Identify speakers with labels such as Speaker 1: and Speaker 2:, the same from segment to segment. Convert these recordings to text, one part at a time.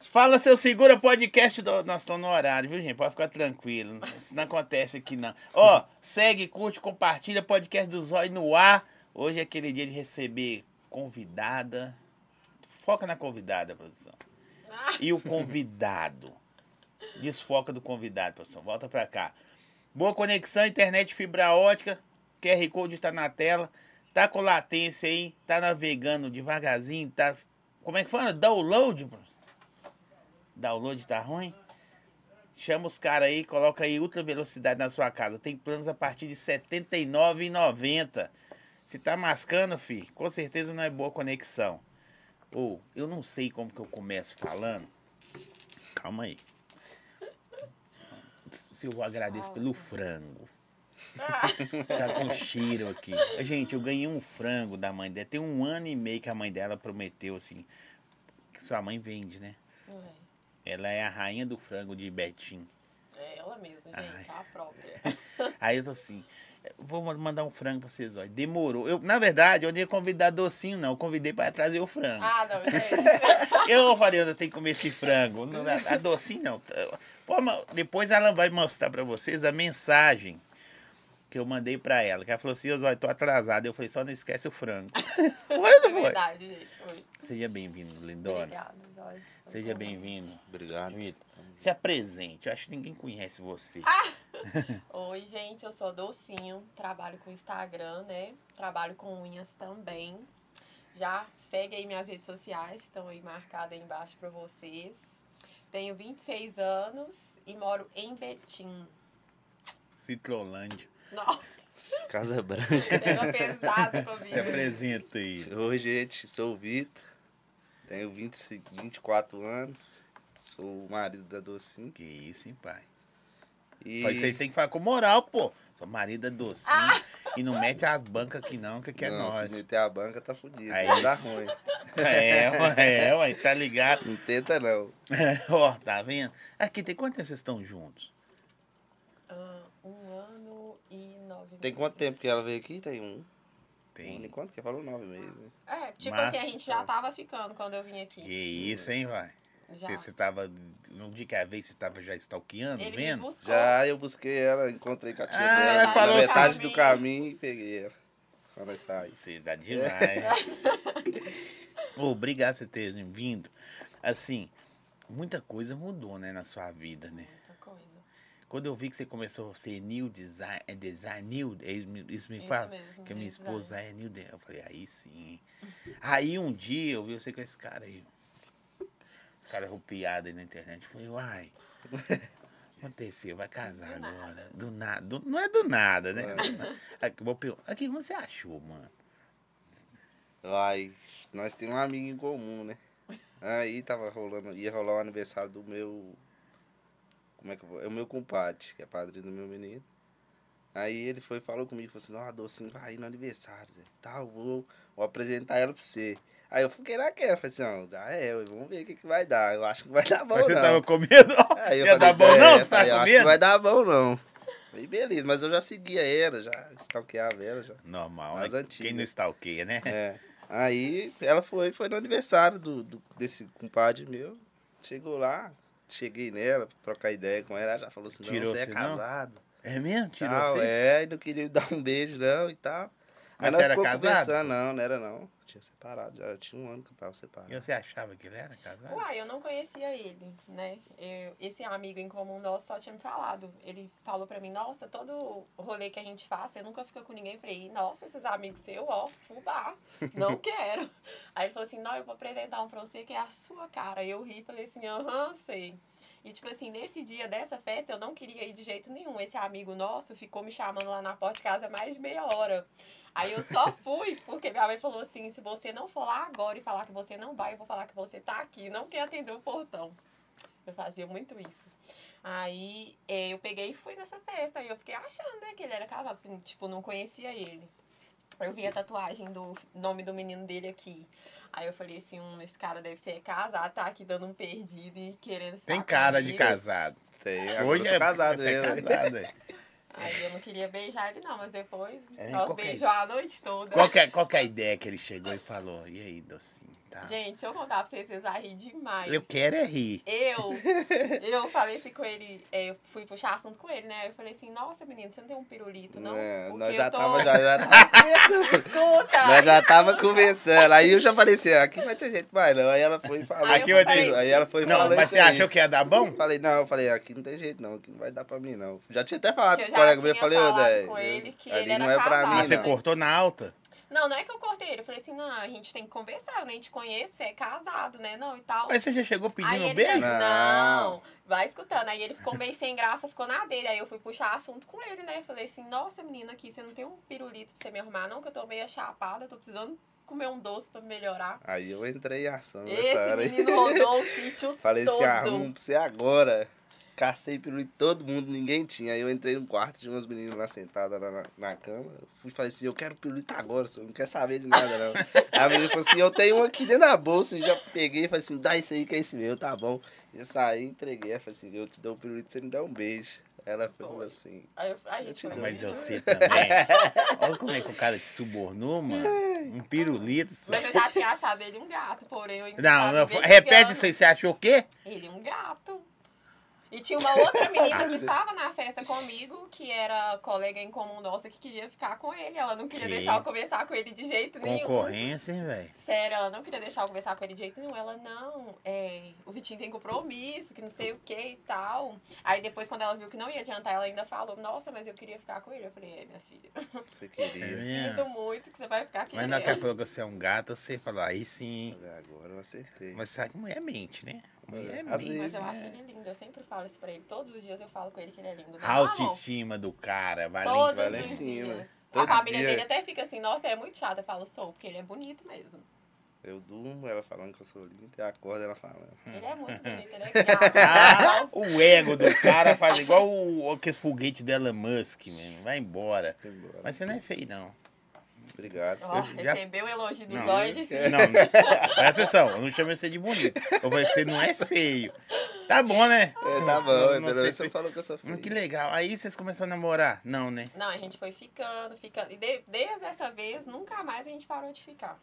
Speaker 1: Fala seu segura podcast do. Nós estamos no horário, viu, gente? Pode ficar tranquilo. Isso não acontece aqui, não. Ó, segue, curte, compartilha podcast do Zói no ar. Hoje é aquele dia de receber convidada. Foca na convidada, produção. E o convidado. Desfoca do convidado, produção. Volta pra cá. Boa conexão, internet fibra ótica. QR Code tá na tela. Tá com latência aí. Tá navegando devagarzinho. Tá. Como é que fala? Download, produção download tá ruim, chama os caras aí, coloca aí ultra velocidade na sua casa. Tem planos a partir de R$ 79,90. Se tá mascando, fi, com certeza não é boa conexão. Ou eu não sei como que eu começo falando. Calma aí. Se eu agradeço pelo frango.
Speaker 2: Ah.
Speaker 1: Tá com cheiro aqui. Gente, eu ganhei um frango da mãe dela. Tem um ano e meio que a mãe dela prometeu assim. Que sua mãe vende, né? Ela é a rainha do frango de Betim.
Speaker 2: É ela mesma, gente, a própria.
Speaker 1: Aí eu tô assim, vou mandar um frango pra vocês, ó. Demorou. Eu, na verdade, eu não ia convidar docinho, não. Eu convidei pra trazer o frango.
Speaker 2: Ah, não, gente.
Speaker 1: Eu falei, eu tenho que comer esse frango. Não, a, a docinho, não. Pô, mas depois ela vai mostrar pra vocês a mensagem que eu mandei pra ela. Que ela falou assim, eu tô atrasada. Eu falei, só não esquece o frango. Ué,
Speaker 2: É
Speaker 1: não foi?
Speaker 2: verdade, gente. Foi.
Speaker 1: Seja bem-vindo, lindona.
Speaker 2: Obrigada, Zói.
Speaker 1: Seja bem-vindo.
Speaker 3: Obrigado.
Speaker 1: Vitor, se apresente. Eu acho que ninguém conhece você.
Speaker 2: Ah. Oi, gente, eu sou a Docinho, trabalho com Instagram, né? Trabalho com unhas também. Já segue aí minhas redes sociais, estão aí marcadas aí embaixo pra vocês. Tenho 26 anos e moro em Betim.
Speaker 1: Citrolândia.
Speaker 2: Nossa,
Speaker 3: Casa Branca.
Speaker 2: pega
Speaker 3: É
Speaker 2: pesado pra mim.
Speaker 1: Se apresenta aí.
Speaker 3: Oi, gente, sou o Vitor. Tenho 25 24 anos. Sou o marido da Docinho.
Speaker 1: Que isso, hein, pai?
Speaker 3: E
Speaker 1: Mas Vocês têm que falar com moral, pô. Sua marida é docinho.
Speaker 2: Ah.
Speaker 1: E não mete as bancas aqui, não, que aqui é
Speaker 3: não,
Speaker 1: nós.
Speaker 3: se meter a banca, tá fudido.
Speaker 1: Aí.
Speaker 3: Tá ruim.
Speaker 1: É, ué, é, ué, tá ligado?
Speaker 3: Não tenta, não.
Speaker 1: Ó, tá vendo? Aqui, tem quanto tempo vocês estão juntos?
Speaker 2: Ah, um ano e nove
Speaker 3: Tem quanto
Speaker 2: meses.
Speaker 3: tempo que ela veio aqui? Tem um. Um, e
Speaker 1: Tem. Ah.
Speaker 3: quanto que falou? Nove meses, né?
Speaker 2: É, tipo
Speaker 1: Mas-
Speaker 2: assim, a gente já tava ficando quando eu vim aqui.
Speaker 1: Que isso, hein, vai?
Speaker 2: Já.
Speaker 1: Você, você tava. Não diga que a vez você tava já stalkeando,
Speaker 2: Ele me
Speaker 1: vendo?
Speaker 2: buscou.
Speaker 3: Já eu busquei ela, encontrei com a tia
Speaker 1: Ah,
Speaker 3: dela.
Speaker 1: ela
Speaker 3: na
Speaker 1: falou
Speaker 3: metade
Speaker 2: assim.
Speaker 3: do caminho e peguei ela. Quando nós saímos.
Speaker 1: Você dá demais. Ô, Obrigado por você ter vindo. Assim, muita coisa mudou, né, na sua vida, né?
Speaker 2: Muita coisa.
Speaker 1: Quando eu vi que você começou a ser new design, é design new, é isso me- isso me
Speaker 2: Isso
Speaker 1: fala?
Speaker 2: mesmo,
Speaker 1: que a minha
Speaker 2: new
Speaker 1: esposa é new design. Eu falei, aí sim. hein? aí um dia eu vi você com esse cara aí. O cara roupiado aí na internet. Eu falei, uai. Aconteceu, vai casar agora. Do nada. do- não é do nada, né? Do nada. Aqui, vou perguntar, aqui, como você achou, mano?
Speaker 3: Ai, nós temos um amigo em comum, né? Aí tava rolando, ia rolar o aniversário do meu. Como é que eu vou? É o meu compadre, que é padrinho do meu menino. Aí ele foi e falou comigo, falou assim, não, a docinho vai ir no aniversário, Zé. tá, eu vou, vou apresentar ela pra você. Aí eu fiquei naquela, falei assim, não, já é, ué, vamos ver o que, que vai dar. Eu acho que vai dar bom,
Speaker 1: Mas você
Speaker 3: não.
Speaker 1: tava com medo?
Speaker 3: Aí eu
Speaker 1: Ia dar bom
Speaker 3: falei,
Speaker 1: não?
Speaker 3: é,
Speaker 1: Você tá
Speaker 3: falei, eu
Speaker 1: com
Speaker 3: acho que
Speaker 1: medo?
Speaker 3: vai dar bom, não. Aí beleza, mas eu já seguia ela, já stalkeava ela, já.
Speaker 1: Normal,
Speaker 3: Nas
Speaker 1: né?
Speaker 3: antigas.
Speaker 1: Quem não stalkeia, né?
Speaker 3: É. Aí ela foi, foi no aniversário do, do- desse compadre meu. Chegou lá, cheguei nela pra trocar ideia com ela. Ela já falou assim: não,
Speaker 1: Tirou
Speaker 3: você é
Speaker 1: você não?
Speaker 3: casado.
Speaker 1: É mesmo? Tirou
Speaker 3: tal,
Speaker 1: você?
Speaker 3: É, e não queria me dar um beijo, não, e tal.
Speaker 1: Mas
Speaker 3: nós
Speaker 1: você era
Speaker 3: ficou
Speaker 1: casado?
Speaker 3: conversando, não, não era não. Tinha separado, já tinha um ano que eu tava separado.
Speaker 1: E você achava que ele era casado?
Speaker 2: Uai, eu não conhecia ele, né? Eu- esse amigo em comum nosso só tinha me falado. Ele falou pra mim, nossa, todo rolê que a gente faz, você nunca fica com ninguém pra ir. Nossa, esses amigos seus, ó, fubá, não quero. Aí ele falou assim, não, eu vou apresentar um pra você que é a sua cara. Eu ri e falei assim, aham, sei. E tipo assim, nesse dia dessa festa, eu não queria ir de jeito nenhum. Esse amigo nosso ficou me chamando lá na porta de casa mais de meia hora. Aí eu só fui, porque minha mãe falou assim: se você não for lá agora e falar que você não vai, eu vou falar que você tá aqui, não quer atender o portão. Eu fazia muito isso. Aí eh, eu peguei e fui nessa festa. Aí eu fiquei achando, né, que ele era casado, porque, tipo, não conhecia ele. Eu vi a tatuagem do nome do menino dele aqui. Aí eu falei assim: hum, esse cara deve ser casado, tá aqui dando um
Speaker 3: Ah,
Speaker 2: perdido e querendo ficar
Speaker 1: Tem cara de
Speaker 2: comigo.
Speaker 1: casado. é
Speaker 3: Tem, agora eu É, né? tô casado,
Speaker 1: você é
Speaker 3: eu.
Speaker 1: casado. é.
Speaker 2: Aí eu não queria beijar ele, não, mas depois
Speaker 1: É,
Speaker 2: nós
Speaker 1: qualquer-
Speaker 2: beijou a noite toda.
Speaker 1: Qual que, é, qual que é a ideia que ele chegou e falou? E aí, docinho, tá?
Speaker 2: Gente, se eu contar pra vocês, vocês vão rir demais.
Speaker 1: Eu quero é rir.
Speaker 2: Eu, eu falei assim com ele, é, eu fui puxar assunto com ele, né? Eu falei assim, nossa, menino, você não tem um pirulito, não?
Speaker 3: É,
Speaker 2: Porque
Speaker 3: nós
Speaker 2: eu
Speaker 3: já
Speaker 2: tô-
Speaker 3: tava, já, já tava conversando.
Speaker 2: Escuta!
Speaker 3: Nós já tava conversando. Aí eu já falei assim, ah, aqui vai ter jeito mais não. Aí ela foi e falou.
Speaker 1: Aqui vai ter-
Speaker 3: aquilo. Aí ela foi e
Speaker 2: Não,
Speaker 1: Não,
Speaker 3: falou assim.
Speaker 1: mas
Speaker 3: isso
Speaker 1: você
Speaker 3: aí.
Speaker 1: achou que ia dar Tá bom?
Speaker 3: Falei, não, eu falei, aqui não tem jeito não, aqui não vai dar pra mim não. Já tinha até falado
Speaker 2: Que eu
Speaker 3: com o
Speaker 2: já
Speaker 3: colega meu, eu
Speaker 2: tinha
Speaker 3: falei, ô
Speaker 2: falado
Speaker 3: Dé,
Speaker 2: com ele que
Speaker 3: ali
Speaker 2: ele
Speaker 3: não
Speaker 2: era
Speaker 3: é pra
Speaker 2: casado.
Speaker 3: mim
Speaker 1: Mas você
Speaker 3: não.
Speaker 1: cortou na alta?
Speaker 2: Não, não é que eu cortei ele. Eu falei assim, não, a gente tem que conversar, eu nem te conheço, você é casado, né? Não, e tal.
Speaker 1: Mas você já chegou pedindo
Speaker 2: Aí
Speaker 1: um
Speaker 2: ele tá-
Speaker 1: beijo?
Speaker 2: falou,
Speaker 3: Não.
Speaker 2: não, vai escutando. Aí ele ficou meio sem graça, ficou na dele. Aí eu fui puxar assunto com ele, né? Falei assim, nossa, menina, aqui, você não tem um pirulito pra você me arrumar, não? Que eu tô meio chapada, tô precisando comer um doce pra me melhorar.
Speaker 3: Aí eu entrei em ação nessa
Speaker 2: Esse
Speaker 3: hora aí.
Speaker 2: menino rodou o sítio
Speaker 3: Falei
Speaker 2: todo.
Speaker 3: assim,
Speaker 1: ah,
Speaker 3: arrumo
Speaker 1: um
Speaker 3: pra você agora. Cacei pelo de todo mundo, ninguém tinha. Aí eu entrei no quarto, tinha umas meninas lá sentadas lá na, na cama. Eu fui e falei assim, eu quero pirulito agora, senhor, não quer saber de nada, não. Aí a menina falou assim, eu tenho um aqui dentro da bolsa, eu já peguei, falei assim, dá isso aí que é esse meu, tá bom. E eu saí, entreguei, Aí falei assim, eu te dou o pirulito, você me dá um beijo. Ela foi e falou assim,
Speaker 2: Aí eu, aí
Speaker 3: Eu
Speaker 2: eu
Speaker 3: te dou.
Speaker 1: Ah, Mas
Speaker 2: mas, eu...
Speaker 1: você também. Olha como é que o cara te subornou, mano. Um pirulito.
Speaker 2: mas eu já tinha achado ele um gato, porém eu ainda
Speaker 1: Não,
Speaker 2: tava
Speaker 1: não,
Speaker 2: investigando.
Speaker 1: repete isso aí. Ah, Você achou o quê?
Speaker 2: Ele é um gato. E tinha uma outra menina que estava na festa comigo, que era colega em comum nossa, que queria ficar com ele. Ela não queria
Speaker 1: Que?
Speaker 2: deixar eu conversar com ele de jeito nenhum.
Speaker 1: Concorrência, hein, velho? Tá
Speaker 2: Sério, ela não queria deixar eu conversar com ele de jeito nenhum. Ela, não, é, o Vitinho tem compromisso, que não sei o que e tal. Aí depois, quando ela viu que não ia adiantar, ela ainda falou, nossa, mas eu queria ficar com ele. Eu falei, é, minha filha,
Speaker 3: você
Speaker 1: É,
Speaker 3: queria.
Speaker 2: sinto muito Então, que você vai ficar com
Speaker 1: Mas na hora que ela falou que você é um gato, você falou, aí sim.
Speaker 3: Falei, Agora eu acertei.
Speaker 1: Mas sabe que mulher mente, né? Mulher
Speaker 3: Às
Speaker 1: mente.
Speaker 2: Mas eu
Speaker 1: né?
Speaker 2: acho ele lindo, eu sempre falo isso pra ele. Todos os dias eu falo com ele que ele é lindo.
Speaker 1: A autoestima do cara, valente.
Speaker 2: Todos
Speaker 3: Valente.
Speaker 2: os
Speaker 3: Valentina.
Speaker 2: dias.
Speaker 3: Todo
Speaker 2: a família
Speaker 3: dia.
Speaker 2: dele até fica assim, nossa, é muito chata. Eu falo, sou, porque ele é bonito mesmo.
Speaker 3: Eu durmo, ela falando que eu sou linda, e acorda ela falando.
Speaker 1: Hum.
Speaker 2: Ele é muito bonito, ele é
Speaker 1: Ah,
Speaker 2: gato.
Speaker 1: o ego do cara faz igual o, aquele foguete do Elon Musk, mano. Vai embora.
Speaker 3: Foi embora.
Speaker 1: Mas você não é feio, não.
Speaker 3: Obrigado.
Speaker 2: Ó,
Speaker 1: Eu já-
Speaker 2: recebeu o elogio do
Speaker 1: Não.
Speaker 2: Lloyd.
Speaker 1: Não, não. Presta atenção, eu não chamei você de bonito. Eu falei que você não é feio. Tá bom, né?
Speaker 3: É, tá bom,
Speaker 1: Não,
Speaker 3: é
Speaker 1: não
Speaker 3: pelo
Speaker 1: sei
Speaker 3: menos
Speaker 1: se-
Speaker 3: você falou que eu sou
Speaker 1: Mas
Speaker 3: feio.
Speaker 1: que legal. Aí vocês começaram a namorar? Não, né?
Speaker 2: Não, a gente foi ficando, ficando. E de- desde essa vez, nunca mais a gente parou de ficar.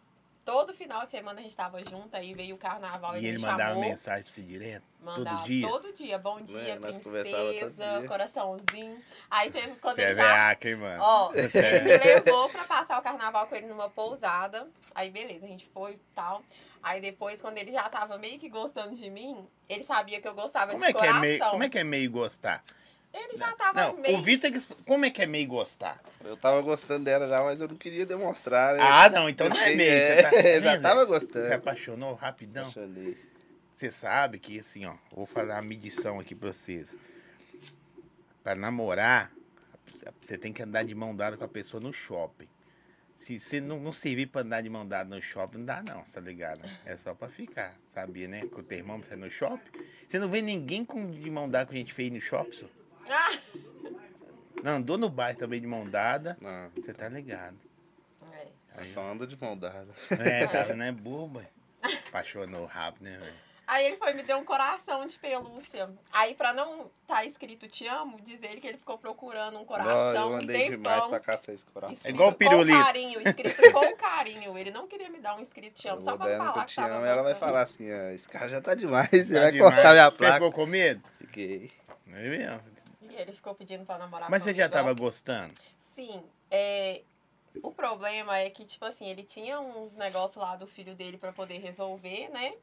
Speaker 2: Todo final de semana a gente tava junto, aí veio o carnaval,
Speaker 1: E ele
Speaker 2: me
Speaker 1: mandava
Speaker 2: chamou.
Speaker 1: mensagem pra você direto?
Speaker 2: Mandava
Speaker 1: todo dia?
Speaker 2: todo dia, bom dia,
Speaker 3: Né, nós conversava todo
Speaker 2: princesa,
Speaker 3: dia.
Speaker 2: coraçãozinho. Aí teve quando
Speaker 1: Você é
Speaker 2: ele já
Speaker 1: veaca, hein, mano?
Speaker 2: Ó,
Speaker 1: Você
Speaker 2: ele
Speaker 1: é-
Speaker 2: me levou pra passar o carnaval com ele numa pousada. Aí, beleza, a gente foi e tal. Aí depois, quando ele já tava meio que gostando de mim, ele sabia que eu gostava
Speaker 1: Como
Speaker 2: de
Speaker 1: é, que é
Speaker 2: coração.
Speaker 1: meio, como é que é meio gostar?
Speaker 2: Ele já tava
Speaker 1: Não,
Speaker 2: meio...
Speaker 1: o Vitor... que expl- Como é que é meio gostar?
Speaker 3: Eu tava gostando dela já, mas eu não queria demonstrar. né?
Speaker 1: Ah, não, então não é
Speaker 3: Porque
Speaker 1: meio.
Speaker 3: é,
Speaker 1: Você tá,
Speaker 3: eu já
Speaker 1: né,
Speaker 3: tava
Speaker 1: velho?
Speaker 3: gostando.
Speaker 1: Você apaixonou rapidão?
Speaker 3: Apaixonei.
Speaker 1: Você sabe que, assim, ó, vou fazer uma medição aqui pra vocês. Pra namorar, você tem que andar de mão dada com a pessoa no shopping. Se você não, não servir pra andar de mão dada no shopping, não dá não, cê tá ligado? É só pra ficar, sabia, né? Com o termômetro é no shopping. Você não vê ninguém com, de mão dada com gente feia no shopping, só?
Speaker 2: Ah!
Speaker 1: Não, andou no bairro também de mão dada,
Speaker 3: Não,
Speaker 1: você tá ligado.
Speaker 2: É.
Speaker 3: ela só anda de mão dada.
Speaker 1: É, cara, não é boba. Apaixonou rápido, né, velho?
Speaker 2: Aí ele foi e me deu um coração de pelúcia. Aí, pra não tá escrito te amo, diz ele que ele ficou procurando um
Speaker 3: Não,
Speaker 2: coração
Speaker 3: eu
Speaker 2: um
Speaker 3: andei demais
Speaker 2: tempão.
Speaker 3: pra caçar esse coração.
Speaker 1: É igual pirulito.
Speaker 2: Com carinho, escrito com carinho. Ele não queria me dar um escrito te amo,
Speaker 3: Eu
Speaker 2: só
Speaker 3: vou
Speaker 2: pra
Speaker 3: dando que
Speaker 2: falar
Speaker 3: eu
Speaker 2: que
Speaker 3: te
Speaker 2: tava
Speaker 3: amo, ela vai
Speaker 2: gostando.
Speaker 3: falar assim, ah, esse cara já tá demais, você
Speaker 1: Tá
Speaker 3: vai
Speaker 1: demais.
Speaker 3: cortar minha
Speaker 1: Você
Speaker 3: placa.
Speaker 1: Ficou com medo?
Speaker 3: Fiquei.
Speaker 1: Não é mesmo?
Speaker 2: E ele ficou pedindo pra namorar
Speaker 1: Mas você já
Speaker 2: comigo.
Speaker 1: tava gostando?
Speaker 2: Sim, é, o problema é que, tipo assim, ele tinha uns negócios lá do filho dele pra poder resolver, né?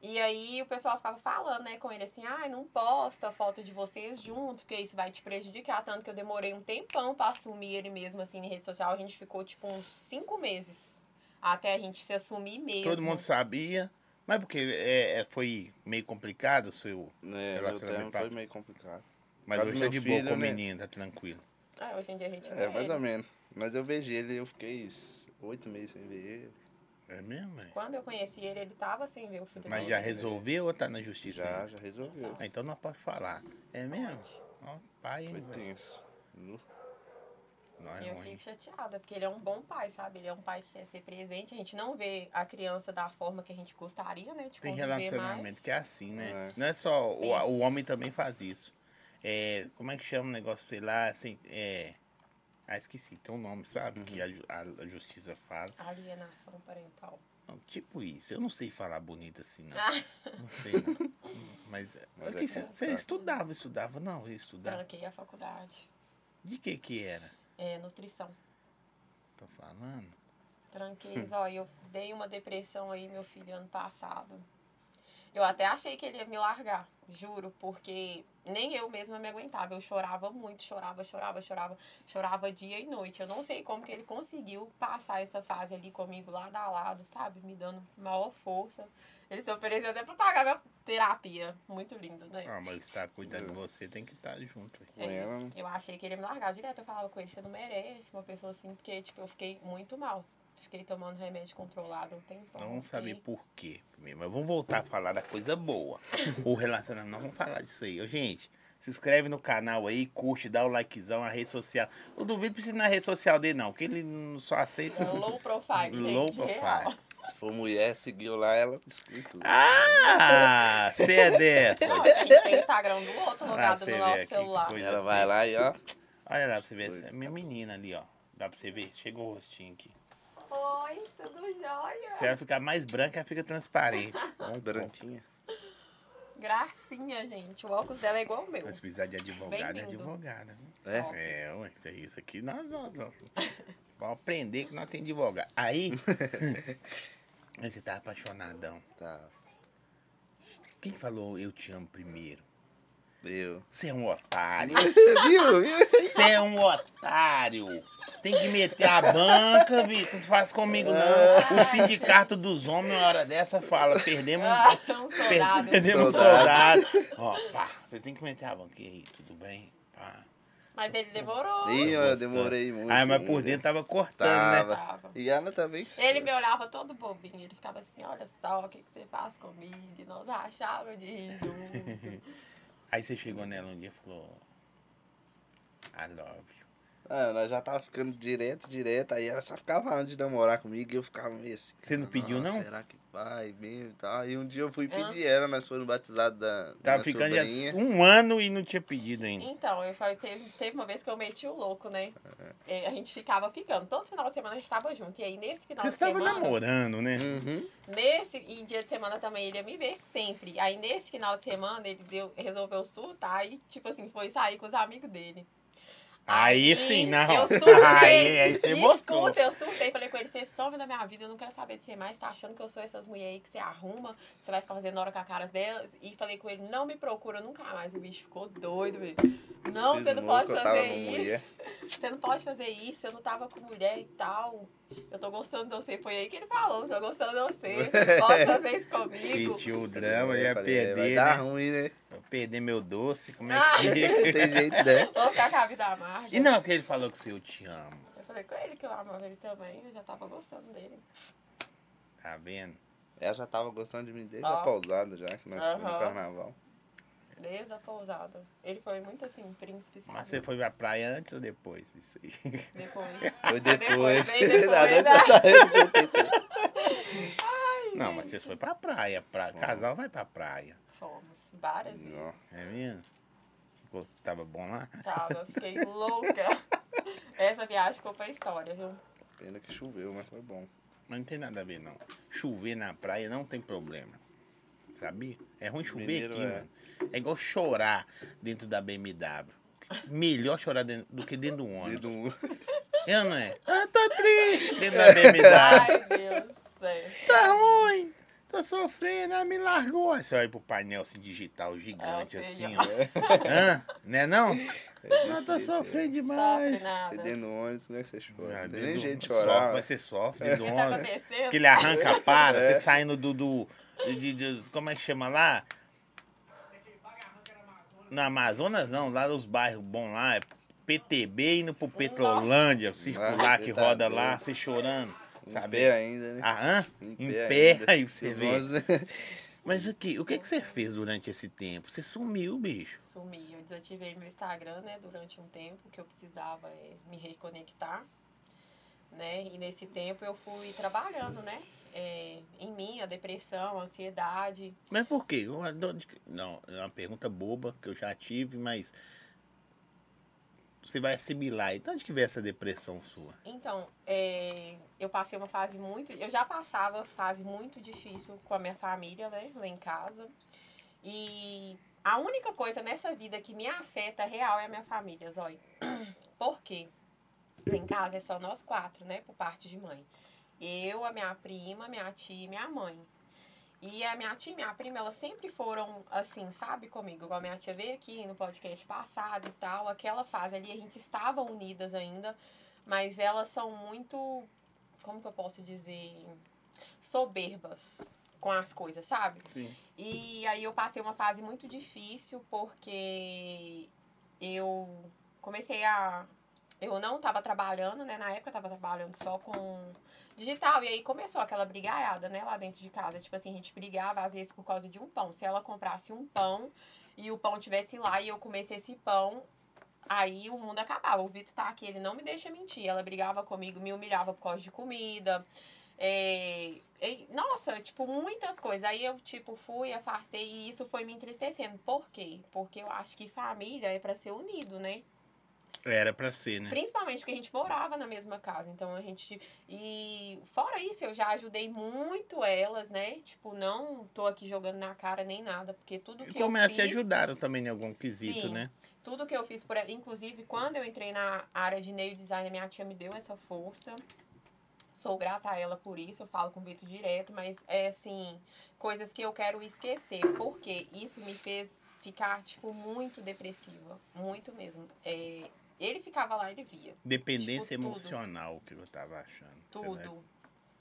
Speaker 2: E aí o pessoal ficava falando, né, com ele assim, ai, não posta a foto de vocês junto, porque isso vai te prejudicar. Tanto que eu demorei um tempão pra assumir ele mesmo, assim, em rede social. A gente ficou, tipo, uns cinco meses até a gente se assumir mesmo.
Speaker 1: Todo mundo sabia. Mas porque é, é, foi meio complicado o seu.
Speaker 3: É, meu
Speaker 1: Relacionamento
Speaker 3: tempo foi
Speaker 1: passa.
Speaker 3: meio complicado.
Speaker 1: Mas
Speaker 3: Tá do
Speaker 1: hoje tá
Speaker 3: meu
Speaker 1: de
Speaker 3: filho,
Speaker 1: boa com o
Speaker 3: né?
Speaker 1: menino, tá tranquilo.
Speaker 2: É, hoje em dia a gente
Speaker 3: É,
Speaker 2: vê
Speaker 3: mais
Speaker 2: ele.
Speaker 3: ou menos. Mas eu vejo ele, eu fiquei s- oito meses sem ver ele.
Speaker 1: É mesmo, velho?
Speaker 2: Quando eu conheci ele, ele tava sem ver é o filho
Speaker 1: Mas
Speaker 2: dele.
Speaker 1: já
Speaker 3: Nossa,
Speaker 1: resolveu ou tá na justiça?
Speaker 3: Já,
Speaker 1: ainda?
Speaker 3: já resolveu.
Speaker 1: Ah, então não pode falar. É mesmo? Ó, pai,
Speaker 3: Foi
Speaker 1: hein, velho?
Speaker 3: tenso. Nu.
Speaker 1: Não
Speaker 2: E
Speaker 1: é
Speaker 2: eu
Speaker 1: ruim.
Speaker 2: fico chateada, porque ele é um bom pai, sabe? Ele é um pai que quer ser presente. A gente não vê a criança da forma que a gente gostaria, né? De
Speaker 1: Tem é
Speaker 2: conviver mais.
Speaker 1: relacionamento que é assim, né?
Speaker 3: É.
Speaker 1: Não é só. O,
Speaker 2: Tem
Speaker 1: o
Speaker 2: isso.
Speaker 1: homem também faz isso. é, como é que chama o negócio, sei lá, assim, é. Ah, esqueci, tem um nome, sabe?
Speaker 3: Uhum.
Speaker 1: Que a, ju- a- a justiça fala.
Speaker 2: Alienação parental.
Speaker 1: Não, tipo isso, eu não sei falar bonito assim, não.
Speaker 2: Ah,
Speaker 1: Não sei, não. Mas,
Speaker 3: Mas
Speaker 1: aqui
Speaker 3: é
Speaker 1: você,
Speaker 3: bom,
Speaker 1: você
Speaker 3: tá?
Speaker 1: estudava, estudava, não, eu estudava.
Speaker 2: tranquei a faculdade.
Speaker 1: De que que era?
Speaker 2: É, nutrição.
Speaker 1: Tô falando.
Speaker 2: Tranquei, ó, eu dei uma depressão aí, meu filho, ano passado. Eu até achei que ele ia me largar, juro, porque nem eu mesma me aguentava. Eu chorava muito, chorava, chorava, chorava, chorava dia e noite. Eu não sei como que ele conseguiu passar essa fase ali comigo lado a lado, sabe? Me dando maior força. Ele se ofereceu até pra pagar minha terapia. Muito lindo, né?
Speaker 1: Ah, mas tá cuidando de você, tem que estar junto.
Speaker 3: Com ela, né?
Speaker 2: Eu achei que ele ia me largar direto. Eu falava com ele, você não merece uma pessoa assim, porque, tipo, eu fiquei muito mal. Fiquei tomando remédio controlado um tempão.
Speaker 1: Nós Então, vamos saber
Speaker 2: fiquei-
Speaker 1: por quê primeiro, mas vamos voltar a falar da coisa boa. O relacionamento, nós vamos falar disso aí. Ô, gente, se inscreve no canal aí, curte, dá o likezão, a rede social. Eu duvido precisa ir na rede social dele, não, que ele não só aceita.
Speaker 2: É Low profile, gente.
Speaker 1: Low profile.
Speaker 2: real.
Speaker 3: Se for mulher, seguiu lá, ela descobriu tudo.
Speaker 1: Ah, você é
Speaker 2: Não,
Speaker 1: dessa.
Speaker 2: a gente tem o Instagram do outro
Speaker 1: Ah,
Speaker 2: logado
Speaker 1: você
Speaker 2: no
Speaker 1: vê
Speaker 2: nosso
Speaker 1: aqui que
Speaker 2: celular.
Speaker 1: coisa.
Speaker 3: ela vai lá e ó.
Speaker 1: Olha lá pra você ver, essa é minha menina ali, ó. Dá pra você ver? Chega o rostinho aqui.
Speaker 2: Oi, tudo jóia?
Speaker 1: Se ela ficar mais branca, ela fica transparente. Vamos
Speaker 3: Branquinha.
Speaker 2: Gracinha, gente. O óculos dela é igual o meu.
Speaker 1: Mas se precisar de advogado, é
Speaker 2: Bem-vindo.
Speaker 1: advogada. viu?
Speaker 3: É?
Speaker 2: Ó.
Speaker 1: É, ué, isso é isso aqui nós, nós, nós. Vamos aprender que nós temos advogado. Aí, aí você tá apaixonadão.
Speaker 3: Tá.
Speaker 1: Quem falou eu te amo primeiro?
Speaker 3: Eu.
Speaker 1: Você é um otário.
Speaker 3: viu? Viu?
Speaker 1: Você é um otário. Tem que meter a banca, Vitor. Não faz comigo, não. O sindicato dos homens, uma hora dessa, fala: perdemos.
Speaker 2: Ah, um soldado.
Speaker 1: Perdemos um soldado.
Speaker 3: Soldado.
Speaker 1: Ó, pá, você tem que meter a banca. E aí, tudo bem? Pá.
Speaker 2: Mas ele demorou.
Speaker 3: Ih, ó, eu
Speaker 1: Gostando.
Speaker 3: demorei muito.
Speaker 1: Ah, mas por
Speaker 3: ainda.
Speaker 1: dentro tava cortando, né?
Speaker 3: Tava.
Speaker 2: Tava.
Speaker 3: E ela também.
Speaker 2: Ele me olhava todo bobinho, ele ficava assim, olha só, o que, que você faz comigo? E nós rachávamos de rir junto.
Speaker 1: Aí você chegou nela um dia e falou. I love you.
Speaker 3: Ah, nós já tava ficando direto, direto. Aí ela só ficava falando de namorar comigo e eu ficava meio assim.
Speaker 1: Você não
Speaker 3: cara,
Speaker 1: pediu,
Speaker 3: nossa,
Speaker 1: não?
Speaker 3: Será que vai mesmo e tal? Aí um dia eu fui
Speaker 2: Hã?
Speaker 3: pedir ela, nós fomos no batizado da. da
Speaker 1: Tava
Speaker 3: minha
Speaker 1: ficando
Speaker 3: sobrinha.
Speaker 1: já um ano e não tinha pedido ainda.
Speaker 2: Então, eu falei, teve, teve uma vez que eu meti o louco, né?
Speaker 1: Ah.
Speaker 2: É, A gente ficava ficando, todo final de semana a gente tava junto. E aí nesse final
Speaker 1: Você
Speaker 2: de
Speaker 1: estava
Speaker 2: semana.
Speaker 1: namorando, né?
Speaker 3: Uhum.
Speaker 2: Nesse e dia de semana também ele ia me ver sempre. Aí nesse final de semana ele deu, resolveu surtar e, tipo assim, foi sair com os amigos dele.
Speaker 1: Aí sim, não.
Speaker 2: Eu um surtei.
Speaker 1: Aí, aí você mostrou.
Speaker 2: Escuta, eu surtei. Falei com ele, você some da minha vida, eu não quero saber de você mais. Tá achando que eu sou essas mulheres aí que você arruma, que você vai ficar fazendo hora com a cara delas. E falei com ele, não me procura nunca mais. O bicho ficou doido, velho. Não, você não
Speaker 3: Cismou
Speaker 2: pode
Speaker 3: que eu tava
Speaker 2: fazer
Speaker 3: com
Speaker 2: isso.
Speaker 3: mulher.
Speaker 2: Você não pode fazer isso, eu não tava com mulher e tal. Eu tô gostando de você. Foi aí que ele falou, tô gostando de você. Você não pode fazer isso comigo.
Speaker 1: Sentiu o drama, ia
Speaker 3: falei, é, Vai
Speaker 1: perder,
Speaker 3: dar
Speaker 1: né?
Speaker 3: ruim, né?
Speaker 1: Eu perder meu doce, como é que.
Speaker 3: Não tem jeito, né?
Speaker 2: Vou ficar com a vida amarga.
Speaker 1: e não, porque ele falou que você, eu te amo.
Speaker 2: Eu falei com ele que eu amava ele também, eu já tava gostando dele.
Speaker 1: Tá vendo?
Speaker 3: Ela já tava gostando de mim desde a
Speaker 2: Ó.
Speaker 3: pausada já, que nós fomos
Speaker 2: Ah. Aham.
Speaker 3: no carnaval.
Speaker 2: Desde a pousada. Ele foi muito assim, príncipe. sabe?
Speaker 1: Mas você foi pra praia antes ou depois disso aí?
Speaker 2: Depois.
Speaker 3: Foi depois.
Speaker 2: Bem depois,
Speaker 3: Nada
Speaker 2: né?
Speaker 3: dessa-
Speaker 1: não, mas vocês foram pra praia. Pra... Casal vai pra praia.
Speaker 2: Fomos várias
Speaker 3: Não.
Speaker 2: vezes.
Speaker 1: É mesmo? Ficou- Tava bom lá?
Speaker 2: Tava, fiquei louca. Essa viagem ficou pra história, viu?
Speaker 3: Pena que choveu, mas foi bom.
Speaker 1: Mas não tem nada a ver, não. Chover na praia não tem problema. Sabia? É ruim chover
Speaker 3: Mineiro
Speaker 1: aqui,
Speaker 3: é.
Speaker 1: mano. É igual chorar dentro da BMW. Melhor chorar dentro- do que dentro do
Speaker 3: Dedo
Speaker 1: ônibus.
Speaker 3: um.
Speaker 1: Eu não é? Ah, tô triste dentro da BMW.
Speaker 2: Ai, Deus do céu.
Speaker 1: tá ruim. Tô sofrendo, ela me largou. Aí você olha pro painel assim, digital gigante,
Speaker 2: É, eu sei,
Speaker 1: assim, ó. Hã? Né não? Ah, tô
Speaker 3: É desse jeito, é.
Speaker 1: sofrendo
Speaker 2: Sofre né?
Speaker 1: demais.
Speaker 3: Você
Speaker 2: nada.
Speaker 3: dentro do ônibus, como é que você chora?
Speaker 1: Ah,
Speaker 3: Não tem
Speaker 1: dentro
Speaker 3: nem
Speaker 1: do-
Speaker 3: jeito de
Speaker 1: Sofre,
Speaker 3: chorar.
Speaker 1: mas você sofre dentro
Speaker 2: O
Speaker 1: do
Speaker 2: que tá
Speaker 1: ônibus.
Speaker 2: acontecendo?
Speaker 1: Que ele arranca a para,
Speaker 3: É.
Speaker 1: você saindo do. do de- de- como é que chama lá? Na Amazonas não, lá nos bairros bons lá, é PTB indo pro Petrolândia, o circular
Speaker 3: Nossa,
Speaker 1: que
Speaker 3: tá
Speaker 1: roda lá,
Speaker 3: doido.
Speaker 1: você chorando.
Speaker 3: Em
Speaker 1: Sabe?
Speaker 3: pé ainda, né?
Speaker 1: Aham,
Speaker 3: Em
Speaker 1: Ah, em
Speaker 3: pé
Speaker 1: pé,
Speaker 3: ainda.
Speaker 1: aí você
Speaker 3: Os
Speaker 1: vê.
Speaker 3: ônibus, né?
Speaker 1: Mas o que, o que, que você fez durante esse tempo? Você sumiu, bicho.
Speaker 2: Sumi. Eu desativei meu Instagram, né, durante um tempo, que eu precisava eh, é, me reconectar, né? E nesse tempo eu fui trabalhando, né? é, em mim, a depressão, a ansiedade.
Speaker 1: Mas por quê? Eu- eu- Não, é uma pergunta boba que eu já tive, mas. Você vai assimilar. Então, onde que vem essa depressão sua?
Speaker 2: Então, é, eu passei uma fase muito. Eu já passava fase muito difícil com a minha família, né? Lá em casa. E a única coisa nessa vida que me afeta real é a minha família, Zói. Por quê? Lá em casa é só nós quatro, né? Por parte de mãe. Eu, a minha prima, minha tia e minha mãe. E a minha tia e minha prima, elas sempre foram assim, sabe, comigo. Igual a minha tia veio aqui no podcast passado e tal. Aquela fase ali, a gente estava unidas ainda. Mas elas são muito, como que eu posso dizer, soberbas com as coisas, sabe?
Speaker 1: Sim.
Speaker 2: E aí eu passei uma fase muito difícil porque eu comecei a. Eu não estava trabalhando, né? Na época eu tava trabalhando só com digital. E aí começou aquela brigaiada, né? Lá dentro de casa. Tipo assim, a gente brigava às vezes por causa de um pão. Se ela comprasse um pão e o pão tivesse lá e eu comesse esse pão, aí o mundo acabava. O Vitor tá aqui, ele não me deixa mentir. Ela brigava comigo, me humilhava por causa de comida. É, e, nossa, tipo, muitas coisas. Aí eu, tipo, fui, afastei e isso foi me entristecendo. Por quê? Porque eu acho que família é pra ser unido, né?
Speaker 1: Era pra ser, né?
Speaker 2: Principalmente porque a gente morava na mesma casa. Então a gente. E fora isso, eu já ajudei muito elas, né? Tipo, não tô aqui jogando na cara nem nada, porque tudo que
Speaker 1: E como
Speaker 2: eu
Speaker 1: é,
Speaker 2: fiz.
Speaker 1: se ajudaram também em algum quesito,
Speaker 2: Sim.
Speaker 1: né?
Speaker 2: Tudo que eu fiz por ela, inclusive quando eu entrei na área de nail design, a minha tia me deu essa força. Sou grata a ela por isso, eu falo com o Vitor direto, mas é assim, coisas que eu quero esquecer, porque isso me fez ficar, tipo, muito depressiva, muito mesmo. É, ele ficava lá, ele via
Speaker 1: Dependência
Speaker 2: Tipo, tudo.
Speaker 1: emocional, que eu tava achando. Sei lá.
Speaker 2: tudo.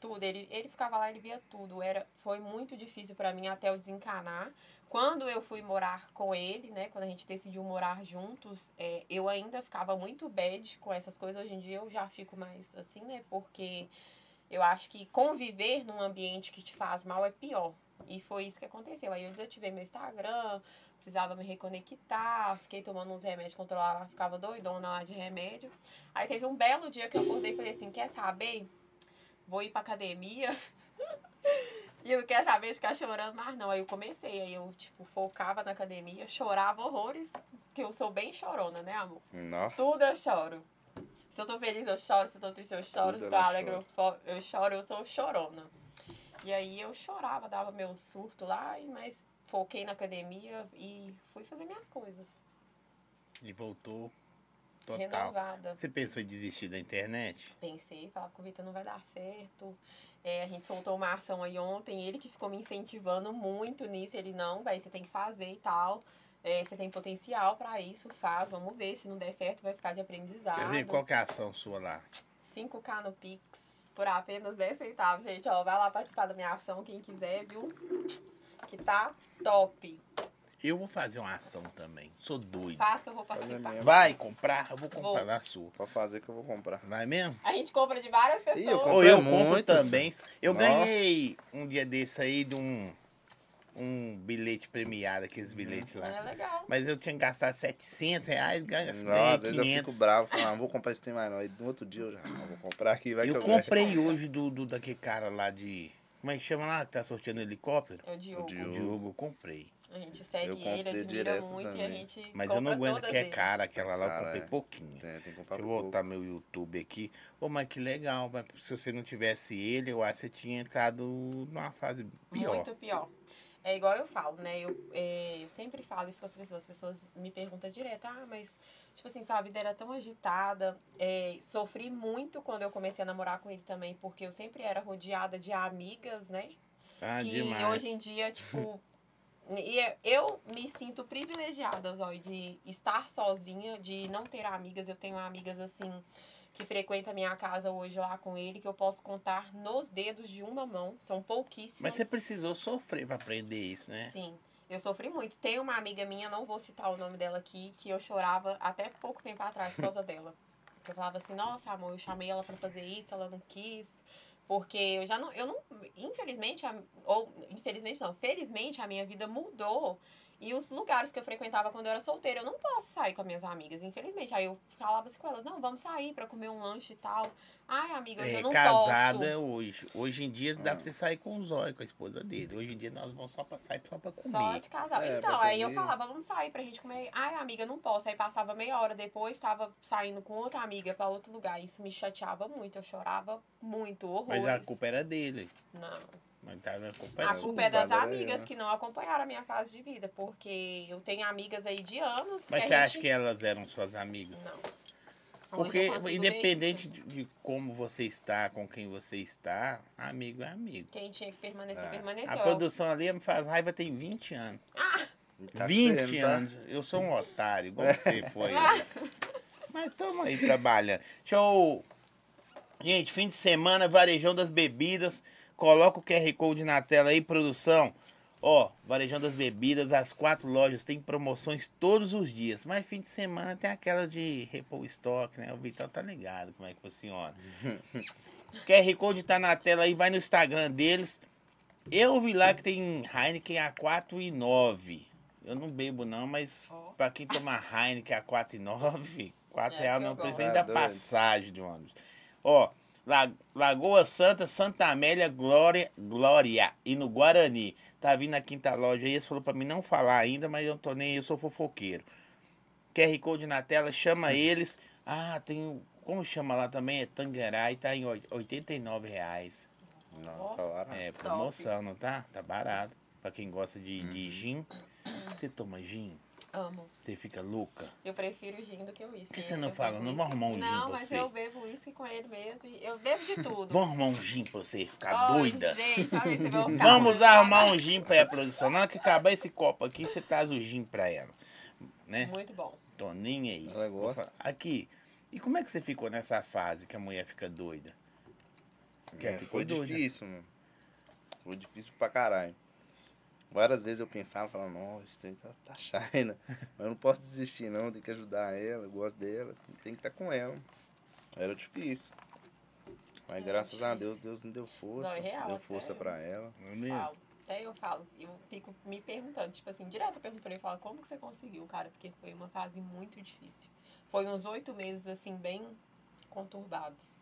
Speaker 2: Tudo, ele, ele ficava lá, ele via tudo. Era, foi muito difícil pra mim até eu desencanar. Quando eu fui morar com ele, né? Quando a gente decidiu morar juntos, é, eu ainda ficava muito bad com essas coisas. Hoje em dia eu já fico mais assim, né? Porque eu acho que conviver num ambiente que te faz mal é pior. E foi isso que aconteceu. Aí eu desativei meu Instagram, precisava me reconectar, fiquei tomando uns remédios controlados, ficava doidona lá de remédio. Aí teve um belo dia que eu acordei e falei assim, quer saber? Vou ir pra academia. e eu não quero saber de ficar chorando mais não. Aí eu comecei, aí eu, tipo, focava na academia, chorava horrores, porque eu sou bem chorona, né, amor?
Speaker 3: Nó.
Speaker 2: Tudo eu choro. Se eu tô feliz, eu choro. Se eu tô triste, eu choro.
Speaker 3: Tudo
Speaker 2: se eu tô
Speaker 3: ela
Speaker 2: alegre, eu, fo- eu choro. Eu sou chorona. E aí eu chorava, dava meu surto lá, e- mas foquei na academia e fui fazer minhas coisas.
Speaker 1: E voltou total.
Speaker 2: Renovada.
Speaker 1: Você pensou em desistir da internet?
Speaker 2: Pensei, falava que o Vitor não vai dar certo. É, a gente soltou uma ação aí ontem, ele que ficou me incentivando muito nisso. Ele, não, vai, você tem que fazer e tal. É, você tem potencial pra isso, faz, vamos ver. Se não der certo, vai ficar de aprendizado.
Speaker 1: Quer dizer, Qual que é a ação sua lá?
Speaker 2: 5K no Pix por apenas 10 centavos, gente. Ó, vai lá participar da minha ação, quem quiser, viu? Que tá top.
Speaker 1: Eu vou fazer uma ação também. Sou doido.
Speaker 2: Faz que eu vou
Speaker 3: Fazer
Speaker 2: participar.
Speaker 3: mesmo.
Speaker 1: Vai comprar? Eu vou comprar
Speaker 2: Vou.
Speaker 1: na sua.
Speaker 3: Pode fazer que eu vou comprar.
Speaker 1: Vai mesmo?
Speaker 2: A gente compra de várias pessoas.
Speaker 3: Ih, eu
Speaker 1: Ou eu
Speaker 3: Compra
Speaker 1: compro
Speaker 3: muito,
Speaker 1: também.
Speaker 3: assim.
Speaker 1: Eu
Speaker 3: Nó.
Speaker 1: ganhei um dia desse aí de um, um bilhete premiado,
Speaker 3: Uhum.
Speaker 1: aqueles bilhetes
Speaker 2: É
Speaker 1: lá.
Speaker 2: legal.
Speaker 1: Mas eu tinha que gastar 700 reais, ganha-
Speaker 3: Não,
Speaker 1: ganhei
Speaker 3: às vezes eu fico
Speaker 1: 500.
Speaker 3: bravo, falo, ah, não vou comprar esse tem mais não. E no outro dia eu já, ah, vou comprar aqui, vai que
Speaker 1: Eu
Speaker 3: eu ganho.
Speaker 1: comprei hoje do, do daquele cara lá de... Como é que chama lá? Que tá sorteando helicóptero?
Speaker 2: Eu
Speaker 3: O
Speaker 2: Diogo.
Speaker 1: O
Speaker 3: Diogo.
Speaker 1: Diogo, eu comprei.
Speaker 2: A gente segue
Speaker 3: Eu
Speaker 2: ele,
Speaker 3: comprei
Speaker 2: admira
Speaker 3: direto
Speaker 2: muito e a
Speaker 3: também.
Speaker 2: gente.
Speaker 1: Mas eu
Speaker 2: compra
Speaker 1: não aguento,
Speaker 2: todas
Speaker 1: que é
Speaker 2: dele.
Speaker 1: cara aquela lá, eu
Speaker 3: Cara,
Speaker 1: comprei
Speaker 3: é.
Speaker 1: pouquinho.
Speaker 3: Tem, tem que comprar
Speaker 1: Deixa eu
Speaker 3: pouco.
Speaker 1: voltar meu YouTube aqui. Ô, mas que legal, mas se você não tivesse ele, eu acho que você tinha entrado numa fase pior.
Speaker 2: Muito pior. É igual eu falo, né? Eu, é, eu sempre falo isso com as pessoas. As pessoas me perguntam direto, ah, mas, tipo assim, sua vida era tão agitada. É, sofri muito quando eu comecei a namorar com ele também, porque eu sempre era rodeada de amigas, né?
Speaker 1: Ah,
Speaker 2: que
Speaker 1: demais.
Speaker 2: hoje em dia, tipo. e é- eu me sinto privilegiada, Zói, de estar sozinha, de não ter amigas. Eu tenho amigas assim que frequentam a minha casa hoje lá com ele, que eu posso contar nos dedos de uma mão. São pouquíssimas.
Speaker 1: Mas você precisou sofrer pra aprender isso, né?
Speaker 2: Sim. Eu sofri muito. Tem uma amiga minha, não vou citar o nome dela aqui, que eu chorava até pouco tempo atrás por causa dela. Porque eu falava assim, nossa, amor, eu chamei ela pra fazer isso, ela não quis. Porque eu já não. Eu não. Infelizmente, a- ou infelizmente não, felizmente a minha vida mudou. E os lugares que eu frequentava quando eu era solteira, eu não posso sair com as minhas amigas, infelizmente. Aí eu falava assim com elas, não, vamos sair pra comer um lanche e tal. Ai, amiga, hoje
Speaker 1: É,
Speaker 2: eu não
Speaker 1: casado
Speaker 2: posso. Ah.
Speaker 1: é hoje. Hoje em dia dá pra você sair com o zóio, com a esposa dele. Hoje em dia nós vamos só pra sair só pra comer.
Speaker 2: Só de casal.
Speaker 3: É,
Speaker 2: então,
Speaker 3: pra
Speaker 2: aí eu
Speaker 3: comer.
Speaker 2: falava, vamos sair pra gente comer. Ai, amiga, não posso. Aí passava meia hora depois, tava saindo com outra amiga pra outro lugar. Isso me chateava muito, eu chorava muito, horrores.
Speaker 1: Mas a culpa era dele.
Speaker 2: Não.
Speaker 1: Mas tá, a culpa
Speaker 2: A
Speaker 1: era
Speaker 2: culpa é das
Speaker 3: culpada, né?
Speaker 2: amigas que não acompanharam a minha fase de vida, porque eu tenho amigas aí de anos.
Speaker 1: Mas
Speaker 2: é que
Speaker 1: você
Speaker 2: a gente...
Speaker 1: acha que elas eram suas amigas?
Speaker 2: Não. Hoje eu
Speaker 1: Porque
Speaker 2: consigo ver
Speaker 1: independente
Speaker 2: isso.
Speaker 1: de, de como você está, com quem você está, amigo é amigo.
Speaker 2: Quem tinha que permanecer,
Speaker 3: Ah,
Speaker 1: A
Speaker 2: permaneceu.
Speaker 1: produção ali me faz raiva tem 20 anos.
Speaker 3: Tá
Speaker 1: 20
Speaker 3: sendo, tá? É.
Speaker 1: anos. Eu sou um otário, igual você foi. né? Mas estamos aí trabalhando. Show! Gente, fim de semana, varejão das bebidas. Coloca o QR Code na tela aí, produção. Ó, varejão das bebidas, as quatro lojas tem promoções todos os dias. Mas fim de semana tem aquelas de repor estoque, né? O Vital tá ligado como é que funciona. QR Code tá na tela aí, vai no Instagram deles. Eu vi lá que tem Heineken A4 e 9. Eu não bebo não, mas
Speaker 2: Ó.
Speaker 1: pra quem tomar Heineken A4 e 9, 4
Speaker 2: É,
Speaker 1: real
Speaker 2: que eu
Speaker 1: não
Speaker 2: gosto.
Speaker 1: precisa nem
Speaker 3: Tá
Speaker 1: da
Speaker 3: doido.
Speaker 1: passagem de ônibus. Ó, La- Lagoa Santa, Santa Amélia, Glória, Glória e no Guarani. Tá vindo a quinta loja aí, eles falou pra mim não falar ainda, mas eu não tô nem aí, eu sou fofoqueiro. QR Code na tela, chama eles. Ah, tem o. Como chama lá também? É Tangarai, tá em oi- R$ 89 reais.
Speaker 3: Não, tá lá, não.
Speaker 1: É promoção, não tá? Tá barato. Pra quem gosta de, de
Speaker 2: Uhum.
Speaker 1: gin. Você toma gin?
Speaker 2: Amo.
Speaker 1: Você fica louca?
Speaker 2: Eu prefiro gin do que uísque.
Speaker 1: Por que você não
Speaker 2: Eu
Speaker 1: fala?
Speaker 2: bebo
Speaker 1: Não vou
Speaker 2: uísque.
Speaker 1: arrumar um gin
Speaker 2: Não,
Speaker 1: pra
Speaker 2: mas
Speaker 1: você.
Speaker 2: eu bebo uísque com ele mesmo. e Eu bebo de tudo.
Speaker 1: Vamos arrumar um gin pra você ficar
Speaker 2: Ai,
Speaker 1: doida?
Speaker 2: Gente, olha, você vai ficar
Speaker 1: Vamos
Speaker 2: doida.
Speaker 1: arrumar um gin pra ela, produção. Na hora que acabar esse copo aqui, você traz o gin pra ela. Né?
Speaker 2: Muito bom.
Speaker 1: Tô nem aí.
Speaker 3: Ela gosta.
Speaker 1: Vou falar. Aqui. E como é que você ficou nessa fase que a mulher fica doida? Que
Speaker 3: É,
Speaker 1: ela ficou
Speaker 3: foi
Speaker 1: doida.
Speaker 3: difícil, mano. Foi difícil pra caralho. Várias vezes eu pensava, falava, nossa, esse trem tá, tá China. Mas eu não posso desistir, não. Tem que ajudar ela, eu gosto dela. Tem que estar com ela. Era difícil. Mas
Speaker 2: Era
Speaker 3: graças a
Speaker 2: É, difícil.
Speaker 3: Deus, Deus me deu força.
Speaker 2: Não, é real,
Speaker 3: deu força
Speaker 2: até eu.
Speaker 3: pra ela.
Speaker 1: Não é mesmo?
Speaker 2: Falo. Até eu falo. Eu fico me perguntando, tipo assim, direto eu pergunto pra ele, falo, como que você conseguiu, cara? Porque foi uma fase muito difícil. Foi uns oito meses, assim, bem conturbados.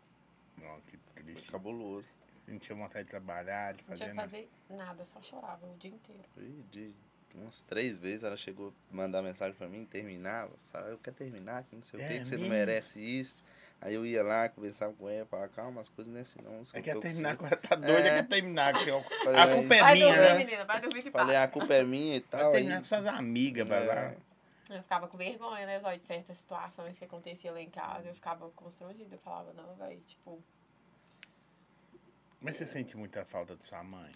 Speaker 1: Não, que
Speaker 3: Foi
Speaker 1: triste.
Speaker 3: cabuloso.
Speaker 1: Não tinha vontade de trabalhar, de
Speaker 2: Não
Speaker 1: fazer
Speaker 2: tinha que
Speaker 1: nada.
Speaker 2: fazer nada, só chorava o dia inteiro.
Speaker 3: E de umas três vezes ela chegou a mandar mensagem pra mim, terminava. Falava, eu quero terminar, que não sei
Speaker 1: É
Speaker 3: o que, que você não
Speaker 1: mesmo?
Speaker 3: merece isso. Aí eu ia lá, conversava com ela, falava, calma, as coisas não é assim não.
Speaker 1: É
Speaker 3: só
Speaker 1: que ia
Speaker 3: tô com
Speaker 1: terminar
Speaker 3: você."
Speaker 1: com ela, tá doida,
Speaker 3: É.
Speaker 1: é. quer terminar com seu.
Speaker 3: Falei,
Speaker 1: A culpa é
Speaker 2: Vai
Speaker 1: minha,
Speaker 2: dormir,
Speaker 1: né?
Speaker 2: menina, vai dormir que
Speaker 3: Falei,
Speaker 2: passa.
Speaker 3: a culpa é minha e
Speaker 1: Vai
Speaker 3: tal. Aí,
Speaker 1: terminar com suas amigas, vai lá.
Speaker 3: É.
Speaker 1: "Ah."
Speaker 2: Eu ficava com vergonha, né, só de certas situações que acontecia lá em casa. Eu ficava constrangida, eu falava, não, velho, tipo...
Speaker 1: Mas você sente muita falta de sua mãe?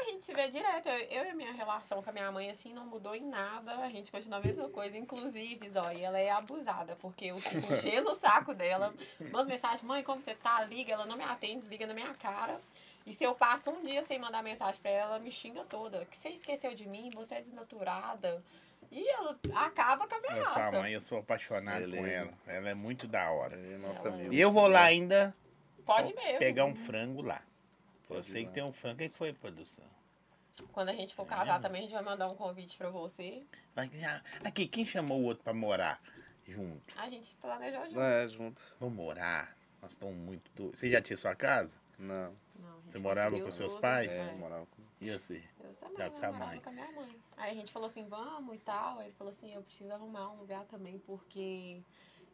Speaker 2: A gente se vê direto. Eu, eu e a minha relação com a minha mãe, assim, não mudou em nada. A gente continua a mesma coisa. Inclusive, Zói, ela é abusada, porque eu fico enchendo o saco dela. Mando mensagem, mãe, como você tá? Liga, ela não me atende, desliga na minha cara. E se eu passo um dia sem mandar mensagem pra ela, ela me xinga toda. Que você esqueceu de mim, você é desnaturada. E ela acaba com a minha
Speaker 1: Eu sou a
Speaker 2: raça.
Speaker 1: É, mãe, eu sou apaixonado com
Speaker 3: Beleza.
Speaker 1: ela. Ela é muito da hora.
Speaker 3: Aí, nota
Speaker 2: Ela-
Speaker 3: mil.
Speaker 1: E eu vou lá ainda
Speaker 2: Pode mesmo.
Speaker 1: pegar um frango lá. Eu
Speaker 3: Pode ir
Speaker 1: sei que
Speaker 3: lá.
Speaker 1: tem um frango. Quem foi, produção? um
Speaker 2: Quando a gente for casar também, a gente vai mandar um convite pra você.
Speaker 1: Vai que já- Aqui, quem chamou o outro pra morar junto?
Speaker 2: A gente planejou
Speaker 1: um-
Speaker 2: junto.
Speaker 3: Não é junto.
Speaker 1: Vamos morar. Nós estamos muito doidos. Você já tinha sua casa?
Speaker 3: Não.
Speaker 2: Não, a gente
Speaker 1: Você morava
Speaker 2: conseguiu
Speaker 1: com seus
Speaker 2: tudo,
Speaker 1: pais?
Speaker 3: É,
Speaker 2: né?
Speaker 3: eu morava com.
Speaker 1: E você?
Speaker 2: Eu também,
Speaker 1: Da
Speaker 2: eu
Speaker 1: sua
Speaker 2: morava
Speaker 1: mãe.
Speaker 2: com a minha mãe. Aí a gente falou assim, vamos e tal. Aí ele falou assim, eu preciso arrumar um lugar também, porque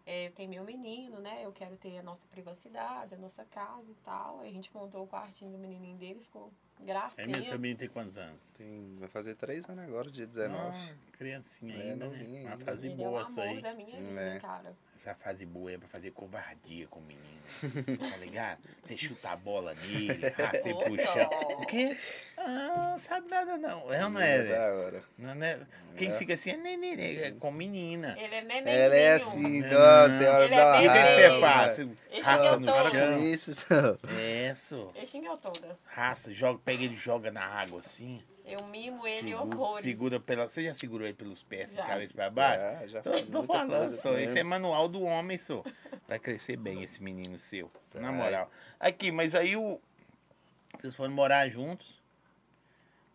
Speaker 2: é, eu tenho meu menino, né? Eu quero ter a nossa privacidade, a nossa casa e tal. Aí a gente montou o quartinho do menininho dele, ficou
Speaker 1: É
Speaker 2: gracinha.
Speaker 1: mesmo, seu menino tem quantos anos?
Speaker 3: Tem... Vai fazer três anos agora, dia 19.
Speaker 1: Ah, criancinha
Speaker 3: É,
Speaker 1: ainda,
Speaker 3: novinha
Speaker 1: né? Uma
Speaker 3: ainda.
Speaker 1: fase
Speaker 2: Ele é o
Speaker 1: boa
Speaker 2: amor
Speaker 1: essa aí.
Speaker 2: da minha vida,
Speaker 3: É.
Speaker 2: cara.
Speaker 1: Essa fase boa é pra fazer covardia com o menino. Tá ligado? Você chuta a bola nele, rasta e
Speaker 2: Ô,
Speaker 1: puxa.
Speaker 2: dó.
Speaker 1: O quê? Ah, sabe nada não. Eu não é.
Speaker 3: Da hora.
Speaker 1: Não é. Quem
Speaker 3: É.
Speaker 1: fica assim é neném, né? É com menina.
Speaker 2: Ele é nenenzinho.
Speaker 3: Ela é assim,
Speaker 1: Não.
Speaker 3: não, tem hora
Speaker 2: Ele é
Speaker 1: E
Speaker 3: da
Speaker 1: o que
Speaker 2: bem-
Speaker 3: raiva,
Speaker 1: que você
Speaker 2: Ah,
Speaker 1: faz?
Speaker 3: velho.
Speaker 1: Você
Speaker 2: Ele
Speaker 1: Raça
Speaker 2: xingou
Speaker 1: no
Speaker 2: toda.
Speaker 3: Para com
Speaker 1: chão?
Speaker 3: isso, seu.
Speaker 1: É, isso.
Speaker 2: Ele xingou toda.
Speaker 1: Raça, joga, pega ele e joga na água assim.
Speaker 2: Eu mimo ele
Speaker 1: Segura-
Speaker 2: horrores.
Speaker 1: segura pela. Você já segurou ele pelos pés, de
Speaker 2: Já.
Speaker 1: cabeça pra baixo?
Speaker 3: Já, É, já
Speaker 1: Tô,
Speaker 3: fiz
Speaker 1: tô
Speaker 3: muita
Speaker 1: falando,
Speaker 3: coisa
Speaker 1: só.
Speaker 3: com
Speaker 1: Esse
Speaker 3: ele.
Speaker 1: é manual do homem, só. Vai crescer bem esse menino seu. Na
Speaker 3: Vai.
Speaker 1: moral. Aqui, mas aí o. Vocês foram morar juntos.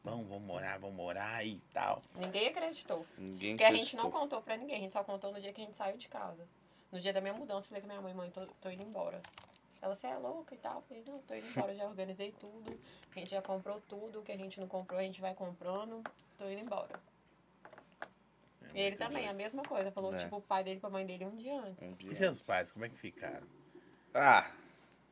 Speaker 1: vamos, vamos morar, vamos morar e tal.
Speaker 2: Ninguém acreditou.
Speaker 3: Ninguém
Speaker 2: Porque a gente não
Speaker 3: acreditou.
Speaker 2: contou pra ninguém, a gente só contou no dia que a gente saiu de casa. No dia da minha mudança, eu falei com a minha mãe, mãe, tô, tô indo embora. Ela, você é louca e tal? Eu falei, não, tô indo embora, já organizei tudo, a gente já comprou tudo, o que a gente não comprou, a gente vai comprando, tô indo embora. E ele também, a mesma coisa, falou,
Speaker 3: É.
Speaker 2: tipo, o pai dele pra mãe dele um dia antes.
Speaker 3: Um dia
Speaker 1: E seus
Speaker 3: antes.
Speaker 1: pais, como é que ficaram?
Speaker 3: Ah,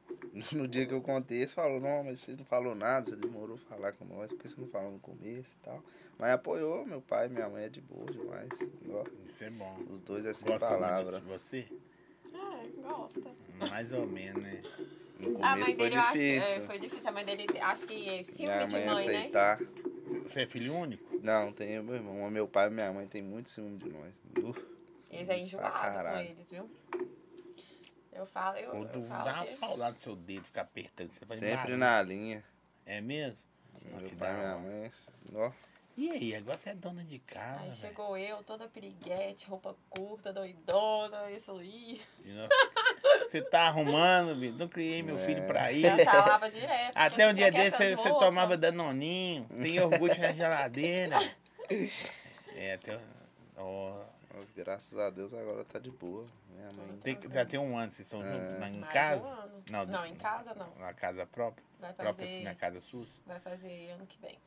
Speaker 3: no dia que eu contei, eles falaram, não, mas você não falou nada, você demorou pra falar com nós, porque você não falou no começo e tal. Mas apoiou, meu pai e minha mãe é de boa demais. Ó,
Speaker 1: Isso é bom.
Speaker 3: os dois é sem
Speaker 1: Gosta
Speaker 3: palavra.
Speaker 1: muito de você?
Speaker 2: Ah, gosta. Ah,
Speaker 1: Mais ou menos, né?
Speaker 3: No
Speaker 2: A
Speaker 3: começo
Speaker 2: mãe
Speaker 3: foi
Speaker 2: dele, eu acho, é,
Speaker 3: difícil.
Speaker 2: foi difícil. A mãe dele, acho que é ciúme
Speaker 3: Minha
Speaker 2: de
Speaker 3: mãe
Speaker 2: mãe, né?
Speaker 3: aceitar.
Speaker 1: Você é filho único?
Speaker 3: Não, tem eu e meu irmão. Mas Meu pai e minha mãe tem muito ciúme de nós. Uh,
Speaker 2: Eles é
Speaker 3: ciúmes pra
Speaker 2: enjoado com
Speaker 3: caralho.
Speaker 2: eles, viu? Eu falo, eu,
Speaker 1: Ou tu
Speaker 2: eu
Speaker 1: dá
Speaker 2: falo
Speaker 1: uma
Speaker 2: que...
Speaker 1: paulada no seu dedo, ficar apertando. Você faz
Speaker 3: Sempre
Speaker 1: barulho.
Speaker 3: na linha.
Speaker 1: É mesmo? Ó, que
Speaker 3: Meu
Speaker 1: da
Speaker 3: pai e minha
Speaker 1: hora.
Speaker 3: mãe. Ó,
Speaker 1: E aí, agora você é dona de casa,
Speaker 2: Aí
Speaker 1: velho.
Speaker 2: chegou eu, toda piriguete, roupa curta, doidona, isso aí.
Speaker 1: E nós- Você tá arrumando, bicho. Não criei meu
Speaker 3: É.
Speaker 1: filho pra
Speaker 2: Eu
Speaker 1: isso.
Speaker 2: falava direto.
Speaker 1: Até um dia
Speaker 2: "Quer
Speaker 1: desse você,
Speaker 2: essas
Speaker 1: você
Speaker 2: roupas?"
Speaker 1: tomava danoninho, tem iogurte na geladeira. É, até. ó,
Speaker 3: mas graças a Deus agora tá de boa. Minha mãe.
Speaker 1: tem- já tem um ano, vocês estão
Speaker 3: É.
Speaker 1: juntos na- em
Speaker 2: Mais um
Speaker 1: casa?
Speaker 2: ano.
Speaker 1: Não,
Speaker 2: Não,
Speaker 1: do-
Speaker 2: em casa não.
Speaker 1: Na casa própria?
Speaker 2: Vai
Speaker 1: Própria, assim,
Speaker 2: fazer-
Speaker 1: na casa SUS?
Speaker 2: Vai fazer ano que vem.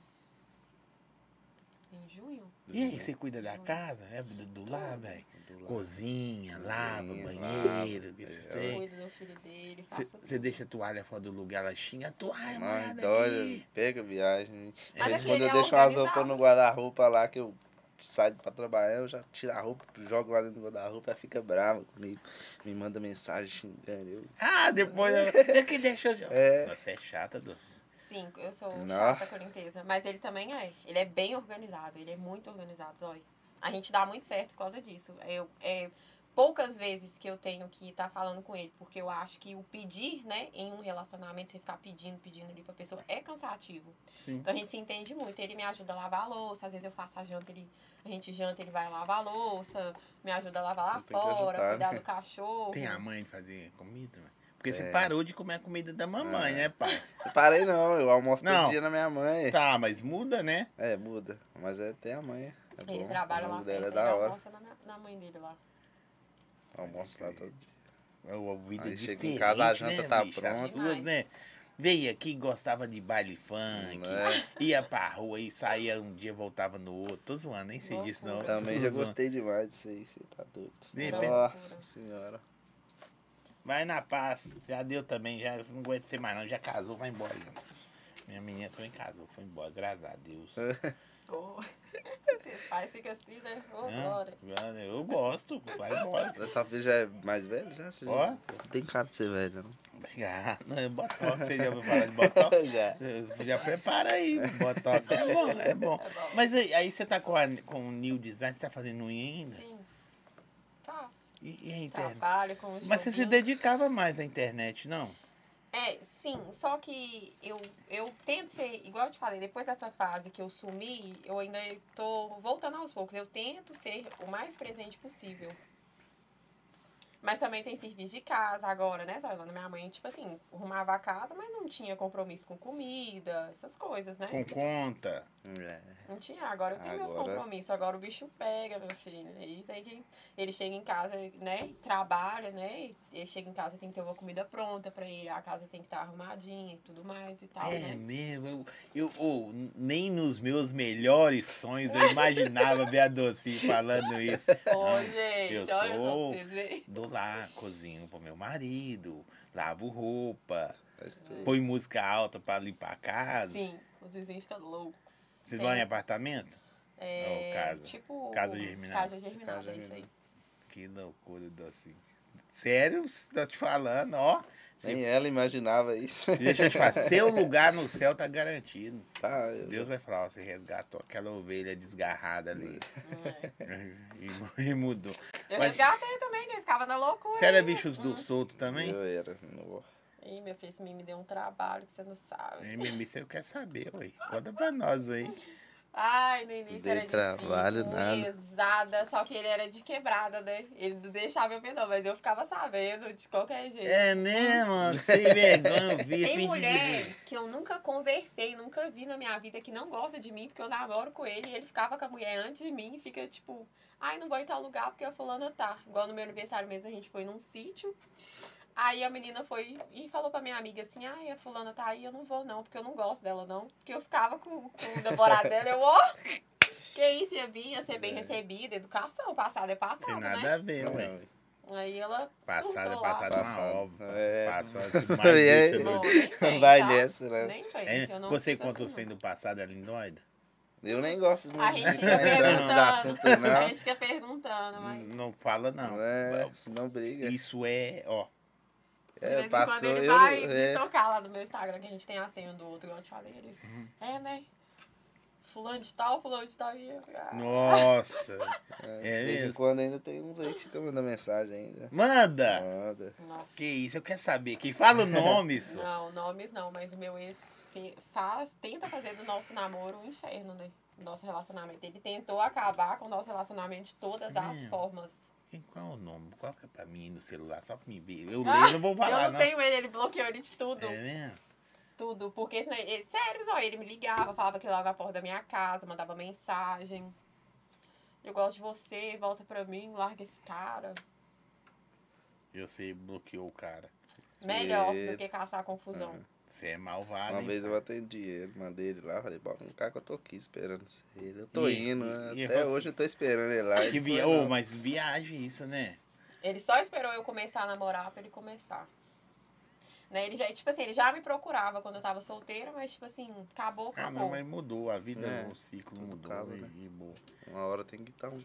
Speaker 2: Em junho?
Speaker 1: E aí, você cuida da casa? É do, do lá, velho?
Speaker 3: tá Do lado.
Speaker 1: Cozinha, lava,
Speaker 3: Cozinha,
Speaker 1: banheiro,
Speaker 3: lava,
Speaker 1: esses
Speaker 3: é.
Speaker 2: Eu
Speaker 1: trem.
Speaker 2: cuido do filho dele, faço
Speaker 1: Você deixa a toalha fora do lugar, ela xinga a toalha, é
Speaker 3: Mãe,
Speaker 1: molhada
Speaker 3: dói,
Speaker 1: aqui.
Speaker 3: pega viagem.
Speaker 2: Mas
Speaker 3: Mas
Speaker 2: aqui
Speaker 3: quando
Speaker 2: ele
Speaker 3: eu
Speaker 2: é
Speaker 3: deixo as roupas
Speaker 2: organizado.
Speaker 3: no guarda-roupa lá, que eu saio pra trabalhar, eu já tiro a roupa, jogo lá dentro do guarda-roupa, ela fica brava comigo. Me manda mensagem xingando. Eu,
Speaker 1: Ah, depois eu... Você que deixou...
Speaker 3: É.
Speaker 1: Você é chata, doce.
Speaker 2: Cinco, eu sou
Speaker 3: Nó.
Speaker 2: chata com limpeza. Mas ele também é. Ele é bem organizado, ele é muito organizado, Zói. A gente dá muito certo por causa disso. Eu, é poucas vezes que eu tenho que estar falando com ele, porque eu acho que o pedir, né, em um relacionamento, você ficar pedindo, pedindo ali pra pessoa, é cansativo.
Speaker 1: Sim.
Speaker 2: Então a gente se entende muito. Ele me ajuda a lavar a louça, às vezes eu faço a janta, ele, a gente janta, ele vai lavar a louça, me ajuda a lavar lá
Speaker 3: Eu tenho que
Speaker 2: fora,
Speaker 3: ajudar,
Speaker 2: cuidar
Speaker 3: né?
Speaker 2: do cachorro.
Speaker 1: Tem a mãe de fazer comida, velho? Porque
Speaker 3: É.
Speaker 1: você parou de comer a comida da mamãe, né, pai?
Speaker 3: não parei não, eu almoço
Speaker 1: Não.
Speaker 3: todo dia na minha mãe.
Speaker 1: Tá, mas muda, né?
Speaker 3: É, muda. Mas é até a mãe. É bom.
Speaker 2: Ele trabalha
Speaker 3: o
Speaker 2: lá né?
Speaker 3: almoço dela é
Speaker 2: perto,
Speaker 3: da
Speaker 2: ele
Speaker 3: hora.
Speaker 2: almoça na, minha- na mãe dele lá.
Speaker 3: Almoço lá todo dia.
Speaker 1: O- A vida
Speaker 3: Aí
Speaker 1: é
Speaker 3: chega
Speaker 1: diferente,
Speaker 3: em casa, a
Speaker 1: né,
Speaker 3: janta tá
Speaker 1: bicho? As
Speaker 3: pronta.
Speaker 1: suas, né? Veio aqui, gostava de baile funk,
Speaker 3: Né?
Speaker 1: ia pra rua e saía um dia, voltava no outro. Tô zoando, nem sei disso não.
Speaker 3: Também
Speaker 1: Tô
Speaker 3: já
Speaker 1: zoando.
Speaker 3: gostei demais disso aí, você tá doido.
Speaker 1: De
Speaker 3: Nossa senhora.
Speaker 1: Vai na paz, já deu também, já não aguento ser mais não, já casou, vai embora. já. Minha menina também casou, foi embora, graças a Deus.
Speaker 2: Oh. Vocês pais ficam assim, né? Ô,
Speaker 1: Hã?
Speaker 2: glória.
Speaker 1: Eu gosto, vai embora.
Speaker 3: Essa vez já é mais velho já? Você já-
Speaker 1: Ó.
Speaker 3: Não tem cara de ser velho, não.
Speaker 1: Obrigado. é Botox, você já ouviu falar de Botox?
Speaker 3: Já.
Speaker 1: Já prepara aí, Botox. É bom, é bom.
Speaker 2: É bom.
Speaker 1: Mas aí, aí você tá com, a- com o New Design, você tá fazendo unha ainda?
Speaker 2: Sim. Tá, Faço.
Speaker 1: E, e a internet?
Speaker 2: Trabalho com os
Speaker 1: Mas você se
Speaker 2: joguinhos.
Speaker 1: dedicava mais à internet, não?
Speaker 2: É, sim. Só que eu, eu tento ser, igual eu te falei, depois dessa fase que eu sumi, eu ainda tô voltando aos poucos. Eu tento ser o mais presente possível. Mas também tem serviço de casa agora, né, Zoilana? Minha mãe, tipo assim, arrumava a casa, mas não tinha compromisso com comida, essas coisas, né?
Speaker 1: Com conta.
Speaker 3: É.
Speaker 2: Não tinha, agora eu tenho meus
Speaker 3: Agora-
Speaker 2: compromissos, agora o bicho pega, meu filho. Aí tem que. Ele chega em casa, né? Trabalha, né? Ele chega em casa tem que ter uma comida pronta pra ele, a casa tem que estar arrumadinha e tudo mais e tal,
Speaker 1: É
Speaker 2: né?
Speaker 1: mesmo. Eu, eu- ô, nem nos meus melhores sonhos eu imaginava ver a Docinho falando isso.
Speaker 2: Ô,
Speaker 1: Não,
Speaker 2: gente,
Speaker 1: eu
Speaker 2: olha só
Speaker 1: sou- um
Speaker 2: pra vocês verem.
Speaker 1: Dou lá, cozinho pro meu marido, lavo roupa,
Speaker 3: Mas tem-
Speaker 1: põe música alta pra limpar a casa.
Speaker 2: Sim, os vizinhos ficam loucos.
Speaker 1: Vocês
Speaker 2: Tem-
Speaker 1: moram em apartamento?
Speaker 2: É,
Speaker 1: Ou casa?
Speaker 2: Tipo.
Speaker 1: Casa germinada.
Speaker 2: Casa germinada,
Speaker 3: Casa
Speaker 2: é isso aí.
Speaker 1: Que loucura, Docinho. Sério, tô te falando, ó.
Speaker 3: Nem ela imaginava isso.
Speaker 1: Deixa eu te falar, seu lugar no céu tá garantido.
Speaker 3: Tá, eu-
Speaker 1: Deus vai falar, ó, você resgatou aquela ovelha desgarrada ali. E mu- e mudou.
Speaker 2: É. Eu
Speaker 1: Mas-
Speaker 2: resgatei também, né? Ficava na loucura.
Speaker 1: Você era
Speaker 2: né?
Speaker 1: bichos do solto também?
Speaker 3: eu era. Ó,
Speaker 2: Ih, meu filho, esse
Speaker 1: É.
Speaker 2: menino me deu um trabalho que você não sabe.
Speaker 1: Mimi, você quer saber, ué. Conta pra nós aí.
Speaker 2: Ai, no início
Speaker 3: Dei
Speaker 2: era
Speaker 3: trabalho,
Speaker 2: difícil,
Speaker 3: nada.
Speaker 2: pesada, só que ele era de quebrada, né? Ele não deixava eu ver não, mas eu ficava sabendo de qualquer jeito.
Speaker 1: É mesmo? Sem vergonha, eu vi.
Speaker 2: Hum. Tem
Speaker 1: finge
Speaker 2: mulher
Speaker 1: de-
Speaker 2: que eu nunca conversei, nunca vi na minha vida que não gosta de mim, porque eu namoro com ele e ele ficava com a mulher antes de mim e fica tipo, ai, não vou em tal lugar porque a fulana tá. Igual no meu aniversário mesmo, a gente foi num sítio. Aí a menina foi e falou pra minha amiga assim, ai, a fulana tá aí, eu não vou não, porque eu não gosto dela não. Porque eu ficava com, com o namorado dela, eu, ó, que isso, ia vir, ia ser bem recebida, educação, passado é
Speaker 1: É. Tem
Speaker 2: passado,
Speaker 1: nada
Speaker 2: né?
Speaker 1: a ver, ué.
Speaker 2: Aí ela
Speaker 1: Passado é
Speaker 2: surtou lá.
Speaker 1: passado na
Speaker 3: Passado.
Speaker 1: obra.
Speaker 3: É.
Speaker 1: Passado demais.
Speaker 3: É.
Speaker 1: bicho,
Speaker 2: Não,
Speaker 1: doido.
Speaker 2: nem vem,
Speaker 3: Vai
Speaker 2: tá?
Speaker 3: nessa, né?
Speaker 2: Nem vem,
Speaker 1: É,
Speaker 2: que eu não
Speaker 1: você
Speaker 2: fico
Speaker 1: conta os
Speaker 2: assim,
Speaker 1: tem do passado, é lindóida?
Speaker 3: Eu nem gosto
Speaker 2: não. A
Speaker 3: muito de
Speaker 2: gente
Speaker 3: ficar
Speaker 2: fica
Speaker 3: entrando nesses assuntos,
Speaker 2: perguntando. A
Speaker 3: não. Hum,
Speaker 2: gente fica perguntando, mas.
Speaker 1: Não fala, não.
Speaker 3: É, senão briga.
Speaker 1: Isso é, ó.
Speaker 2: De
Speaker 3: É,
Speaker 2: vez em
Speaker 3: passou,
Speaker 2: quando ele
Speaker 3: eu...
Speaker 2: vai então. me
Speaker 3: é.
Speaker 2: tocar lá no meu Instagram, que a gente tem a senha um do outro, igual eu te falei. Ele,
Speaker 3: Uhum.
Speaker 2: É, né? Fulano de tal, fulano de tal. E eu, ah,
Speaker 1: Nossa.
Speaker 3: É,
Speaker 1: É
Speaker 3: de vez em
Speaker 1: mesmo?
Speaker 3: quando ainda tem uns aí que ficam mandando mensagem ainda.
Speaker 1: Manda!
Speaker 3: Nada.
Speaker 2: não.
Speaker 1: Que isso, eu quero saber. Quem fala o nome, isso?
Speaker 2: Não, nomes não, mas o meu ex fe- faz, tenta fazer do nosso namoro um inferno, né? Do Nosso relacionamento. Ele tentou acabar com o nosso relacionamento de todas as
Speaker 3: Hum.
Speaker 1: Meu.
Speaker 2: formas.
Speaker 1: Quem- Qual é o nome? Coloca pra mim no celular, só pra me ver. Eu leio, eu não vou falar,
Speaker 2: Ah, eu não tenho ele, ele bloqueou ele de tudo.
Speaker 1: É mesmo?
Speaker 2: Tudo, porque senão, ele- sério, só ele me ligava, falava que lá na porta da minha casa, mandava mensagem. Eu gosto de você, volta pra mim, larga esse cara.
Speaker 1: Eu sei, bloqueou o cara.
Speaker 2: Melhor
Speaker 3: E-
Speaker 2: do que caçar confusão.
Speaker 3: Hum.
Speaker 1: Você é malvado,
Speaker 3: Uma
Speaker 1: hein?
Speaker 3: vez eu atendi ele, mandei ele lá, falei, bora, não cá que eu tô aqui esperando você. Ele, Eu tô
Speaker 1: E-
Speaker 3: indo, né?
Speaker 1: e- e
Speaker 3: até
Speaker 1: eu-
Speaker 3: hoje eu tô esperando ele lá.
Speaker 1: Que
Speaker 3: ele
Speaker 1: vi...
Speaker 3: foi,
Speaker 1: Ô,
Speaker 3: não.
Speaker 1: mas viagem isso, né?
Speaker 2: Ele só esperou eu começar a namorar pra ele começar. Né, ele já, tipo assim, ele já me procurava quando eu tava solteira, mas tipo assim, acabou,
Speaker 1: Ah, não,
Speaker 2: acabou.
Speaker 1: mas mudou. A vida,
Speaker 3: É,
Speaker 1: o ciclo
Speaker 3: tudo
Speaker 1: mudou.
Speaker 3: acaba,
Speaker 1: e-
Speaker 3: né?
Speaker 1: e boa.
Speaker 3: Uma hora tem que estar um...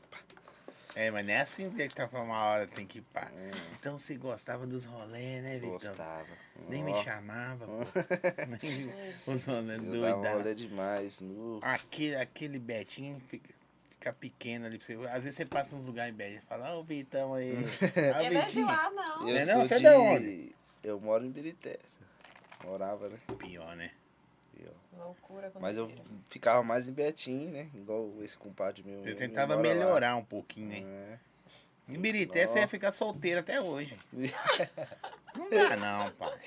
Speaker 1: É, mas não é assim que tá pra uma hora, tem que parar.
Speaker 3: É,
Speaker 1: Então você gostava dos rolê, né, Vitão?
Speaker 3: Gostava.
Speaker 1: Nem
Speaker 3: Ó,
Speaker 1: me chamava, pô. Nem
Speaker 2: É,
Speaker 1: os rolê
Speaker 3: Eu dava
Speaker 1: doidado.
Speaker 3: olha demais, nu.
Speaker 1: Aquele, aquele Betinho fica, fica pequeno ali pra você. Às vezes você passa uns lugares em Betinho e fala, ó o Vitão aí. Ah, o
Speaker 2: Ele não é de
Speaker 1: Vitinho.
Speaker 2: lá, não.
Speaker 1: É,
Speaker 3: Eu
Speaker 1: não?
Speaker 3: sou
Speaker 1: Você é
Speaker 3: de...
Speaker 1: da onde?
Speaker 3: Eu moro em Birité. Morava, né?
Speaker 1: Pior, né?
Speaker 3: E, ó,
Speaker 2: Loucura quando
Speaker 3: Mas eu
Speaker 2: vira.
Speaker 3: ficava mais em Betim, né? Igual esse compadre meu.
Speaker 1: Você
Speaker 3: ele
Speaker 1: tentava
Speaker 3: mora lá.
Speaker 1: melhorar um pouquinho, né?
Speaker 3: É.
Speaker 1: Em Birité você ia ficar solteiro até hoje. Não dá não, pai.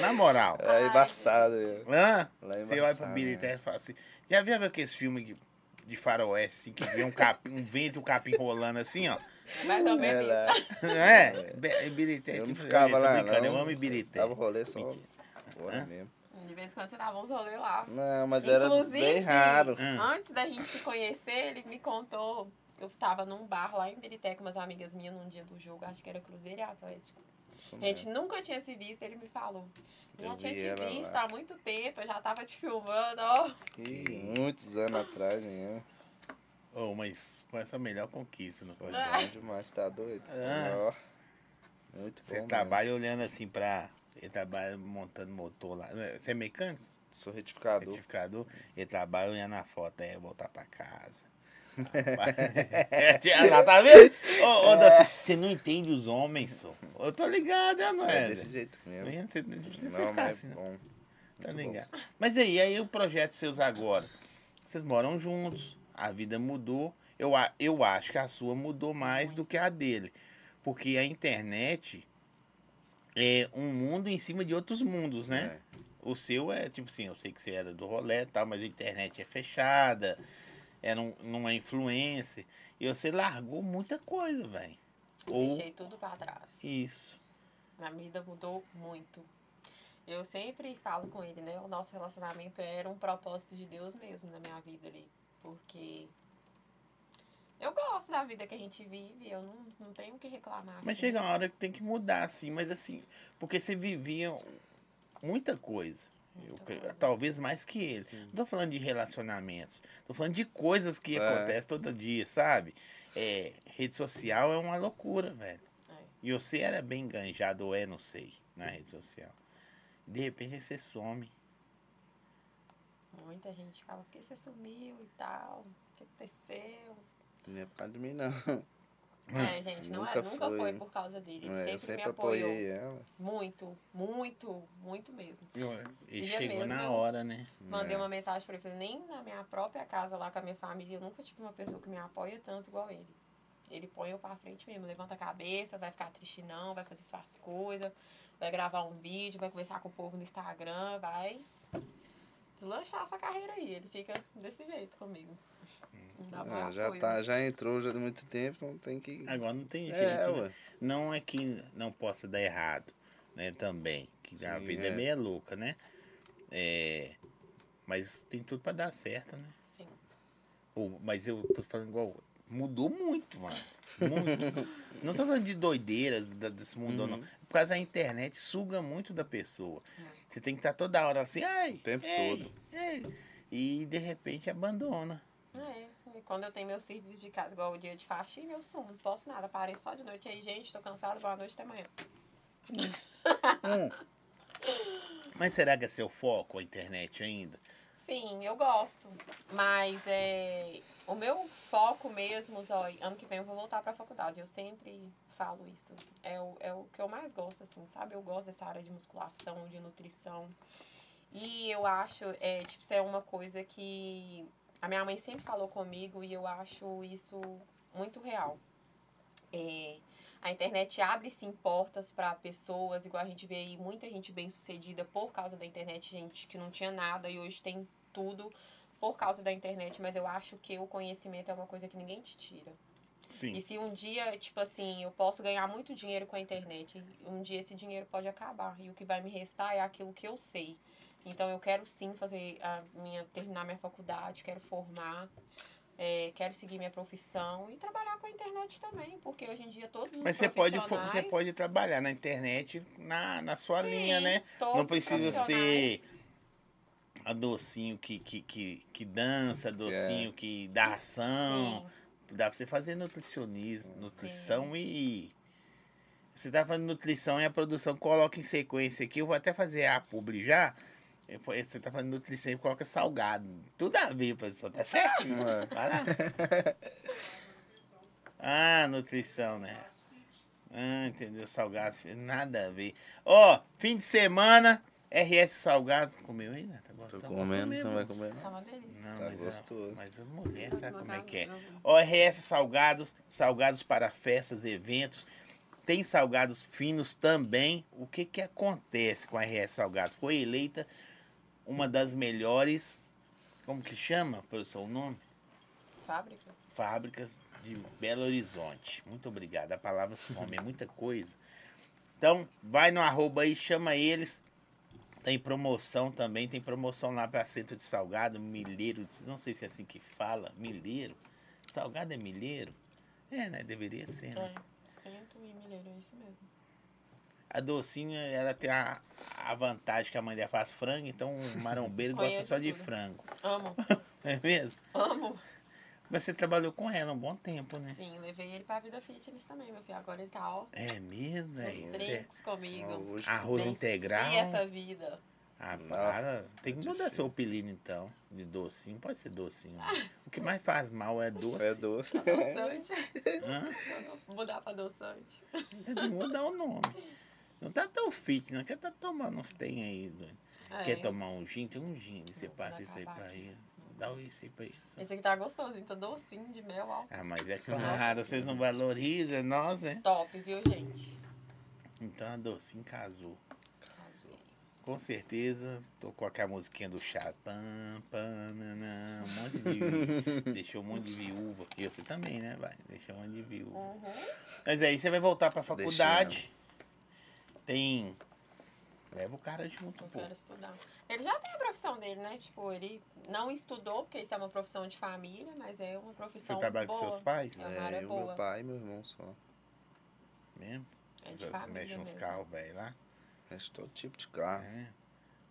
Speaker 1: Na moral.
Speaker 3: Era É, embaçado. né?
Speaker 1: Hã?
Speaker 3: Lá é
Speaker 1: Você olha pra
Speaker 3: embaçado,
Speaker 1: Birité e fala assim. Já viu aqueles filmes de, de faroeste, assim, que vê um, capim, um vento e um capim rolando assim, ó?
Speaker 2: Mais ou
Speaker 3: É,
Speaker 2: menos
Speaker 3: lá.
Speaker 2: isso.
Speaker 1: Não é? Be- Birité,
Speaker 3: Eu não
Speaker 1: tipo,
Speaker 3: ficava
Speaker 1: eu tô
Speaker 3: lá,
Speaker 1: brincando,
Speaker 3: não.
Speaker 1: Eu amo Birité.
Speaker 3: Tava rolê só.
Speaker 1: Mentira.
Speaker 3: Bora
Speaker 1: Hã?
Speaker 3: mesmo.
Speaker 2: De vez em quando você dava uns rolê lá.
Speaker 3: Não, mas era bem raro.
Speaker 1: Ah.
Speaker 2: antes da gente se conhecer, ele me contou. Eu tava num bar lá em Berité com umas amigas minhas num dia do jogo, acho que era Cruzeiro e Atlético.
Speaker 3: Isso é.
Speaker 2: A gente né?
Speaker 3: mesmo.
Speaker 2: nunca tinha se visto, ele me falou. Eu já
Speaker 3: Eu
Speaker 2: tinha
Speaker 3: vi
Speaker 2: te
Speaker 3: ela
Speaker 2: visto
Speaker 3: lá.
Speaker 2: há muito tempo, eu já tava te filmando, ó.
Speaker 3: Que muitos anos atrás, né?
Speaker 1: Oh, mas foi essa a melhor conquista, não foi?
Speaker 3: Foi
Speaker 2: Ah.
Speaker 3: bom demais, tá doido?
Speaker 1: Ah.
Speaker 3: Ó, Muito bom.
Speaker 1: Você
Speaker 3: mesmo.
Speaker 1: trabalha olhando assim pra. Ele trabalha montando motor lá. Não é- Você é mecânico?
Speaker 3: Sou
Speaker 1: É
Speaker 3: retificador.
Speaker 1: Certificador. Ele trabalha olhando a foto, aí voltar pra casa. Rapaz. é, lá, tá vendo? Ô,
Speaker 3: É.
Speaker 1: ô, Daci, você não entende os homens, só. Eu tô ligado, é, não
Speaker 3: É
Speaker 1: é?
Speaker 3: desse jeito mesmo.
Speaker 1: Não você não precisa
Speaker 3: Não,
Speaker 1: ficar
Speaker 3: mas
Speaker 1: assim,
Speaker 3: é
Speaker 1: não.
Speaker 3: bom.
Speaker 1: Tá
Speaker 3: Muito
Speaker 1: ligado. Mas aí, aí o projeto seus agora. Vocês moram juntos, a vida mudou. Eu, a- eu acho que a sua mudou mais do que a dele. Porque a internet é um mundo em cima de outros mundos, né?
Speaker 3: É.
Speaker 1: O seu é, tipo assim, eu sei que você era do rolê e tal, mas a internet é fechada, era um, numa influencer. E você largou muita coisa, velho. Ou
Speaker 2: Deixei tudo pra trás.
Speaker 1: isso.
Speaker 2: Minha vida mudou muito. Eu sempre falo com ele, né? O nosso relacionamento era um propósito de Deus mesmo na minha vida ali. Porque eu gosto da vida que a gente vive, eu não, não tenho o que reclamar.
Speaker 1: Mas
Speaker 2: assim.
Speaker 1: chega uma hora que tem que mudar, assim, mas assim, porque você vivia muita coisa. Eu
Speaker 2: Muita
Speaker 1: creio,
Speaker 2: coisa.
Speaker 3: Tá.
Speaker 1: talvez mais que ele. Não tô falando de relacionamentos. Tô falando de coisas que
Speaker 3: É.
Speaker 1: acontecem todo dia, sabe? É, rede social é uma loucura, velho.
Speaker 2: É.
Speaker 1: E você era bem enganjado, ou é, não sei, na
Speaker 3: Hum.
Speaker 1: rede social. De repente aí você some.
Speaker 2: Muita gente ficava, por que você sumiu e tal? O que aconteceu?
Speaker 3: Não é por causa de mim, não.
Speaker 2: É, gente, não
Speaker 3: Nunca
Speaker 2: é, nunca
Speaker 3: foi.
Speaker 2: foi por causa dele. Ele
Speaker 3: É,
Speaker 2: sempre,
Speaker 3: eu sempre
Speaker 2: me apoiou.
Speaker 3: apoiei ela.
Speaker 2: Muito, muito, muito mesmo.
Speaker 1: E
Speaker 3: é.
Speaker 2: Esse dia
Speaker 1: chegou
Speaker 2: mesmo
Speaker 1: na
Speaker 2: eu-
Speaker 1: hora, né?
Speaker 2: Mandei uma mensagem pra ele, falei, nem na minha própria casa lá com a minha família, eu nunca tive uma pessoa que me apoia tanto igual ele. Ele põe eu pra frente mesmo, levanta a cabeça, vai ficar triste não, vai fazer suas coisas, vai gravar um vídeo, vai conversar com o povo no Instagram, vai deslanchar essa carreira aí. Ele fica desse jeito comigo. Não dá
Speaker 3: Ah,
Speaker 2: pra
Speaker 3: já,
Speaker 2: apoio,
Speaker 3: tá,
Speaker 2: né?
Speaker 3: já entrou já há muito tempo, então tem que.
Speaker 1: Agora não tem jeito.
Speaker 3: É,
Speaker 1: né?
Speaker 3: ué.
Speaker 1: Não é que não possa dar errado, né? Também. Que a
Speaker 3: Sim,
Speaker 1: vida é.
Speaker 3: é.
Speaker 1: meio louca, né? É, mas tem tudo pra dar certo, né?
Speaker 2: Sim.
Speaker 1: Ou- mas eu tô falando igual. Mudou muito, mano. Muito. não tô falando de doideira da- desse mundo,
Speaker 3: Hum.
Speaker 1: não. Por causa da internet suga muito da pessoa.
Speaker 2: É.
Speaker 1: Você tem que estar toda hora assim, ai. O
Speaker 3: tempo todo.
Speaker 1: E de repente abandona.
Speaker 2: É, e quando eu tenho meu serviço de casa, igual o dia de faxina, eu sumo, não posso nada, parei só de noite aí, gente, tô cansada, boa noite, até amanhã.
Speaker 1: Hum. Mas será que é seu foco a internet ainda?
Speaker 2: Sim, eu gosto. Mas é, o meu foco mesmo, Zói, ano que vem eu vou voltar pra faculdade. Eu sempre falo isso. É o, é o que eu mais gosto, assim, sabe? Eu gosto dessa área de musculação, de nutrição. E eu acho, é, tipo, isso é uma coisa que a minha mãe sempre falou comigo e eu acho isso muito real. É, a internet abre sim portas para pessoas, igual a gente vê aí muita gente bem sucedida por causa da internet, gente que não tinha nada e hoje tem tudo por causa da internet, mas eu acho que o conhecimento é uma coisa que ninguém te tira.
Speaker 1: Sim.
Speaker 2: E se um dia, tipo assim, eu posso ganhar muito dinheiro com a internet, um dia esse dinheiro pode acabar e o que vai me restar é aquilo que eu sei. Então eu quero sim fazer a minha terminar minha faculdade, quero formar, é, quero seguir minha profissão e trabalhar com a internet também, porque hoje em dia todos os
Speaker 1: Mas você pode, fo-
Speaker 2: profissionais-
Speaker 1: você pode trabalhar na internet na, na sua
Speaker 2: Sim,
Speaker 1: linha, né?
Speaker 2: todos
Speaker 1: Não
Speaker 2: os
Speaker 1: precisa ser
Speaker 2: profissionais.
Speaker 1: A docinho que, que, que, que é. dança, docinho que dá ação.
Speaker 2: Sim.
Speaker 1: Dá pra você fazer nutricionismo, nutrição e. Você tá fazendo nutrição e a produção coloca em sequência aqui. Eu vou até fazer a publi já. Eu fa- Você tá fazendo nutrição e coloca salgado. Tudo a ver, pessoal. Tá certo?
Speaker 3: É.
Speaker 1: Vai lá. Ah, nutrição, né? Ah, entendeu? Salgado, nada a ver. Ó, fim de semana, RS Salgado. Comeu ainda? Tá
Speaker 3: Tô
Speaker 1: gostando?
Speaker 3: comendo,
Speaker 1: Tá
Speaker 3: não vai comer não.
Speaker 2: Tá uma delícia.
Speaker 1: não,
Speaker 3: Tá
Speaker 1: mas,
Speaker 3: gostoso.
Speaker 1: a, mas a mulher sabe como é que é.
Speaker 2: Eu-
Speaker 1: ORS Salgados, salgados para festas, eventos. Tem salgados finos também. O que que acontece com a RS Salgados? Foi eleita uma das melhores, como que chama, professor, o nome?
Speaker 2: Fábricas?
Speaker 1: Fábricas de Belo Horizonte. Muito obrigado. A palavra some, é muita coisa. Então, vai no arroba aí, chama eles. Tem promoção também, tem promoção lá para centro de salgado, milheiro, de- não sei se é assim que fala, milheiro. Salgado é milheiro? É, né? Deveria ser, né?
Speaker 2: É. Cento e milheiro, é isso mesmo.
Speaker 1: A docinha, ela tem a, a vantagem que a mãe dela faz frango, então o marombeiro gosta
Speaker 2: Conheço
Speaker 1: só de
Speaker 2: tudo.
Speaker 1: frango.
Speaker 2: Amo,
Speaker 1: Não é mesmo?
Speaker 2: amo.
Speaker 1: Mas você trabalhou com ela um bom tempo, né?
Speaker 2: Sim, levei ele pra vida fitness também, meu filho. Agora ele tá, ó,
Speaker 1: É mesmo,
Speaker 2: nos
Speaker 1: velho. Você-
Speaker 2: drinks comigo.
Speaker 3: Não, hoje-
Speaker 1: Arroz
Speaker 2: Venci
Speaker 1: integral.
Speaker 2: essa vida.
Speaker 1: Ah,
Speaker 3: Não.
Speaker 1: para. Tem que
Speaker 3: É
Speaker 1: mudar
Speaker 3: difícil.
Speaker 1: seu apelido, então. De docinho. Pode ser docinho.
Speaker 2: Ah.
Speaker 1: né? O que mais faz mal é doce.
Speaker 3: É doce.
Speaker 2: Adoçante.
Speaker 1: Hã?
Speaker 2: Vou mudar pra adoçante.
Speaker 1: Tem que mudar o nome. Não tá tão fit, não. Quer tá tomando uns tem aí, doido.
Speaker 2: É.
Speaker 1: Quer tomar um gin? Tem um gin. Você
Speaker 2: Não,
Speaker 1: passa
Speaker 2: vai
Speaker 1: isso aí
Speaker 2: acabar
Speaker 1: pra
Speaker 2: aqui.
Speaker 1: ele. Dá um isso aí pra ele. só.
Speaker 2: Esse aqui tá gostosinho, tá docinho de mel, ó.
Speaker 1: Ah, mas é claro, vocês não valorizam nós, né?
Speaker 2: Top, viu, gente?
Speaker 1: Então a docinho casou. Com certeza, tocou aquela musiquinha do chá. Pam, pam, nanã, um monte de. deixou um monte de viúva. E você também, né? Vai, deixou um monte de viúva.
Speaker 2: Uhum.
Speaker 1: Mas aí você vai voltar pra
Speaker 3: Deixei,
Speaker 1: faculdade. Tem. Leva o cara junto,
Speaker 2: Eu
Speaker 1: pô.
Speaker 2: quero estudar. Ele já tem a profissão dele, né? Tipo, ele não estudou, porque isso é uma profissão de família, mas é uma
Speaker 1: Você
Speaker 2: profissão
Speaker 1: trabalha
Speaker 2: boa.
Speaker 1: com seus pais?
Speaker 2: É uma área
Speaker 3: É, eu,
Speaker 2: boa.
Speaker 3: meu pai e meu irmão só.
Speaker 1: Mesmo?
Speaker 2: É de
Speaker 1: Você
Speaker 2: família
Speaker 1: mexe uns
Speaker 2: mesmo.
Speaker 1: carros velho lá.
Speaker 3: Mexe todo tipo de carro.
Speaker 1: né?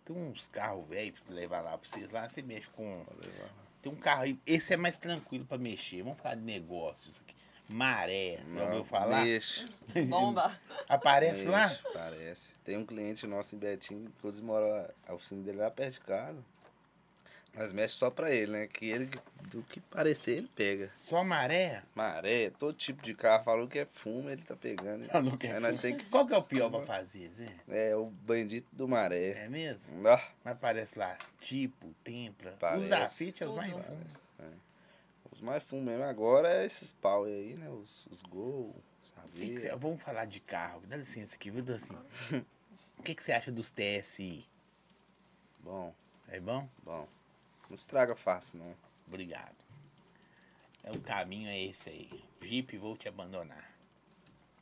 Speaker 1: Tem uns carros velhos pra levar lá pra vocês lá. Você mexe com.
Speaker 3: Pra levar.
Speaker 1: Tem um carro aí. Esse é mais tranquilo pra mexer. Vamos falar de negócios aqui. Maré, já ouviu
Speaker 3: Não,
Speaker 1: falar?
Speaker 3: Mexe.
Speaker 2: Bomba.
Speaker 1: Aparece lá?
Speaker 3: Mexe, é Parece. Tem um cliente nosso em Betim, inclusive mora lá, a oficina dele é lá perto de casa. Mas mexe só pra ele, né? Que ele, do que parecer, ele pega.
Speaker 1: Só maré?
Speaker 3: Maré, todo tipo de carro. Falou que é fumo, ele tá pegando. né?
Speaker 1: Maluco, é
Speaker 3: Aí nós
Speaker 1: foda.
Speaker 3: tem que...
Speaker 1: Qual que é o pior pra fazer, Zé?
Speaker 3: É o bandido do maré.
Speaker 1: É mesmo?
Speaker 3: Ah,
Speaker 1: Mas parece lá, tipo, tempra. Os
Speaker 3: Parece.
Speaker 1: da Fit é os
Speaker 2: Tudo.
Speaker 1: mais fundos.
Speaker 3: os mais fumos mesmo agora é esses pau aí, né? Os, os gol,
Speaker 1: Que que
Speaker 3: sabe?
Speaker 1: cê- Vamos falar de carro. Dá licença aqui, viu, Dancinho? O que que você acha dos TSI?
Speaker 3: Bom,
Speaker 1: É bom?
Speaker 3: bom. Não estraga fácil, não.
Speaker 1: Obrigado. É, o caminho é esse aí. Jeep, vou te abandonar.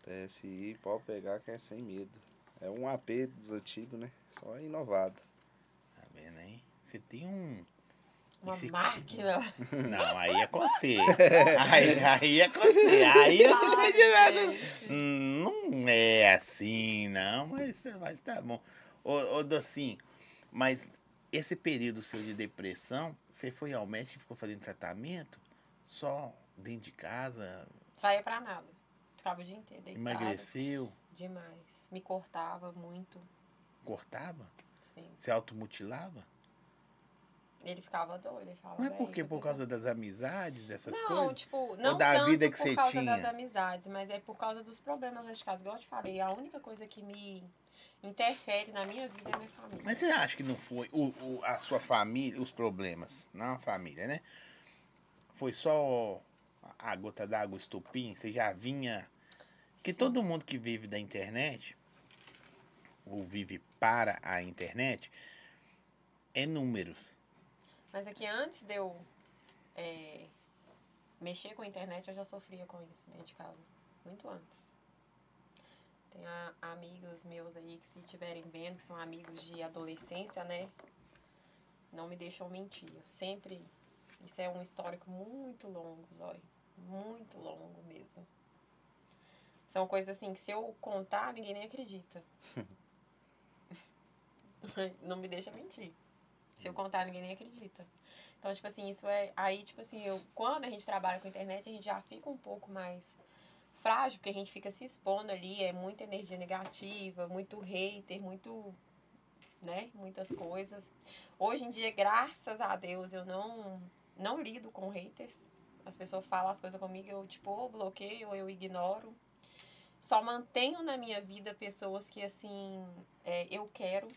Speaker 3: TSI, pode pegar que é sem medo. É um AP dos antigos, né? Só é inovado.
Speaker 1: Tá vendo aí? Você tem um.
Speaker 2: Uma
Speaker 1: Esse-
Speaker 2: máquina.
Speaker 1: Não, aí é com você. Aí, aí é com você. Aí eu não sei de nada.
Speaker 2: Ai, gente.
Speaker 1: Hum, Não é assim, não, mas, mas tá bom. Ô, ô Docinho, mas esse período seu de depressão, você foi ao médico e ficou fazendo tratamento? Só dentro de casa?
Speaker 2: Saía pra nada. Ficava o dia inteiro deitada.
Speaker 1: Emagreceu?
Speaker 2: Demais. Me cortava muito,
Speaker 1: Cortava?
Speaker 2: sim.
Speaker 1: Se automutilava?
Speaker 2: Ele ficava doido, ele falava...
Speaker 1: Não é
Speaker 2: "Véi,
Speaker 1: porque
Speaker 2: tô
Speaker 1: por causa das amizades, dessas
Speaker 2: não,
Speaker 1: coisas?
Speaker 2: tipo, não
Speaker 1: da
Speaker 2: tanto
Speaker 1: vida que
Speaker 2: por
Speaker 1: você
Speaker 2: causa
Speaker 1: tinha?
Speaker 2: das amizades, mas é por causa dos problemas lá de casa. Igual eu te falei, a única coisa que me interfere na minha vida é minha família.
Speaker 1: Mas você acha que não foi o, o- a sua família, os problemas, não a família, né? Foi só a gota d'água, o estupim? Você já vinha Porque
Speaker 2: Sim.
Speaker 1: todo mundo que vive da internet, ou vive para a internet, é números.
Speaker 2: Mas é que antes de eu é, mexer com a internet, eu já sofria com isso dentro de casa. Muito antes. Tem a- amigos meus aí que se estiverem vendo, que são amigos de adolescência, né? Não me deixam mentir. Eu sempre. Isso é um histórico muito longo, Zói. Muito longo mesmo. São coisas assim que se eu contar, ninguém nem acredita. Não me deixa mentir. Se eu contar, ninguém nem acredita. Então, tipo assim, isso é. Aí, tipo assim, eu, quando a gente trabalha com internet, a gente já fica um pouco mais frágil, porque a gente fica se expondo ali, é muita energia negativa, muito hater, muito. né? Muitas coisas. Hoje em dia, graças a Deus, eu não, não lido com haters. As pessoas falam as coisas comigo, eu, tipo, ou bloqueio, ou eu ignoro. Só mantenho na minha vida pessoas que, assim, é, eu quero.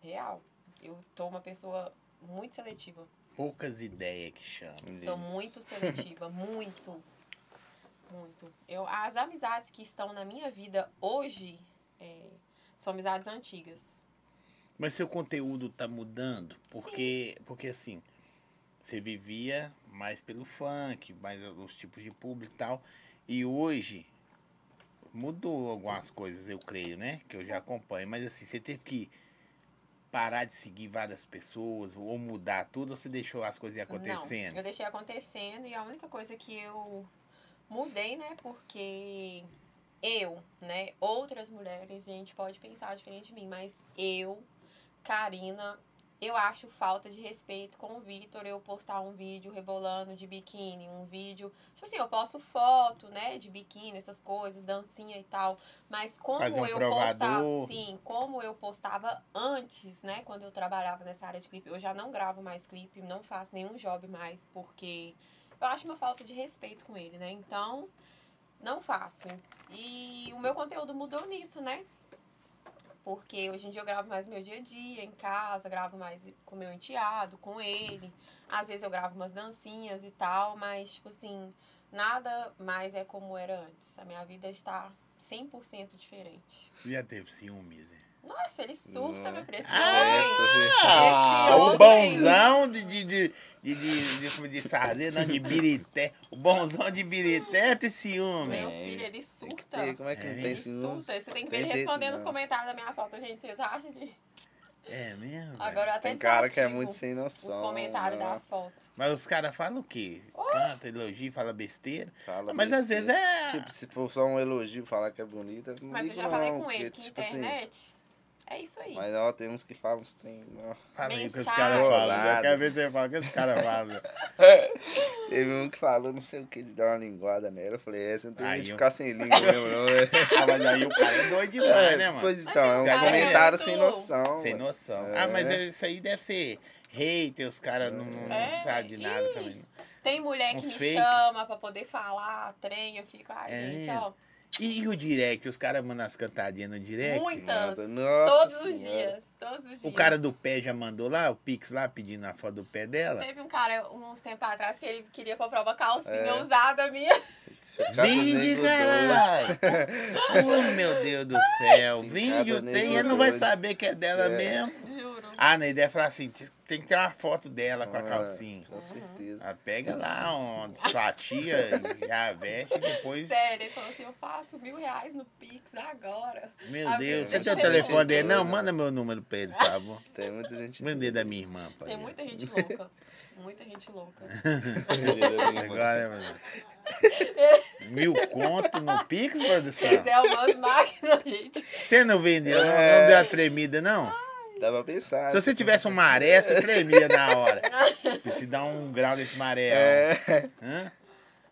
Speaker 2: Real. Eu tô uma pessoa muito seletiva.
Speaker 1: Poucas ideias que chamam.
Speaker 2: Tô muito seletiva, muito. Muito. Eu, as amizades que estão na minha vida hoje é, são amizades antigas.
Speaker 1: Mas seu conteúdo tá mudando? Porque, porque assim, você vivia mais pelo funk, mais os tipos de público e tal. E hoje mudou algumas coisas, eu creio, né? Que eu já acompanho. Mas assim, você teve que parar de seguir várias pessoas ou mudar tudo ou você deixou as coisas ir acontecendo?
Speaker 2: Não, eu deixei acontecendo e a única coisa que eu mudei, né? Porque eu, né? Outras mulheres, gente, pode pensar diferente de mim, mas eu, Karina, eu acho falta de respeito com o Vitor eu postar um vídeo rebolando de biquíni, um vídeo. Tipo assim, eu posto foto, né? De biquíni, essas coisas, dancinha e tal. Mas como
Speaker 1: Fazer um
Speaker 2: eu
Speaker 1: provador.
Speaker 2: postava. Sim, como eu postava antes, né? Quando eu trabalhava nessa área de clipe, eu já não gravo mais clipe, não faço nenhum job mais, porque eu acho uma falta de respeito com ele, né? Então, não faço. E o meu conteúdo mudou nisso, né? Porque hoje em dia eu gravo mais meu dia a dia, em casa, gravo mais com meu enteado, com ele. Às vezes eu gravo umas dancinhas e tal, mas, tipo assim, nada mais é como era antes. A minha vida está 100% diferente.
Speaker 1: Já teve ciúmes, né?
Speaker 2: Nossa, ele surta,
Speaker 3: Não.
Speaker 2: meu preço.
Speaker 1: Ah!
Speaker 2: Ah,
Speaker 1: o
Speaker 2: homem.
Speaker 1: bonzão de, de, de, de, de, de, como de sardeira, não, de birité. O bonzão de birité tem ciúme.
Speaker 2: Meu
Speaker 3: É,
Speaker 2: filho, ele
Speaker 3: Tem que
Speaker 2: surta.
Speaker 3: ter, como é que
Speaker 1: É,
Speaker 3: não tem
Speaker 2: Ele
Speaker 3: esse número?
Speaker 2: surta. Você tem que ver
Speaker 3: Tem
Speaker 2: ele
Speaker 3: jeito, né?
Speaker 2: respondendo os
Speaker 3: não.
Speaker 2: comentários da minha assalto, gente. Vocês acham de.
Speaker 1: É mesmo? velho?
Speaker 2: Agora eu até
Speaker 3: Tem cara que é
Speaker 2: desativo
Speaker 3: muito sem
Speaker 2: Os
Speaker 3: noção.
Speaker 2: comentários
Speaker 3: né?
Speaker 2: das fotos.
Speaker 1: Mas os caras falam o quê? Canta, elogia, fala besteira.
Speaker 3: Fala
Speaker 1: Mas às vezes
Speaker 3: besteira.
Speaker 1: é.
Speaker 3: Tipo, se for só um elogio falar que é bonita, não
Speaker 2: Mas eu
Speaker 3: ligo
Speaker 2: já falei
Speaker 3: não,
Speaker 2: com ele
Speaker 3: porque,
Speaker 2: que
Speaker 3: tipo assim,
Speaker 2: internet É isso aí.
Speaker 3: Mas ó, tem uns que falam uns trem. ó.
Speaker 1: Falei que os
Speaker 2: Mensagem.
Speaker 1: caras falam.
Speaker 3: Bolado.
Speaker 1: Eu quero ver você falar o que os caras falam.
Speaker 3: Teve um que falou não sei o que, de dar uma linguada nela. Eu falei, é, você não tem
Speaker 1: Aí
Speaker 3: medo de
Speaker 1: eu-
Speaker 3: ficar sem língua mesmo, não, é?
Speaker 1: Ah, mas aí o cara é doido demais, né, mano?
Speaker 3: Pois então, é
Speaker 2: Mas
Speaker 3: uns
Speaker 1: esse cara é
Speaker 3: comentários
Speaker 2: muito-
Speaker 3: sem noção.
Speaker 1: Sem
Speaker 3: ué.
Speaker 1: noção.
Speaker 3: É.
Speaker 1: Ah, mas isso aí deve ser hater, os caras não, não
Speaker 2: É.
Speaker 1: sabem de nada
Speaker 2: Ih.
Speaker 1: também.
Speaker 2: Tem mulher que
Speaker 1: Uns
Speaker 2: me
Speaker 1: fake.
Speaker 2: chama pra poder falar, trem, eu fico, ai,
Speaker 1: É
Speaker 2: gente,
Speaker 1: mesmo?
Speaker 2: ó.
Speaker 1: E, e o direct? Os caras mandam as cantadinhas no direct?
Speaker 2: Muitas.
Speaker 3: Nada. Nossa
Speaker 2: todos os
Speaker 3: Senhora.
Speaker 2: dias. Todos os dias.
Speaker 1: O cara do pé já mandou lá, o Pix lá, pedindo a foto do pé dela?
Speaker 2: Teve um cara, uns tempos atrás, que ele queria comprar uma calcinha
Speaker 3: É.
Speaker 2: usada minha.
Speaker 3: Cada
Speaker 1: Vende,
Speaker 3: nego
Speaker 1: caralho! oh, meu Deus do céu!
Speaker 3: Sim,
Speaker 1: Vende,
Speaker 3: cada
Speaker 1: tem,
Speaker 3: nego
Speaker 1: ele não vai
Speaker 3: doido.
Speaker 1: saber que é dela
Speaker 3: É.
Speaker 1: mesmo.
Speaker 2: Juro.
Speaker 1: Ah, na ideia falar assim, tem que ter uma foto dela Tá com a
Speaker 3: Ah,
Speaker 1: calcinha.
Speaker 3: Com certeza.
Speaker 1: Ah, pega lá um, sua tia, já veste e depois...
Speaker 2: Sério, ele falou assim, eu faço mil reais no Pix agora.
Speaker 1: Meu
Speaker 2: Ah,
Speaker 1: Deus, você
Speaker 2: gente,
Speaker 1: tem o
Speaker 2: tem
Speaker 1: telefone
Speaker 3: gente
Speaker 1: dele? Não,
Speaker 3: doida.
Speaker 1: manda meu número pra ele, tá bom?
Speaker 3: Tem muita gente.
Speaker 1: Mandei da minha irmã, pai.
Speaker 2: Tem muita gente louca. Muita gente louca.
Speaker 1: Agora, mano. Mil conto no Pix, produção?
Speaker 2: Quiser umas máquinas, gente.
Speaker 1: Você não vendeu, não,
Speaker 3: É.
Speaker 1: não deu a tremida, não?
Speaker 3: Dá pra pensar. tipo,
Speaker 1: Se você tivesse um maré, você tremia na hora. Precisa dar um grau nesse maré. ó.
Speaker 3: É.
Speaker 1: Hã?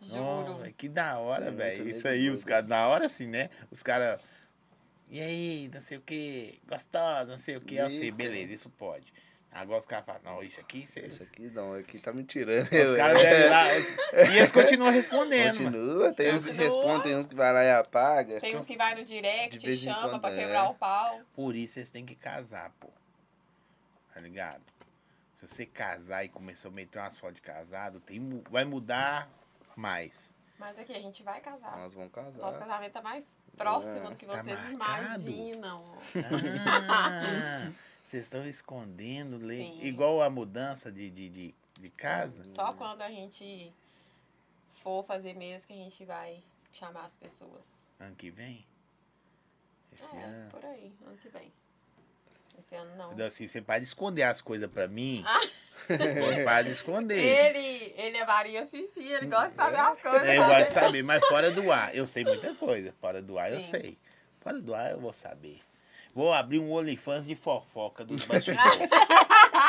Speaker 2: Juro.
Speaker 1: Nossa, que da hora,
Speaker 3: É
Speaker 1: velho.
Speaker 3: muito
Speaker 1: Isso aí,
Speaker 3: doido.
Speaker 1: os caras, na hora sim, né? Os caras. E aí, não sei o que, gostosa, não sei o que. Eu sei,
Speaker 3: Eita.
Speaker 1: beleza, isso pode. Agora os caras falam, não, isso aqui, você.
Speaker 3: Isso aqui não, aqui tá me tirando.
Speaker 1: Os caras devem lá. os- E eles continuam respondendo, mano.
Speaker 3: Continua, tem uns que
Speaker 2: Continua.
Speaker 3: respondem, tem uns que vai lá e apaga.
Speaker 2: Tem uns que vai no
Speaker 3: De
Speaker 2: direct,
Speaker 3: vez em
Speaker 2: chama
Speaker 3: quando,
Speaker 2: pra
Speaker 3: é.
Speaker 2: quebrar o pau.
Speaker 1: Por isso vocês têm que casar, pô. Tá ligado? Se você casar e começou a meter umas fotos de casado, tem, mu- vai mudar mais.
Speaker 2: Mas aqui, a gente vai casar.
Speaker 3: Nós vamos casar.
Speaker 2: Nosso casamento tá mais próximo do que
Speaker 1: Tá
Speaker 2: vocês
Speaker 1: marcado.
Speaker 2: imaginam.
Speaker 1: Ah, vocês estão escondendo, lei.
Speaker 2: Sim.
Speaker 1: Igual a mudança de, de, de, de casa.
Speaker 2: Só quando a gente for fazer mesmo que a gente vai chamar as pessoas.
Speaker 1: Ano que vem? Esse
Speaker 2: é,
Speaker 1: ano.
Speaker 2: por aí, ano que vem. Esse ano não.
Speaker 1: Então, assim, você para de esconder as coisas pra mim.
Speaker 2: Ah.
Speaker 1: Pode para de esconder.
Speaker 2: Ele, ele é Maria Fifi, ele gosta de saber as coisas.
Speaker 1: É, eu
Speaker 2: sabe?
Speaker 1: gosto de saber, mas fora do ar. Eu sei muita coisa. Fora do ar eu
Speaker 2: Sim.
Speaker 1: sei. Fora do ar eu vou saber. Vou abrir um OnlyFans de fofoca dos bastidores.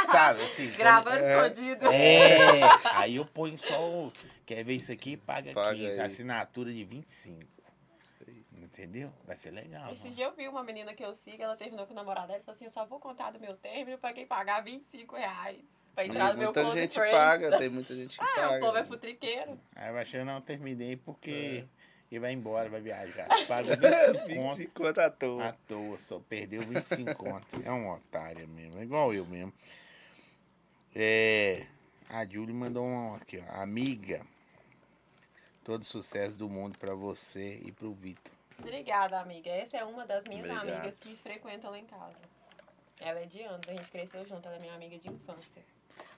Speaker 1: Sabe, assim. quando-
Speaker 2: Gravando escondido.
Speaker 1: É, aí eu ponho só o. Quer ver isso aqui? Paga,
Speaker 3: Paga
Speaker 1: 15.
Speaker 3: aí.
Speaker 1: Assinatura de 25.
Speaker 3: Sei.
Speaker 1: Entendeu? Vai ser legal.
Speaker 2: Esse
Speaker 1: mano.
Speaker 2: dia eu vi uma menina que eu sigo, ela terminou com o namorado dela e falou assim: eu só vou contar do meu término pra quem pagar 25 reais pra entrar
Speaker 3: E
Speaker 2: no meu
Speaker 3: muita
Speaker 2: close
Speaker 3: gente
Speaker 2: friends.
Speaker 3: paga, tem muita gente que
Speaker 2: Ah,
Speaker 3: paga.
Speaker 2: o povo é futriqueiro.
Speaker 1: Aí eu achei, não, terminei porque ele vai embora, vai viajar. Paga 25 conto. Ah,
Speaker 3: 25 conto à toa.
Speaker 1: À toa, só perdeu 25 conto. É um otário mesmo, é igual eu mesmo. É, a Júlia mandou um aqui, ó. Amiga, todo sucesso do mundo pra você e pro Vitor.
Speaker 2: Obrigada, amiga. Essa é uma das minhas
Speaker 3: Obrigado.
Speaker 2: amigas que frequenta lá em casa. Ela é de anos, a gente cresceu junto, ela é minha amiga de infância.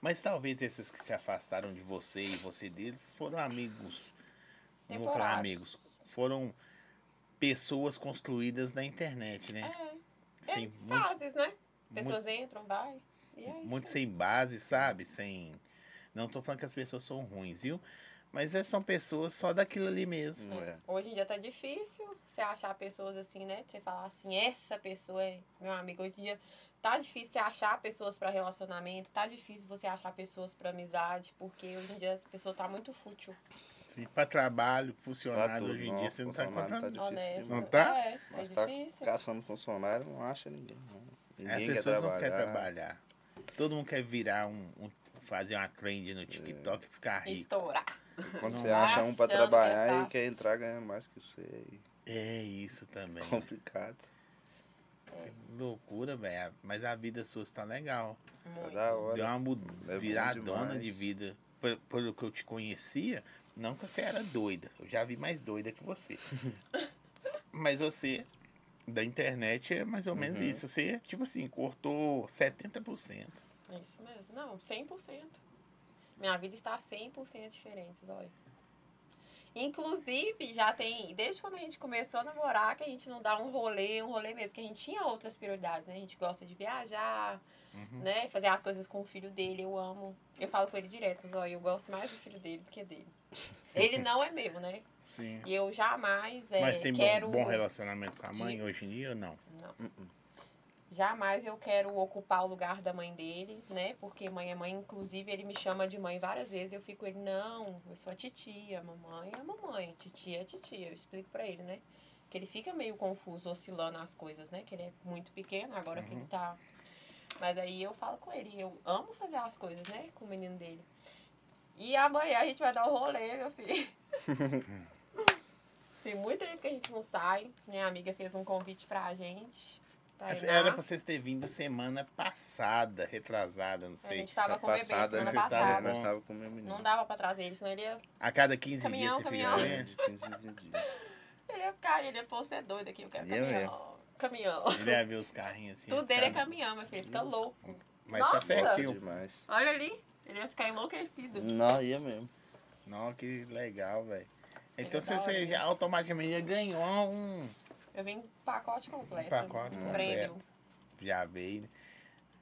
Speaker 1: Mas talvez esses que se afastaram de você e você deles foram amigos. Não vou falar
Speaker 2: Temporários.
Speaker 1: amigos. Foram pessoas construídas na internet,
Speaker 2: É,
Speaker 1: né?
Speaker 2: é
Speaker 1: Sem, muito,
Speaker 2: fases, né?
Speaker 1: muito-
Speaker 2: Pessoas entram, vai. E é
Speaker 1: muito
Speaker 2: isso.
Speaker 1: sem base, sabe? Sem. Não tô falando que as pessoas são ruins, viu? Mas é, são pessoas só daquilo ali mesmo.
Speaker 3: Não é.
Speaker 2: Hoje em dia tá difícil você achar pessoas assim, né? Você falar assim, essa pessoa é meu amigo. Hoje em dia tá difícil você achar pessoas pra relacionamento, tá difícil você achar pessoas pra amizade, porque hoje em dia as pessoas tá muito fútil.
Speaker 1: Assim, pra trabalho,
Speaker 3: Hum. Pra
Speaker 1: funcionário
Speaker 3: tudo,
Speaker 1: hoje em dia,
Speaker 3: nossa,
Speaker 1: você não tá
Speaker 3: funcionário
Speaker 1: contando.
Speaker 3: Tá difícil,
Speaker 2: Honesto.
Speaker 1: não tá?
Speaker 2: É, é
Speaker 3: Mas tá
Speaker 2: difícil.
Speaker 3: caçando funcionário, não acha ninguém. Não. Ninguém
Speaker 1: As
Speaker 3: quer
Speaker 1: pessoas não
Speaker 3: trabalhar.
Speaker 1: querem trabalhar. Todo mundo quer virar um. um- fazer uma trend no TikTok e ficar
Speaker 2: É.
Speaker 1: rico.
Speaker 2: Estourar.
Speaker 3: Quando
Speaker 1: Não
Speaker 3: você
Speaker 1: tá
Speaker 3: acha um pra
Speaker 2: achando que é
Speaker 3: trabalhar
Speaker 2: fácil.
Speaker 3: e quer entrar ganhando mais que você, é
Speaker 1: É isso também.
Speaker 3: complicado.
Speaker 1: Loucura, velho. Mas a vida sua está legal.
Speaker 3: Tá
Speaker 2: Muito.
Speaker 3: da hora.
Speaker 1: Deu uma mu-
Speaker 3: É bom
Speaker 1: viradona de
Speaker 3: demais.
Speaker 1: vida. Pelo, pelo que eu te conhecia, não que você era doida. Eu já vi mais doida que você. Mas você, da internet, é mais ou menos
Speaker 3: Uhum.
Speaker 1: isso. Você, tipo assim, cortou 70%.
Speaker 2: É isso mesmo. Não, 100%. Minha vida está 100% diferente, olha. Inclusive, já tem. Desde quando a gente começou a namorar, que a gente não dá um rolê, um rolê mesmo, que a gente tinha outras prioridades, né? A gente gosta de viajar,
Speaker 1: Uhum.
Speaker 3: Uhum.
Speaker 2: né? Fazer as coisas com o filho dele, eu amo. Eu falo com ele direto, olha, eu gosto mais do filho dele do que dele. Ele não é meu, né?
Speaker 1: Sim.
Speaker 2: E eu jamais é,
Speaker 1: Mas tem bom-
Speaker 2: quero.
Speaker 1: bom, relacionamento com a mãe
Speaker 2: de-
Speaker 1: hoje em dia ou não?
Speaker 2: Não. Jamais eu quero ocupar o lugar da mãe dele, né? Porque mãe é mãe. Inclusive, ele me chama de mãe várias vezes. Eu fico com ele, não, eu sou a titia. Mamãe é mamãe, titia é titia. Eu explico pra ele, né? Que ele fica meio confuso, oscilando as coisas, né? Que ele é muito pequeno, agora que
Speaker 1: Uhum.
Speaker 2: ele tá... Mas aí eu falo com ele. Eu amo fazer as coisas, né? Com o menino dele. E amanhã a gente vai dar o rolê, meu filho. Tem muito tempo que a gente não sai. Minha amiga fez um convite pra gente. Tá aí
Speaker 1: Era
Speaker 2: lá.
Speaker 1: pra vocês terem vindo semana passada, retrasada, não
Speaker 2: A
Speaker 1: sei.
Speaker 2: gente tava com o bebê
Speaker 3: passada,
Speaker 2: semana
Speaker 1: vocês estavam
Speaker 2: passada.
Speaker 1: com-
Speaker 3: Nós tava com o meu menino.
Speaker 2: Não dava pra trazer ele, senão ele ia,
Speaker 1: A cada 15
Speaker 2: Caminhão,
Speaker 1: dias você fica
Speaker 2: caminhão.
Speaker 1: né?
Speaker 3: É, de 15 em 15 dias.
Speaker 2: ele ia ficar, ele ia, pô, você é doido aqui, eu quero
Speaker 3: Ia mesmo.
Speaker 2: caminhão. Caminhão.
Speaker 1: Ele ia ver os carrinhos assim.
Speaker 2: Tudo dele é
Speaker 1: cara.
Speaker 2: caminhão, meu filho, ele fica louco.
Speaker 1: Mas tá
Speaker 2: Nossa!
Speaker 1: certinho.
Speaker 3: Demais.
Speaker 2: Olha ali, ele ia ficar enlouquecido.
Speaker 3: Não, ia mesmo.
Speaker 1: Não, que legal, velho. Então
Speaker 2: é
Speaker 1: você,
Speaker 2: da
Speaker 1: você
Speaker 2: hora.
Speaker 1: já automaticamente já ganhou um.
Speaker 2: Eu vim pacote completo.
Speaker 1: Um pacote
Speaker 2: prêmio.
Speaker 1: completo. Já veio, né?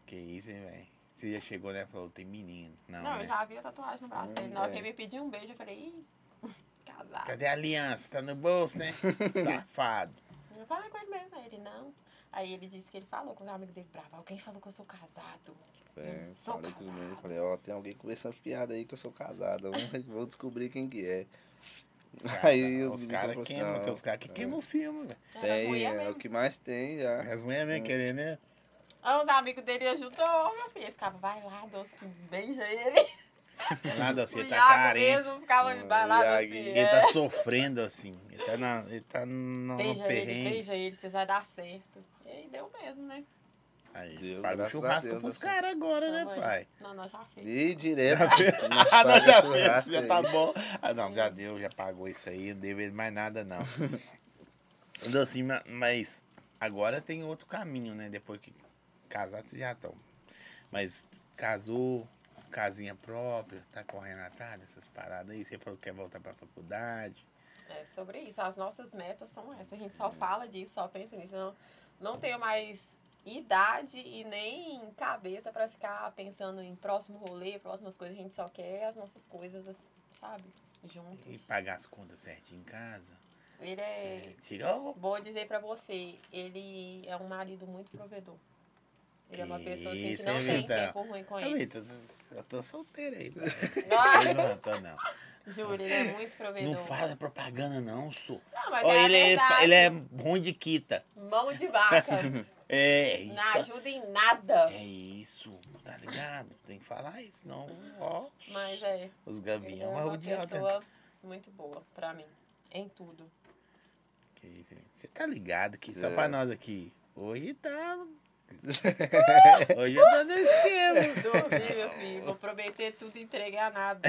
Speaker 1: Que isso, hein, velho? Você já chegou, né? Falou, tem menino. Não,
Speaker 2: Não,
Speaker 1: né?
Speaker 2: eu já vi a tatuagem no braço
Speaker 3: Hum,
Speaker 2: dele. Na hora
Speaker 3: é.
Speaker 2: que ele me pediu um beijo, eu falei, ih, casado.
Speaker 1: Cadê a aliança? Tá no bolso, né? Safado.
Speaker 2: Eu falei "Ah, com ele mesmo, aí ele não. Aí ele disse que ele falou com o amigo dele bravo. Alguém falou que eu sou casado.
Speaker 3: É,
Speaker 2: Sou
Speaker 3: falei com os meninos,
Speaker 2: casado.
Speaker 3: falei, ó, tem alguém com essa piada aí que eu sou casada, vamos, vamos descobrir quem que é. Aí os,
Speaker 1: Ah, os
Speaker 3: meninos
Speaker 1: caras
Speaker 3: falaram assim,
Speaker 1: queimam,
Speaker 3: "Não,
Speaker 1: tem os caras que
Speaker 2: é."
Speaker 1: queimam o filme, velho.
Speaker 2: Era as
Speaker 3: Tem,
Speaker 2: mulher
Speaker 3: é o
Speaker 2: mesmo.
Speaker 3: que mais tem já.
Speaker 1: As mulheres
Speaker 2: É.
Speaker 1: mesmo querendo, né?
Speaker 2: Aí os amigos dele ajudou, meu filho. Esse cara, vai lá, doce, beija ele.
Speaker 1: Nada,
Speaker 2: O
Speaker 1: você tá
Speaker 2: Iago
Speaker 1: carente.
Speaker 2: mesmo ficava,
Speaker 3: Hum,
Speaker 2: vai lá, doce.
Speaker 3: Iago, ele
Speaker 1: Ele
Speaker 2: é.
Speaker 1: tá sofrendo, assim. Ele tá, na, ele tá no, no
Speaker 2: Beija ele,
Speaker 1: perrengue.
Speaker 2: beija ele, vocês vai dar certo. E aí deu mesmo, né?
Speaker 1: Aí,
Speaker 3: Deus,
Speaker 1: eles pagam
Speaker 3: graças a
Speaker 1: churrasco
Speaker 3: Deus,
Speaker 1: pros
Speaker 3: assim.
Speaker 1: caras agora, né,
Speaker 2: Então, mãe,
Speaker 1: pai?
Speaker 2: Não, nós já fez.
Speaker 3: E direto.
Speaker 1: Ah, não, já
Speaker 3: paga
Speaker 1: fez,
Speaker 3: churrasco
Speaker 1: já
Speaker 3: aí.
Speaker 1: tá bom. Ah, não, já deu, já pagou isso aí, não deve mais nada, não. Então, assim, ma- mas agora tem outro caminho, né? Depois que casar, vocês já estão. Mas casou, casinha própria, tá correndo atrás dessas paradas aí. Você falou que quer voltar pra faculdade.
Speaker 2: É sobre isso. As nossas metas são essas. A gente
Speaker 1: Uhum.
Speaker 2: só fala disso, só pensa nisso. Não, não tenho mais idade e nem cabeça pra ficar pensando em próximo rolê, próximas coisas. A gente só quer as nossas coisas, assim, sabe?
Speaker 1: E
Speaker 2: Juntos.
Speaker 1: pagar as contas certinho em casa.
Speaker 2: Ele é.
Speaker 1: É, chega, ó,
Speaker 2: Vou dizer pra você, ele é um marido muito provedor. Ele é uma
Speaker 1: Que
Speaker 2: pessoa assim que
Speaker 1: isso,
Speaker 2: não
Speaker 1: hein, É
Speaker 2: tem
Speaker 1: Vitão?
Speaker 2: tempo ruim com
Speaker 1: eu,
Speaker 2: ele.
Speaker 1: tô, eu tô solteiro aí, velho.
Speaker 2: Ai.
Speaker 1: Não, tô não.
Speaker 2: Juro, ele é muito provedor.
Speaker 1: Não faz propaganda, não, sou.
Speaker 2: Não, mas
Speaker 1: Ó,
Speaker 2: é a
Speaker 1: ele, é,
Speaker 2: verdade.
Speaker 1: ele é ruim de quita.
Speaker 2: Mão de vaca.
Speaker 1: É isso.
Speaker 2: não ajuda em nada.
Speaker 1: É isso, tá ligado? Tem que falar isso, não. Ó,
Speaker 2: Mas é.
Speaker 1: os
Speaker 2: Ele é
Speaker 1: gavião é
Speaker 2: uma
Speaker 1: o diabo.
Speaker 2: pessoa muito boa pra mim. Em tudo.
Speaker 1: Você tá ligado que só
Speaker 3: É.
Speaker 1: pra nós aqui. Hoje tá. Hoje eu tô no esquema.
Speaker 2: Dormi, meu filho. Vou prometer tudo e entregar nada.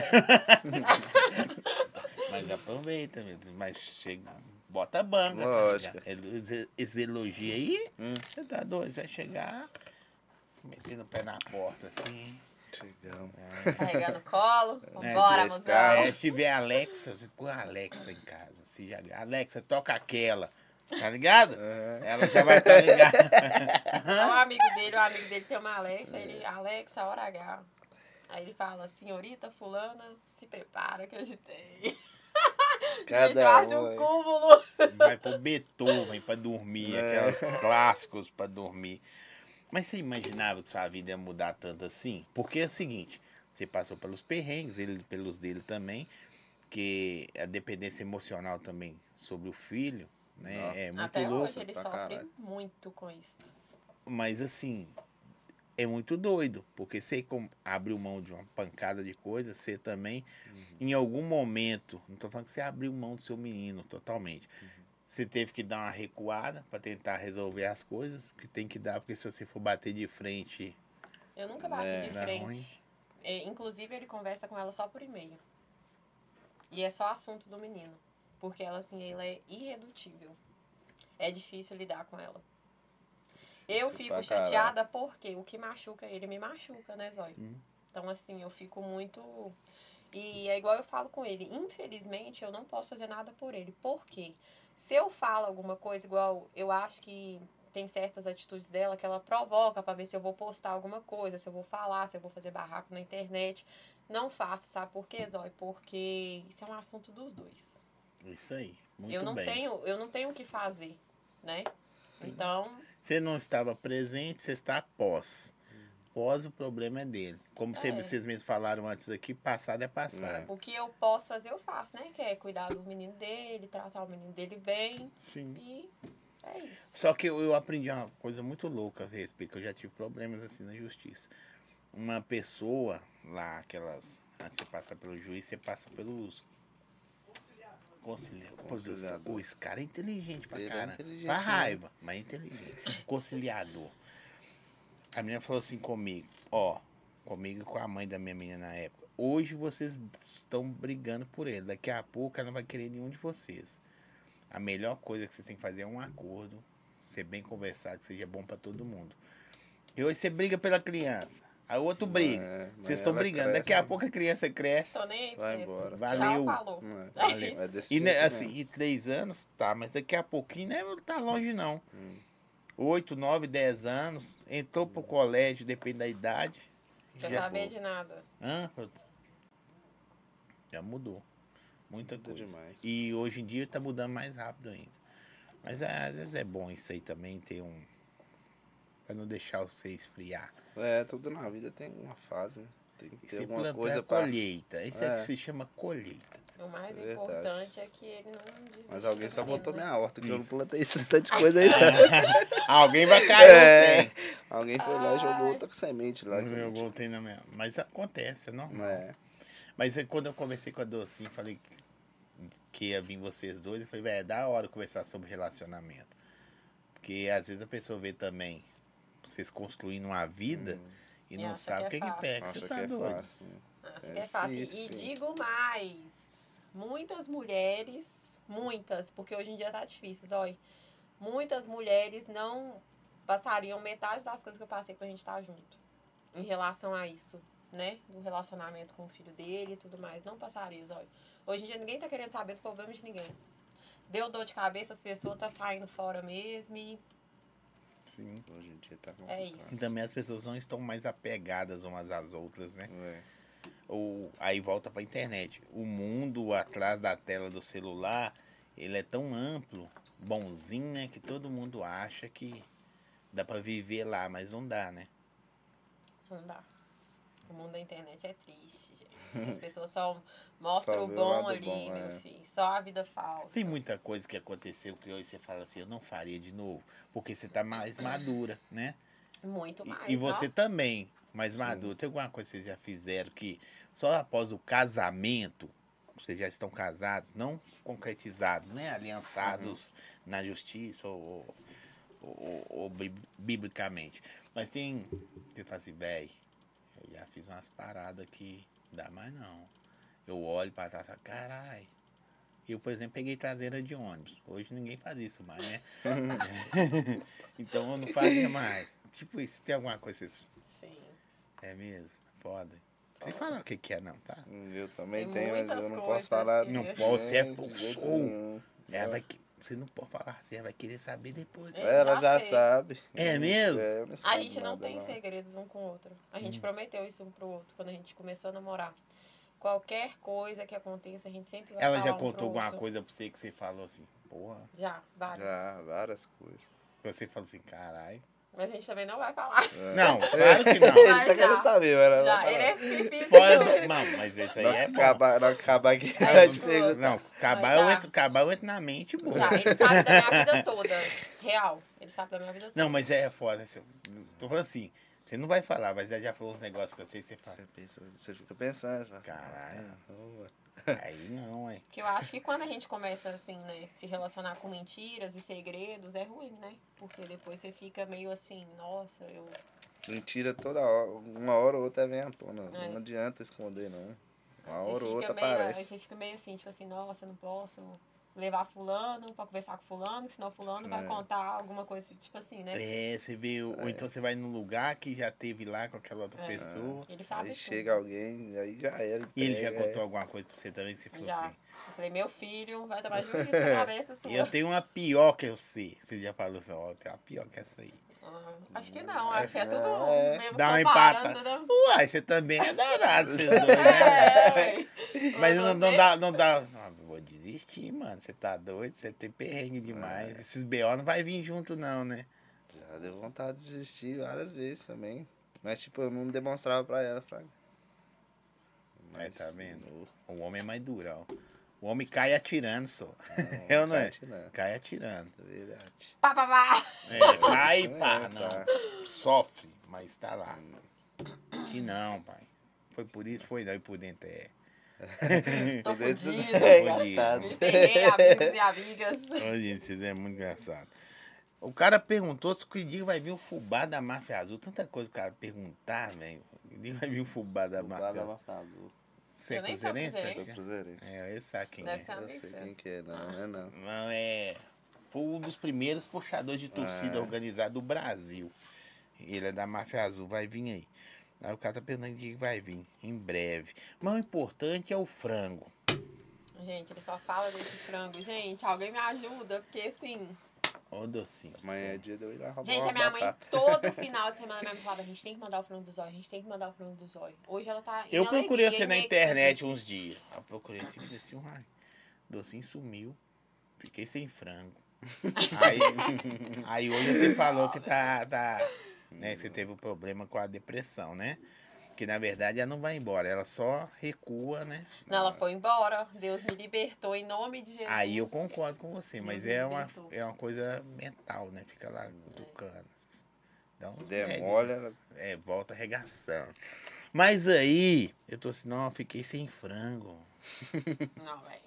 Speaker 1: Mas aproveita, meu Deus. Mas chega. Bota a banca,
Speaker 3: Lógico.
Speaker 1: tá ligado? Esse- Esse elogio aí,
Speaker 3: Hum.
Speaker 1: você tá doido. Você vai chegar metendo o pé na porta, assim.
Speaker 3: Chegamos.
Speaker 2: Carregar no colo.
Speaker 1: É,
Speaker 2: Vambora,
Speaker 3: esse
Speaker 2: mozão.
Speaker 3: cara
Speaker 1: É, se tiver Alexa, você põe a Alexa em casa. Se já... Alexa, toca aquela. Tá ligado?
Speaker 3: É.
Speaker 1: Ela já vai estar tá ligada.
Speaker 2: É um amigo dele, o amigo dele tem uma Alexa. Ele, Alexa, hora H. Aí ele fala, senhorita fulana, se prepara que eu agitei. Gente, eu
Speaker 3: Cada
Speaker 2: acho
Speaker 3: um.
Speaker 2: um
Speaker 3: hein?
Speaker 2: cúmulo.
Speaker 1: Vai pro Beethoven pra dormir,
Speaker 3: É.
Speaker 1: aquelas clássicos pra dormir. Mas você imaginava que sua vida ia mudar tanto assim? Porque é o seguinte, você passou pelos perrengues, ele pelos dele também, que a dependência emocional também sobre o filho, né?
Speaker 3: Nossa.
Speaker 1: É muito
Speaker 2: Até
Speaker 1: louco.
Speaker 2: hoje ele
Speaker 3: pra
Speaker 2: sofre
Speaker 3: caralho.
Speaker 2: muito com isso.
Speaker 1: Mas assim, é muito doido, porque você com- abriu mão de uma pancada de coisas, você também, em algum momento, não tô falando que você abriu mão do seu menino totalmente. Você teve que dar uma recuada para tentar resolver as coisas que tem que dar, porque se você for bater de frente,
Speaker 2: Eu nunca bati
Speaker 3: É,
Speaker 2: de
Speaker 1: dá
Speaker 2: frente.
Speaker 1: ruim.
Speaker 2: É, inclusive, ele conversa com ela só por e-mail. E é só assunto do menino. Porque ela, assim, ela é irredutível. É difícil lidar com ela. Eu
Speaker 3: Isso
Speaker 2: fico
Speaker 3: pra caralho.
Speaker 2: chateada porque o que machuca ele me machuca, né, Zói?
Speaker 1: Sim.
Speaker 2: Então, assim, eu fico muito. E é igual eu falo com ele. Infelizmente, eu não posso fazer nada por ele. Por quê? Se eu falo alguma coisa, igual eu acho que tem certas atitudes dela que ela provoca pra ver se eu vou postar alguma coisa, se eu vou falar, se eu vou fazer barraco na internet. Não faço, sabe por quê, Zói? Porque isso é um assunto dos dois.
Speaker 1: é isso aí, muito
Speaker 2: eu não
Speaker 1: bem.
Speaker 2: tenho, eu não tenho o que fazer, né? Então,
Speaker 1: Você não estava presente, você está após. Pós, o problema é dele. Como
Speaker 2: É.
Speaker 1: sempre vocês mesmos falaram antes aqui, passado é passado.
Speaker 2: O que eu posso fazer, eu faço, né? Que é cuidar do menino dele, tratar o menino dele bem.
Speaker 1: Sim.
Speaker 2: E é isso.
Speaker 1: Só que eu, eu aprendi uma coisa muito louca a respeito, que eu já tive problemas assim na justiça. Uma pessoa lá, aquelas. Antes você passa pelo juiz, você passa pelos. Conciliador.
Speaker 3: Conciliador.
Speaker 1: Conciliador. Esse cara é inteligente pra
Speaker 3: Ele é
Speaker 1: cara.
Speaker 3: inteligente,
Speaker 1: pra
Speaker 3: né?
Speaker 1: raiva, mas é inteligente. Conciliador. A menina falou assim comigo, ó, comigo e com a mãe da minha menina na época. Hoje vocês estão brigando por ele. Daqui a pouco ela não vai querer nenhum de vocês. A melhor coisa que vocês têm que fazer é um acordo, ser bem conversado, que seja bom pra todo mundo. E hoje você briga pela criança, aí o outro briga.
Speaker 3: É, mas
Speaker 1: vocês estão
Speaker 3: ela
Speaker 1: brigando.
Speaker 3: cresce,
Speaker 1: Daqui a
Speaker 3: né?
Speaker 1: pouco a criança cresce.
Speaker 2: Tô nem aí pra
Speaker 3: Vai
Speaker 2: vocês.
Speaker 3: embora.
Speaker 1: Valeu.
Speaker 2: Já falou.
Speaker 3: Não é,
Speaker 2: É
Speaker 3: é desse
Speaker 1: E, né,
Speaker 3: jeito
Speaker 1: assim,
Speaker 3: mesmo.
Speaker 1: e três anos, tá, mas daqui a pouquinho não tá longe, não.
Speaker 3: Hum.
Speaker 1: Oito, nove, dez anos, entrou pro colégio, depende da idade.
Speaker 2: Quer
Speaker 1: já-
Speaker 2: saber de nada.
Speaker 1: Hã? Já mudou. Muita
Speaker 3: Mudou
Speaker 1: coisa.
Speaker 3: demais.
Speaker 1: E hoje em dia tá mudando mais rápido ainda. Mas ah, às vezes é bom isso aí também, ter um. Pra não deixar você esfriar.
Speaker 3: É, tudo na vida tem uma fase, né? Tem que
Speaker 1: E
Speaker 3: ter
Speaker 1: você
Speaker 3: alguma
Speaker 1: plantar
Speaker 2: é
Speaker 3: coisa
Speaker 1: a
Speaker 3: pra.
Speaker 1: colheita. Isso é
Speaker 3: É.
Speaker 1: que se chama colheita.
Speaker 2: O mais
Speaker 3: Isso é verdade.
Speaker 2: importante é que ele não desiste.
Speaker 3: Mas alguém
Speaker 2: do
Speaker 3: só
Speaker 2: menino,
Speaker 3: botou
Speaker 2: né?
Speaker 3: minha horta, que eu não
Speaker 1: Isso.
Speaker 3: plantei esse tanto
Speaker 2: Ah,
Speaker 3: de coisa aí. não.
Speaker 1: Alguém vai cair.
Speaker 3: É.
Speaker 1: É.
Speaker 3: Alguém foi lá e jogou
Speaker 2: Ai.
Speaker 3: outra semente lá. que eu
Speaker 1: Eu
Speaker 3: não tinha.
Speaker 1: voltei na minha. Mas acontece, é normal.
Speaker 3: É,
Speaker 1: Mas eh, quando eu conversei com a Docinha, falei que- que ia vir vocês dois, eu falei, velho, é da hora conversar sobre relacionamento. Porque às vezes a pessoa vê também vocês construindo uma vida e
Speaker 2: E
Speaker 1: não
Speaker 2: acha
Speaker 1: sabe o
Speaker 2: Hum. que
Speaker 1: que
Speaker 2: é
Speaker 1: é que
Speaker 2: fácil.
Speaker 1: pega. Você
Speaker 3: Hum, acha
Speaker 1: tá
Speaker 3: que é
Speaker 1: doido.
Speaker 3: fácil. né?
Speaker 2: Acho
Speaker 3: É
Speaker 2: que é fácil.
Speaker 3: difícil,
Speaker 2: e
Speaker 3: filho.
Speaker 2: digo mais, muitas mulheres, muitas, porque hoje em dia tá difícil, olha. Muitas mulheres não passariam metade das coisas que eu passei pra gente estar junto. Em relação a isso, né? Do relacionamento com o filho dele e tudo mais. Não passaria, olha. Hoje em dia ninguém tá querendo saber do problema de ninguém. Deu dor de cabeça, as pessoas tá saindo fora mesmo e
Speaker 1: Sim.
Speaker 3: Hoje em dia tá
Speaker 2: É isso.
Speaker 1: E também as pessoas não estão mais apegadas umas às outras, né?
Speaker 3: É.
Speaker 1: Ou aí volta pra internet. O mundo atrás da tela do celular, ele é tão amplo, bonzinho, né? Que todo mundo acha que dá pra viver lá, mas não dá, né?
Speaker 2: Não dá. O mundo da internet é triste, gente. As pessoas só mostram
Speaker 3: Só
Speaker 2: o
Speaker 3: vê o
Speaker 2: bom
Speaker 3: lado
Speaker 2: ali,
Speaker 3: bom,
Speaker 2: meu
Speaker 3: é.
Speaker 2: filho. Só a vida falsa.
Speaker 1: Tem muita coisa que aconteceu que hoje você fala assim, eu não faria de novo, porque você tá mais madura, né?
Speaker 2: Muito
Speaker 1: E-
Speaker 2: mais.
Speaker 1: E, você
Speaker 2: ó.
Speaker 1: também, mais
Speaker 3: Sim.
Speaker 1: madura. Tem alguma coisa que vocês já fizeram que só após o casamento, vocês já estão casados, não concretizados, né? Aliançados na justiça ou, ou, ou- ou bi- biblicamente. Mas tem, você fala assim, véi, eu já fiz umas paradas que não dá mais não. Eu olho pra trás e falo, carai. Eu, por exemplo, peguei traseira de ônibus. Hoje ninguém faz isso mais, né? então eu não fazia mais. Tipo isso, tem alguma coisa que vocês...
Speaker 2: Sim.
Speaker 1: É mesmo? Foda. Você fala o que que é não, tá?
Speaker 3: Hum, Eu também
Speaker 2: Tem
Speaker 3: tenho, mas eu
Speaker 2: muitas
Speaker 3: não
Speaker 2: coisas,
Speaker 3: posso falar.
Speaker 2: assim. Não
Speaker 3: de
Speaker 1: posso, é
Speaker 3: jeito
Speaker 1: pulsou.
Speaker 3: nenhum.
Speaker 1: Ela vai... que- Você não pode falar assim, ela vai querer saber depois.
Speaker 2: É.
Speaker 3: Ela
Speaker 2: já
Speaker 3: já
Speaker 2: sei.
Speaker 3: sabe.
Speaker 1: É mesmo?
Speaker 3: É, eu não
Speaker 2: A
Speaker 3: escondo
Speaker 2: gente não
Speaker 3: nada,
Speaker 2: tem segredos um com o outro. A
Speaker 1: Uhum.
Speaker 2: gente prometeu isso um pro outro quando a gente começou a namorar. Qualquer coisa que aconteça, a gente sempre vai
Speaker 1: Ela
Speaker 2: falar
Speaker 1: já
Speaker 2: um pro
Speaker 1: contou alguma
Speaker 2: outro.
Speaker 1: coisa pra você que você falou assim, porra.
Speaker 2: Já, várias.
Speaker 3: Já, várias coisas.
Speaker 1: Que Você falou assim, carai.
Speaker 2: Mas a gente também não vai falar.
Speaker 3: É.
Speaker 1: Não, claro que não.
Speaker 3: Ele
Speaker 2: já.
Speaker 3: já querendo saber, era
Speaker 2: Já, ele é pipi.
Speaker 1: Fora do. Não, mas isso aí
Speaker 3: Não
Speaker 1: é bom.
Speaker 3: acabar, não acabar aqui.
Speaker 2: É,
Speaker 3: a gente
Speaker 2: tipo,
Speaker 3: pergunta.
Speaker 1: Não, acabar eu, entro, acabar eu entro na mente, boa.
Speaker 2: Já, ele sabe da minha vida toda. Real. Ele sabe da minha vida toda.
Speaker 1: Não, mas é foda. assim, eu Tô falando assim, você não vai falar, mas ela já falou uns negócios com você e você fala.
Speaker 3: Você, pensa, você fica pensando. você fala,
Speaker 1: Caralho.
Speaker 3: "Ah, boa."
Speaker 1: Aí não, é.
Speaker 2: Que eu acho que quando a gente começa, assim, né, se relacionar com mentiras e segredos, é ruim, né? Porque depois você fica meio assim, nossa, eu.
Speaker 3: Mentira toda hora. Uma hora ou outra vem à tona.
Speaker 2: É.
Speaker 3: Não adianta esconder, não. Uma
Speaker 2: você
Speaker 3: hora ou
Speaker 2: fica
Speaker 3: outra
Speaker 2: meio, aí
Speaker 3: aparece.
Speaker 2: Você fica meio assim, tipo assim, nossa, não posso levar fulano pra conversar com fulano, que senão fulano vai
Speaker 3: É.
Speaker 2: contar alguma coisa, tipo assim, né?
Speaker 1: É, você vê. Ou então você vai num lugar que já teve lá com aquela outra
Speaker 2: É.
Speaker 1: pessoa.
Speaker 2: Ele sabe
Speaker 3: Aí
Speaker 2: tudo.
Speaker 3: chega alguém, aí já era. é,
Speaker 1: E ele já
Speaker 3: pega,
Speaker 1: contou alguma coisa pra você também, que você falou
Speaker 2: Já.
Speaker 1: assim.
Speaker 2: Eu falei, meu filho, vai tomar juízo na cabeça assim. sua.
Speaker 1: Eu tenho uma pior que eu sei. Você já falou assim, ó, tem uma pior que essa aí.
Speaker 2: Ah, acho que não, acho que é tudo
Speaker 3: É.
Speaker 2: mesmo
Speaker 1: Dá uma
Speaker 2: comparando,
Speaker 1: empata.
Speaker 2: né?
Speaker 1: Uai, você também é danado, vocês dois, né?
Speaker 2: É, ué.
Speaker 1: Mas não, não
Speaker 2: Você-
Speaker 1: dá, não dá. Ah, vou
Speaker 3: É.
Speaker 1: desistir, mano. Você tá doido, você tem perrengue demais. Esses BO não vai vir junto, não, né?
Speaker 3: Já deu vontade de desistir várias vezes também. Mas, tipo, eu não demonstrava pra ela, Fraga.
Speaker 1: Aí, tá vendo? O homem é mais durão. O homem cai atirando só. eu não
Speaker 3: cai
Speaker 1: é?
Speaker 3: atirando.
Speaker 1: Cai atirando.
Speaker 3: É verdade.
Speaker 2: Pá, pá, pá.
Speaker 1: É, cai e
Speaker 3: Isso
Speaker 1: pá,
Speaker 3: é,
Speaker 1: não.
Speaker 3: tá.
Speaker 1: Sofre, mas tá lá. Que não, pai. Foi por isso, foi não, e por dentro é.
Speaker 2: Tô
Speaker 3: Dentro do-
Speaker 2: fodida.
Speaker 3: É
Speaker 1: engraçado.
Speaker 2: Me peguei, amigos e amigas.
Speaker 1: Olha, gente, isso é muito engraçado. O cara perguntou se que dia vai vir o fubá da máfia azul. Tanta coisa o cara perguntar, velho. Que dia vai vir o fubá da máfia
Speaker 3: Guarda
Speaker 1: azul.
Speaker 3: lá pra azul.
Speaker 1: Você é
Speaker 2: Eu nem sou
Speaker 1: cruzeirense, tá
Speaker 2: cruzeirense.
Speaker 3: Sou
Speaker 1: ligado?
Speaker 3: cruzeirense.
Speaker 1: É, eu sabe quem
Speaker 2: Deve
Speaker 1: é.
Speaker 2: ser
Speaker 3: Eu sei quem que é, não, não é não.
Speaker 1: Não, é. Foi um dos primeiros puxadores de torcida
Speaker 3: É.
Speaker 1: organizada do Brasil. Ele é da Máfia Azul, vai vir aí. Aí o cara tá perguntando que vai vir, em breve. Mas o importante é o frango.
Speaker 2: Gente, ele só fala desse frango. Gente, alguém me ajuda, porque assim.
Speaker 1: Ó, o docinho.
Speaker 3: Amanhã é dia de eu ir lá roubar
Speaker 2: Gente,
Speaker 3: uma
Speaker 2: a minha mãe
Speaker 1: tá?
Speaker 3: batata.
Speaker 2: todo final de semana minha mãe falava: a gente tem que mandar o frango do zóio, a gente tem que mandar o frango do zóio. Hoje ela tá. em
Speaker 1: Eu procurei
Speaker 2: alegria,
Speaker 1: você na
Speaker 2: em êxtase.
Speaker 1: internet uns dias. Eu procurei assim, falei assim, uai, docinho sumiu. Fiquei sem frango. Aí, aí hoje você falou que tá, tá. Né, que você teve um problema com a depressão, né? Que na verdade ela não vai embora, ela só recua, né?
Speaker 2: Não, ela foi embora. Deus me libertou em nome de Jesus.
Speaker 1: Aí eu concordo com você, mas
Speaker 2: Deus
Speaker 1: é
Speaker 2: me
Speaker 1: uma,
Speaker 2: libertou.
Speaker 1: é uma coisa mental, né? Fica lá tocando. Dá uns médios.
Speaker 3: Demolha, ela-
Speaker 1: É, volta arregaçando. Mas aí, eu tô assim, não, eu fiquei sem frango.
Speaker 2: Não, velho.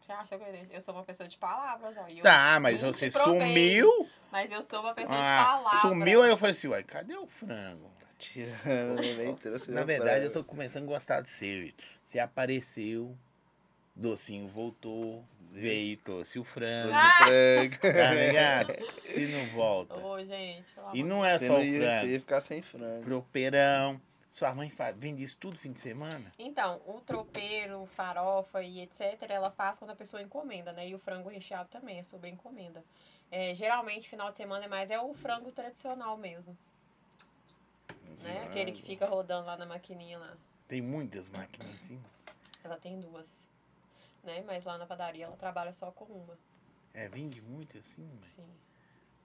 Speaker 2: Você acha que eu, eu sou uma pessoa de palavras, ó. e eu-
Speaker 1: Tá, mas
Speaker 2: Muito
Speaker 1: você
Speaker 2: proveito.
Speaker 1: sumiu.
Speaker 2: Mas eu sou uma pessoa de
Speaker 1: Ah,
Speaker 2: palavras.
Speaker 1: sumiu, aí eu falei assim, uai, cadê o frango?
Speaker 3: tá tirando, eu nem trouxe
Speaker 1: Na
Speaker 3: meu
Speaker 1: verdade,
Speaker 3: frango.
Speaker 1: eu tô começando a gostar de você, Vitor. Você apareceu, docinho voltou, veio, trouxe o frango,
Speaker 3: Trouxe frango.
Speaker 1: tá ligado? Se não volta.
Speaker 2: Ah! Ô, gente. pelo
Speaker 1: E
Speaker 2: amor
Speaker 1: não é
Speaker 3: Você
Speaker 1: só o
Speaker 3: não ia, você ia
Speaker 1: frango,
Speaker 3: ficar sem frango.
Speaker 1: tropeirão. Sua mãe fa- vende isso tudo fim de semana?
Speaker 2: Então, o tropeiro, farofa e etc., ela faz quando a pessoa encomenda, né? E o frango recheado também, é sobre encomenda. É, geralmente, final de semana é mais é o frango tradicional mesmo, né? Aquele que fica rodando lá na maquininha lá.
Speaker 1: Tem muitas máquinas assim.
Speaker 2: Ela tem duas, né? Mas lá na padaria ela trabalha só com uma,
Speaker 1: É, vende muito assim, mas
Speaker 2: sim.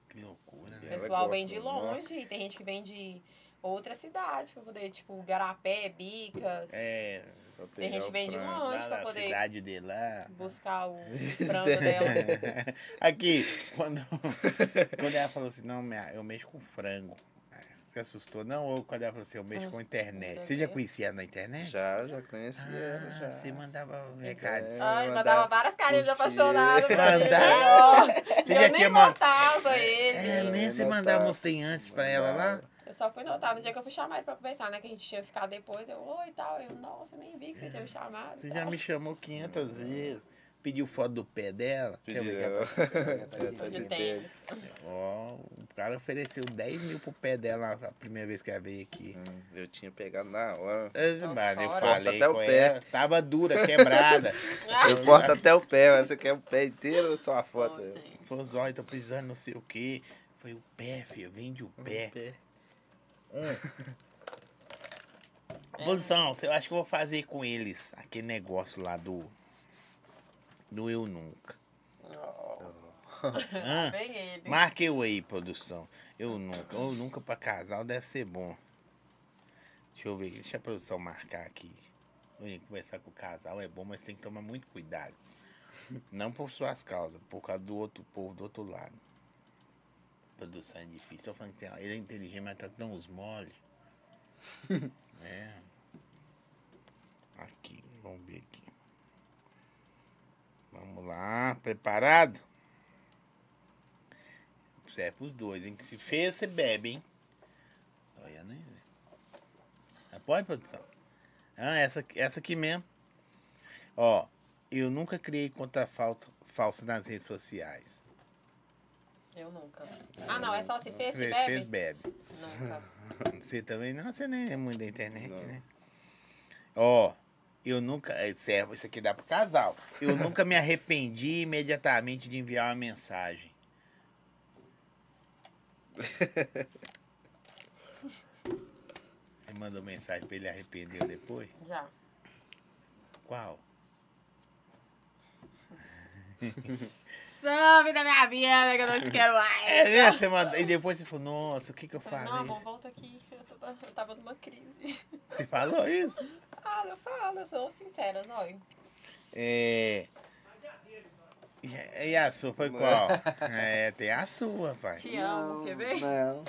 Speaker 1: que loucura,
Speaker 2: O
Speaker 1: né?
Speaker 3: Ela
Speaker 2: pessoal
Speaker 3: gosta,
Speaker 2: vem de
Speaker 3: né?
Speaker 2: longe, tem gente que vem de outra cidade pra poder, tipo, Garapé, Bicas,
Speaker 1: É,
Speaker 3: Pra
Speaker 2: Tem
Speaker 3: pegar
Speaker 2: gente
Speaker 3: o
Speaker 2: vende
Speaker 3: frango.
Speaker 2: longe.
Speaker 1: lá
Speaker 2: Onde pra
Speaker 1: na
Speaker 2: poder-
Speaker 1: cidade de lá.
Speaker 2: buscar o frango
Speaker 3: É.
Speaker 2: dela.
Speaker 1: Aqui, quando, quando ela falou assim, não, minha, eu mexo com frango. Aí, Você assustou, não? Ou quando ela falou assim, eu mexo com internet. Você já conhecia ela na
Speaker 2: né?
Speaker 1: internet?
Speaker 3: Já, já conheci ela,
Speaker 1: Ah,
Speaker 3: já.
Speaker 1: Você mandava um
Speaker 3: É,
Speaker 1: recado.
Speaker 2: Ai, mandava várias carinhas de
Speaker 3: curtir.
Speaker 2: apaixonado. pra ele.
Speaker 1: Mandava.
Speaker 2: Ó,
Speaker 1: Você
Speaker 2: Eu
Speaker 1: já
Speaker 2: nem
Speaker 1: tinha mandado.
Speaker 2: notava
Speaker 1: É,
Speaker 2: ele.
Speaker 1: né? Você
Speaker 3: Mandava.
Speaker 1: mandava uns tem antes pra ela lá?
Speaker 3: Mandava.
Speaker 2: Eu só fui notar no dia que eu fui chamar ele pra conversar, né? Que a gente tinha ficado depois. Eu, oi e tal. Eu, nossa, eu nem vi que você tinha me chamado. e
Speaker 1: Você
Speaker 2: tal.
Speaker 1: já me chamou 500 vezes. Pediu foto do pé dela. Deixa eu ver
Speaker 3: Pediu.
Speaker 1: o que ela tá-
Speaker 2: Tô de
Speaker 3: de
Speaker 2: tênis.
Speaker 1: Ó, o cara ofereceu 10 mil pro pé dela a primeira vez que ela veio aqui.
Speaker 3: Hum, Eu tinha pegado na hora.
Speaker 1: Eu, mas eu
Speaker 2: fora.
Speaker 1: falei
Speaker 3: Até o
Speaker 1: com
Speaker 3: pé.
Speaker 1: ela, tava dura, quebrada.
Speaker 2: Ah,
Speaker 1: Ah,
Speaker 3: Eu corto até o pé, mas você quer o pé inteiro ou só a
Speaker 2: Pô,
Speaker 3: foto?
Speaker 2: gente.
Speaker 1: Falou, zóio, tô precisando não sei o quê. Foi o pé, filho, vende o pé. Produção, eu acho que eu vou fazer com eles aquele negócio lá do. Do Eu Nunca. Hã?
Speaker 2: Vem ele.
Speaker 1: Marca eu aí, produção. Eu nunca. Eu nunca pra casal deve ser bom. Deixa eu ver, deixa a produção marcar aqui. Olha, Conversar com o casal é bom, mas tem que tomar muito cuidado. Não por suas causas, por causa do outro povo do outro lado. Produção é difícil. Eu falo que tem, ele é inteligente, mas tá dando uns mole. é. Aqui, vamos ver aqui. Vamos lá, preparado? Serve é pros dois, hein? Que se fez, você bebe, hein? Olha, né? Ah, Pode, produção? Ah, essa, essa aqui mesmo. Ó, eu nunca criei conta falsa, falsa nas redes sociais.
Speaker 2: Eu nunca. Ah, não. É só se fez que
Speaker 1: Fez, fez,
Speaker 2: bebe?
Speaker 1: bebe.
Speaker 2: Nunca.
Speaker 1: Você também não, você nem é muito da internet,
Speaker 3: Não.
Speaker 1: né? Ó, eu nunca. é, Servo, isso aqui dá pro casal. Eu nunca me arrependi imediatamente de enviar uma mensagem. Você mandou mensagem pra ele arrepender depois?
Speaker 2: Já.
Speaker 1: Qual?
Speaker 2: some da minha vida, que eu não te quero
Speaker 1: É,
Speaker 2: mais.
Speaker 1: né? Você manda... E depois você falou, nossa, o que que eu
Speaker 2: Eu falei, não,
Speaker 1: falei?
Speaker 2: amor, volta aqui. Eu tava, eu tava numa crise.
Speaker 1: Você falou isso?
Speaker 2: Ah, eu falo, eu sou sincera, Zói.
Speaker 1: É... E e a sua foi qual? É, tem a sua, pai.
Speaker 2: Te amo, quer ver?
Speaker 3: Não.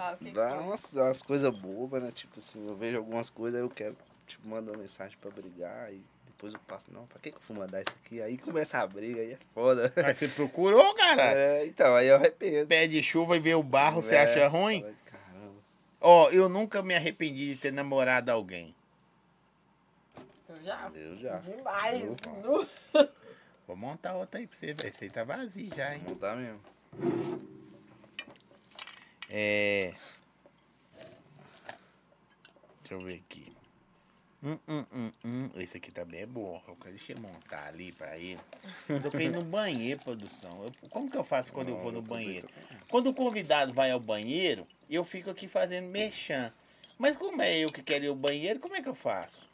Speaker 2: Ah, o que que
Speaker 3: Dá um
Speaker 2: foi?
Speaker 3: umas, umas coisas bobas, né? Tipo assim, eu vejo algumas coisas, eu quero, tipo, mando uma mensagem pra brigar e depois eu passo, não, pra que que eu fui mandar isso aqui? Aí começa a briga, aí é foda.
Speaker 1: Mas você procurou, cara?
Speaker 3: É, então, aí eu arrependo.
Speaker 1: Pé de chuva e vê o barro, você
Speaker 3: É,
Speaker 1: acha ruim?
Speaker 3: fala, Caramba.
Speaker 1: Ó, eu nunca me arrependi de ter namorado alguém.
Speaker 2: Eu já?
Speaker 3: Eu já.
Speaker 2: Demais.
Speaker 3: Eu
Speaker 2: nu.
Speaker 1: Vou montar outra aí pra você, velho. Esse aí tá vazio já, hein?
Speaker 3: Não dá mesmo.
Speaker 1: É. Deixa eu ver aqui. Hum, hum, hum, hum. Esse aqui também é bom. Eu quero- Deixa eu montar ali pra ele. Eu Tô querendo ir no banheiro, produção. Eu- como que eu faço quando eu vou no banheiro? Quando o convidado vai ao banheiro, eu fico aqui fazendo merchan. Mas como é eu que quero ir ao banheiro, como é que eu faço?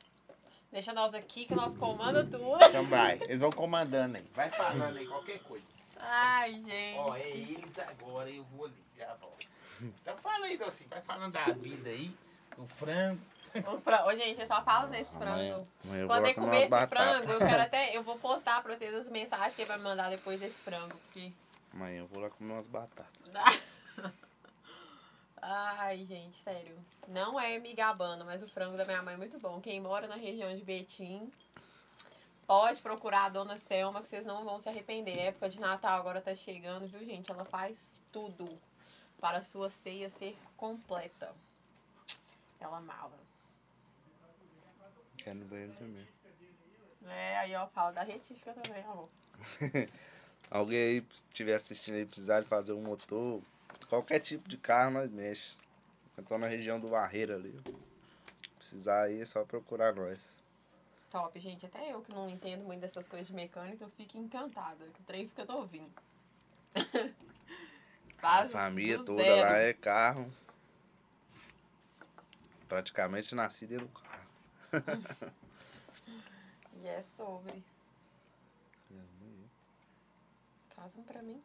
Speaker 2: Deixa nós aqui que nós comanda tudo.
Speaker 1: Então vai, eles vão comandando aí. Vai falando aí qualquer coisa.
Speaker 2: Ai, gente.
Speaker 1: Ó, é eles agora, eu vou ali, já volto. Então fala aí, Docinho, vai falando da vida aí, do frango.
Speaker 2: Um fra- Ô, gente, eu só falo desse frango.
Speaker 3: amanhã
Speaker 2: Quando eu
Speaker 3: vou lá
Speaker 2: comer esse
Speaker 3: umas batatas.
Speaker 2: frango, eu quero até. Eu vou postar pra vocês as mensagens que ele vai me mandar depois desse frango. Porque.
Speaker 3: Amanhã eu vou lá comer umas batatas.
Speaker 2: Ai, gente, sério. Não é me gabando, mas o frango da minha mãe é muito bom. Quem mora na região de Betim, pode procurar a dona Selma, que vocês não vão se arrepender. A época de Natal agora tá chegando, viu, gente? Ela faz tudo para a sua ceia ser completa. Ela mala.
Speaker 3: Quero ir no banheiro também.
Speaker 2: É, aí eu falo da retífica também, amor.
Speaker 3: Alguém aí se estiver assistindo aí, precisar de fazer um motor, qualquer tipo de carro nós mexe. Eu tô na região do Barreiro ali. Precisar aí é só procurar nós.
Speaker 2: Top, gente. Até eu que não entendo muito dessas coisas de mecânica, eu fico encantada. que O trem fica novinho.
Speaker 3: A
Speaker 2: Quase
Speaker 3: família
Speaker 2: do
Speaker 3: toda
Speaker 2: zero.
Speaker 3: lá é carro. Praticamente nasci dentro do carro.
Speaker 2: E é sobre. Faz um pra mim.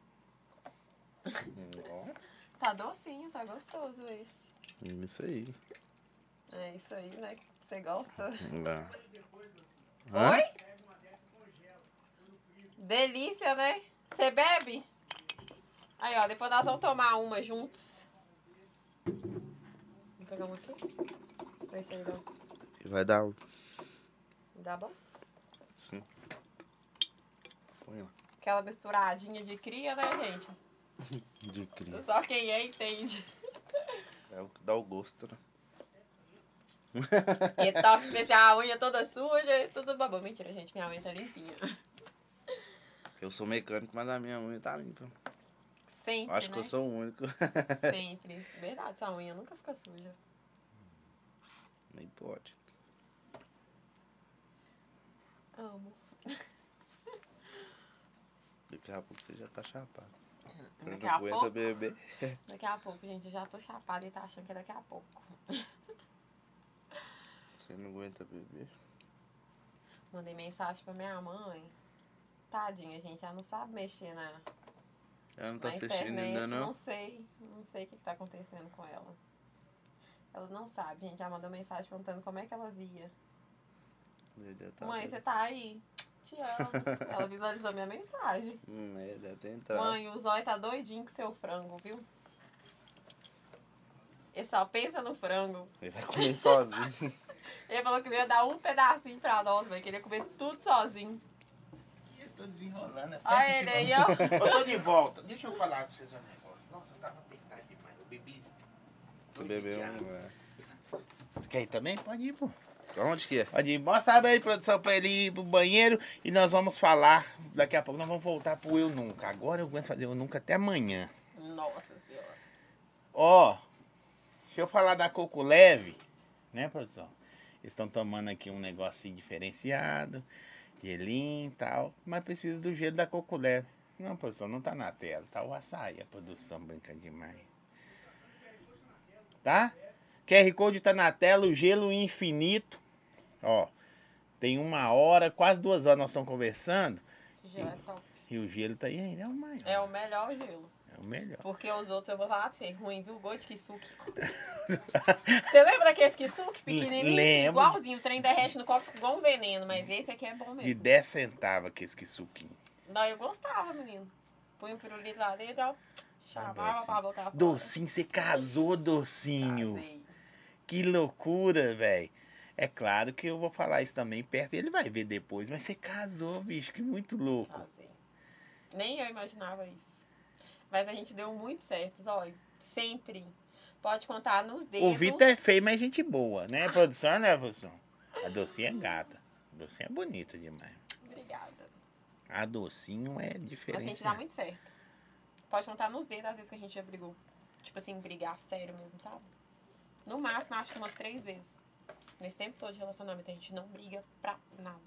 Speaker 3: Ó,
Speaker 2: Tá docinho, tá gostoso esse.
Speaker 3: Hum, Isso aí.
Speaker 2: É isso aí, né? Você gosta?
Speaker 3: Ó. Hã?
Speaker 2: Oi? Delícia, né? Você bebe? Aí, ó, depois nós vamos tomar uma juntos. Vou pegar uma aqui. Pra isso aí, dá,
Speaker 3: Vai dar um.
Speaker 2: dá bom?
Speaker 3: Sim. Põe lá.
Speaker 2: Aquela misturadinha de cria, né, gente?
Speaker 3: De cria.
Speaker 2: Só quem é entende.
Speaker 3: É o que dá o gosto, né?
Speaker 2: E toque especial, unha toda suja, tudo babão. Mentira, gente, minha unha tá limpinha.
Speaker 3: Eu sou mecânico, mas a minha unha tá limpa.
Speaker 2: Sempre,
Speaker 3: Acho
Speaker 2: né?
Speaker 3: que eu sou o único.
Speaker 2: Sempre. Verdade, sua unha nunca fica suja.
Speaker 3: Nem pode.
Speaker 2: Amo.
Speaker 3: Daqui a pouco você já tá chapado. Eu
Speaker 2: Daqui
Speaker 3: não
Speaker 2: a
Speaker 3: aguenta
Speaker 2: pouco,
Speaker 3: beber.
Speaker 2: daqui a pouco, gente, eu já tô chapada e tá achando que é daqui a pouco.
Speaker 3: Você não aguenta beber.
Speaker 2: Mandei mensagem pra minha mãe. Tadinha, gente, ela não sabe mexer na,
Speaker 3: Ela não tá
Speaker 2: na
Speaker 3: assistindo
Speaker 2: internet.
Speaker 3: ainda, não?
Speaker 2: sei. Não sei o que, que tá acontecendo com ela. Ela não sabe, gente. Ela mandou mensagem perguntando como é que ela via.
Speaker 3: Ele deve tá
Speaker 2: mãe,
Speaker 3: doido.
Speaker 2: você tá aí? Te amo. ela visualizou minha mensagem.
Speaker 3: Hum, ele deve ter entrado.
Speaker 2: Mãe, o zóio tá doidinho com seu frango, viu? Ele só pensa no frango.
Speaker 3: Ele vai comer sozinho.
Speaker 2: Ele falou que não ia dar um pedacinho pra nós, mas queria comer tudo sozinho.
Speaker 1: Eu tô desenrolando, é
Speaker 2: Olha
Speaker 1: perto
Speaker 2: ele
Speaker 1: de
Speaker 2: aí,
Speaker 1: volta.
Speaker 2: ó.
Speaker 1: Eu tô de volta. Deixa eu falar com vocês um negócio. Nossa, eu tava apertado demais. Eu bebi.
Speaker 3: Você bebeu um. é.
Speaker 1: Quer ir também? Pode ir, pô.
Speaker 3: Pra onde que é?
Speaker 1: Pode ir. Mostra aí, produção, pra ele ir pro banheiro. E nós vamos falar. Daqui a pouco nós vamos voltar pro Eu Nunca. Agora eu aguento fazer Eu Nunca até amanhã.
Speaker 2: Nossa senhora.
Speaker 1: Ó, deixa eu falar da Coco Leve, né, produção? Eles estão tomando aqui um negocinho diferenciado, gelinho e tal, mas precisa do gelo da Coco Leve. Não, produção, não tá na tela, tá o açaí, a produção brinca demais. Tá? QR Code tá na tela, o gelo infinito. Ó, tem uma hora, quase duas horas nós estamos conversando.
Speaker 2: Esse gel é top.
Speaker 1: E o gelo tá aí ainda, é o maior.
Speaker 2: É o melhor gelo.
Speaker 1: É o melhor.
Speaker 2: Porque os outros eu vou falar pra você, ruim, viu? Gol de kisuki. você lembra daquele kisuki pequenininho?
Speaker 1: Lembro.
Speaker 2: Igualzinho, o trem derrete no copo igual um veneno, mas esse aqui é bom
Speaker 1: De
Speaker 2: mesmo.
Speaker 1: 10 centavos que esse suquinho.
Speaker 2: Não, eu gostava, menino. Põe um pirulito lá dentro, ó. Chamava
Speaker 1: docinho.
Speaker 2: pra botar Tá, fora.
Speaker 1: Docinho, você casou, docinho.
Speaker 2: Casei.
Speaker 1: Que loucura, velho. É claro que eu vou falar isso também perto, ele vai ver depois, mas você casou, bicho, que muito louco.
Speaker 2: Casei. Nem eu imaginava isso. Mas a gente deu muito certo, olha. Sempre. Pode contar nos dedos.
Speaker 1: O Vitor é feio, mas gente boa, né, produção, né, produção? A docinha é gata. A docinha é bonita demais.
Speaker 2: Obrigada.
Speaker 1: A docinho é
Speaker 2: Mas a gente dá
Speaker 1: diferenciada.
Speaker 2: muito certo. Pode contar nos dedos as vezes que a gente já brigou. Tipo assim, brigar sério mesmo, sabe? No máximo, acho que umas três vezes. Nesse tempo todo de relacionamento, a gente não briga pra nada.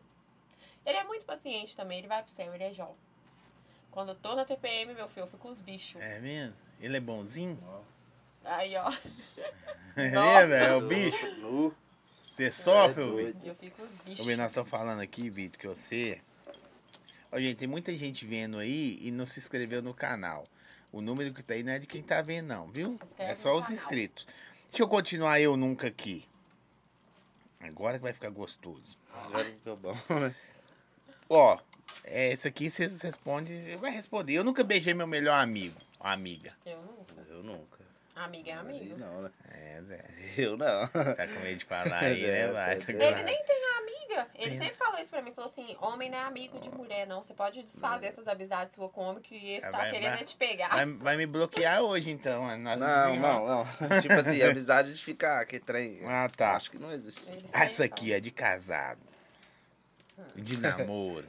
Speaker 2: Ele é muito paciente também, ele vai pro céu, ele é jovem. Quando eu tô na TPM, meu filho, eu fico com os bichos.
Speaker 1: É mesmo? Ele é bonzinho?
Speaker 2: Aí, ó,
Speaker 1: É,
Speaker 2: Nossa.
Speaker 1: mesmo? é o bicho.
Speaker 3: Nu.
Speaker 1: Você sofre,
Speaker 3: É
Speaker 1: ô, Vitor?
Speaker 3: doido.
Speaker 2: eu fico com os bichos.
Speaker 1: Ô, Vitor, nós estamos falando aqui, Vitor, que você. Ó, gente, tem muita gente vendo aí e não se inscreveu no canal. O número que tá aí não é de quem tá vendo, não, viu?
Speaker 2: Se inscreve
Speaker 1: É só
Speaker 2: no
Speaker 1: os
Speaker 2: canal.
Speaker 1: inscritos. Deixa eu continuar eu nunca aqui. Agora que vai ficar gostoso.
Speaker 3: Agora ficou bom, né?
Speaker 1: Ó, é, esse aqui você responde, vai responder. Eu nunca beijei meu melhor amigo, ou amiga.
Speaker 2: Eu nunca.
Speaker 3: Eu nunca.
Speaker 2: Amiga é
Speaker 3: Eu
Speaker 2: amigo.
Speaker 3: Não, né?
Speaker 1: É, Zé.
Speaker 3: Eu não.
Speaker 1: Tá com medo de falar aí, né,
Speaker 3: É,
Speaker 1: vai?
Speaker 3: você
Speaker 2: Ele nem tem amiga. Ele
Speaker 1: Tem. né?
Speaker 2: sempre falou isso pra mim. Falou assim, homem não é amigo de mulher, não. Você pode desfazer essas amizades sua com homem que esse
Speaker 1: Ah,
Speaker 2: tá
Speaker 1: Hum. vai-
Speaker 2: querendo
Speaker 1: vai-
Speaker 2: é te pegar.
Speaker 1: Vai, vai me bloquear hoje, então. Nós
Speaker 3: Não,
Speaker 1: desenrola-
Speaker 3: não, não. Tipo assim, amizade de ficar, que trem.
Speaker 1: Ah, tá.
Speaker 3: Acho que não existe.
Speaker 2: Ele
Speaker 1: Ah,
Speaker 2: sempre
Speaker 1: isso aqui é de casado.
Speaker 2: Ah.
Speaker 1: De namoro.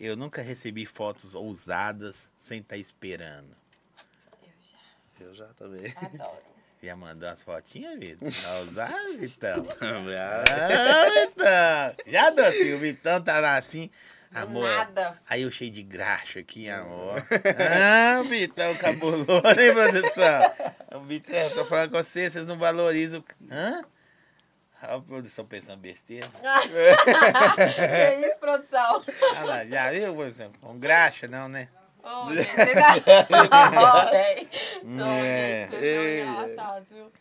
Speaker 1: Eu nunca recebi fotos ousadas sem estar esperando.
Speaker 2: fala. Eu já
Speaker 3: Eu já também.
Speaker 2: adoro.
Speaker 1: Já mandou as fotinhas, Vitor? Tá ousado, Vitão?
Speaker 3: Ah,
Speaker 1: Ah, Vitão! Já docinho, o Vitão tava assim.
Speaker 2: Do
Speaker 1: Amor.
Speaker 2: Nada. Hum.
Speaker 1: Aí eu cheio de graxa aqui, amor. Ah, Vitão cabuloso, hein, produção? O Vitão, eu tô falando com vocês, vocês não valorizam. Hã? A produção pensando besteira.
Speaker 2: que isso, produção?
Speaker 1: Ah lá, já viu, produção? Com graxa, não, né?
Speaker 2: Ô, gente, você tá- Ó, véi. Não,
Speaker 1: É.
Speaker 2: gente, vocês são engraçados, viu?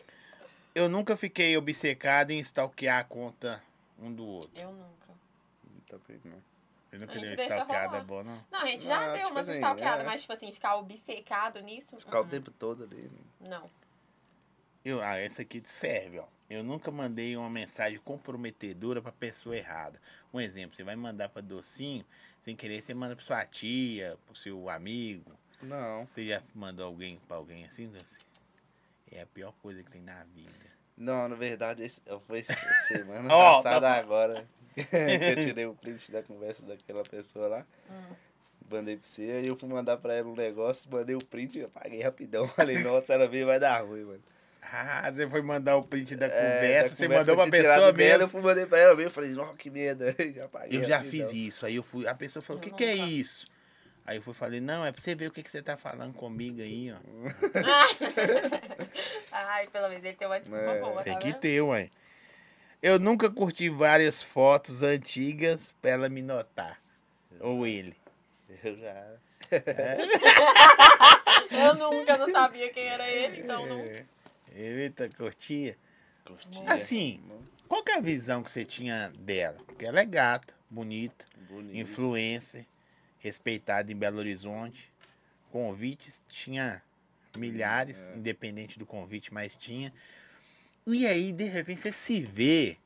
Speaker 1: Eu nunca fiquei obcecado em stalkear a conta um do outro.
Speaker 2: Eu nunca.
Speaker 3: tá bem, não.
Speaker 1: Eu nunca
Speaker 2: A gente
Speaker 1: dei uma
Speaker 2: deixa
Speaker 1: stalkeada
Speaker 2: rolar.
Speaker 1: boa, não.
Speaker 2: Não, a gente já
Speaker 3: Ah,
Speaker 2: deu
Speaker 3: tipo
Speaker 2: umas
Speaker 3: assim,
Speaker 2: stalkeadas,
Speaker 3: é.
Speaker 2: mas, tipo assim, ficar obcecado nisso.
Speaker 3: Ficar o
Speaker 2: hum,
Speaker 3: tempo todo ali. né?
Speaker 2: Não.
Speaker 1: Eu, ah, essa aqui te serve, ó. Eu nunca mandei uma mensagem comprometedora pra pessoa errada. Um exemplo, você vai mandar pra docinho, sem querer, você manda pra sua tia, pro seu amigo.
Speaker 3: Não.
Speaker 1: Você já mandou alguém pra alguém assim, docinho? É a pior coisa que tem na vida.
Speaker 3: Não, na verdade, esse, eu fui essa semana
Speaker 1: Ó,
Speaker 3: passada
Speaker 1: tá-
Speaker 3: agora. que eu tirei o print da conversa daquela pessoa lá.
Speaker 1: Hum.
Speaker 3: Mandei pra você, aí eu fui mandar pra ela um negócio, mandei o print, eu paguei rapidão. Falei, nossa, ela veio, vai dar ruim, mano.
Speaker 1: Ah, você foi mandar o print da
Speaker 3: É,
Speaker 1: conversa,
Speaker 3: da
Speaker 1: você
Speaker 3: conversa
Speaker 1: mandou
Speaker 3: que
Speaker 1: pra
Speaker 3: eu tinha tirado
Speaker 1: pessoa
Speaker 3: dela,
Speaker 1: mesmo.
Speaker 3: Eu fui mandei pra ela, veio, eu falei, nossa, que medo. aí já paguei
Speaker 1: Eu já
Speaker 3: rapidão.
Speaker 1: fiz isso. Aí eu fui, a pessoa falou, o
Speaker 2: Eu
Speaker 1: que, que é
Speaker 2: nunca.
Speaker 1: isso? Aí eu fui e falei, não, é pra você ver o que, que você tá falando comigo aí, ó.
Speaker 2: Ai, pelo menos ele tem uma desculpa
Speaker 3: É.
Speaker 2: boa,
Speaker 1: Tem
Speaker 2: tá
Speaker 1: que
Speaker 2: vendo?
Speaker 1: ter, ué. Eu nunca curti várias fotos antigas pra ela me notar. Ou ele.
Speaker 3: Eu já.
Speaker 2: Eu nunca não sabia quem era ele,
Speaker 1: É.
Speaker 2: então não.
Speaker 1: Eita, curtia.
Speaker 3: Curtia.
Speaker 1: Assim, qual que é a visão que você tinha dela? Porque ela é gata, bonita,
Speaker 3: Bonito.
Speaker 1: influencer, respeitada em Belo Horizonte. Convites tinha milhares, independente do convite, mas tinha. E aí, de repente, você se vê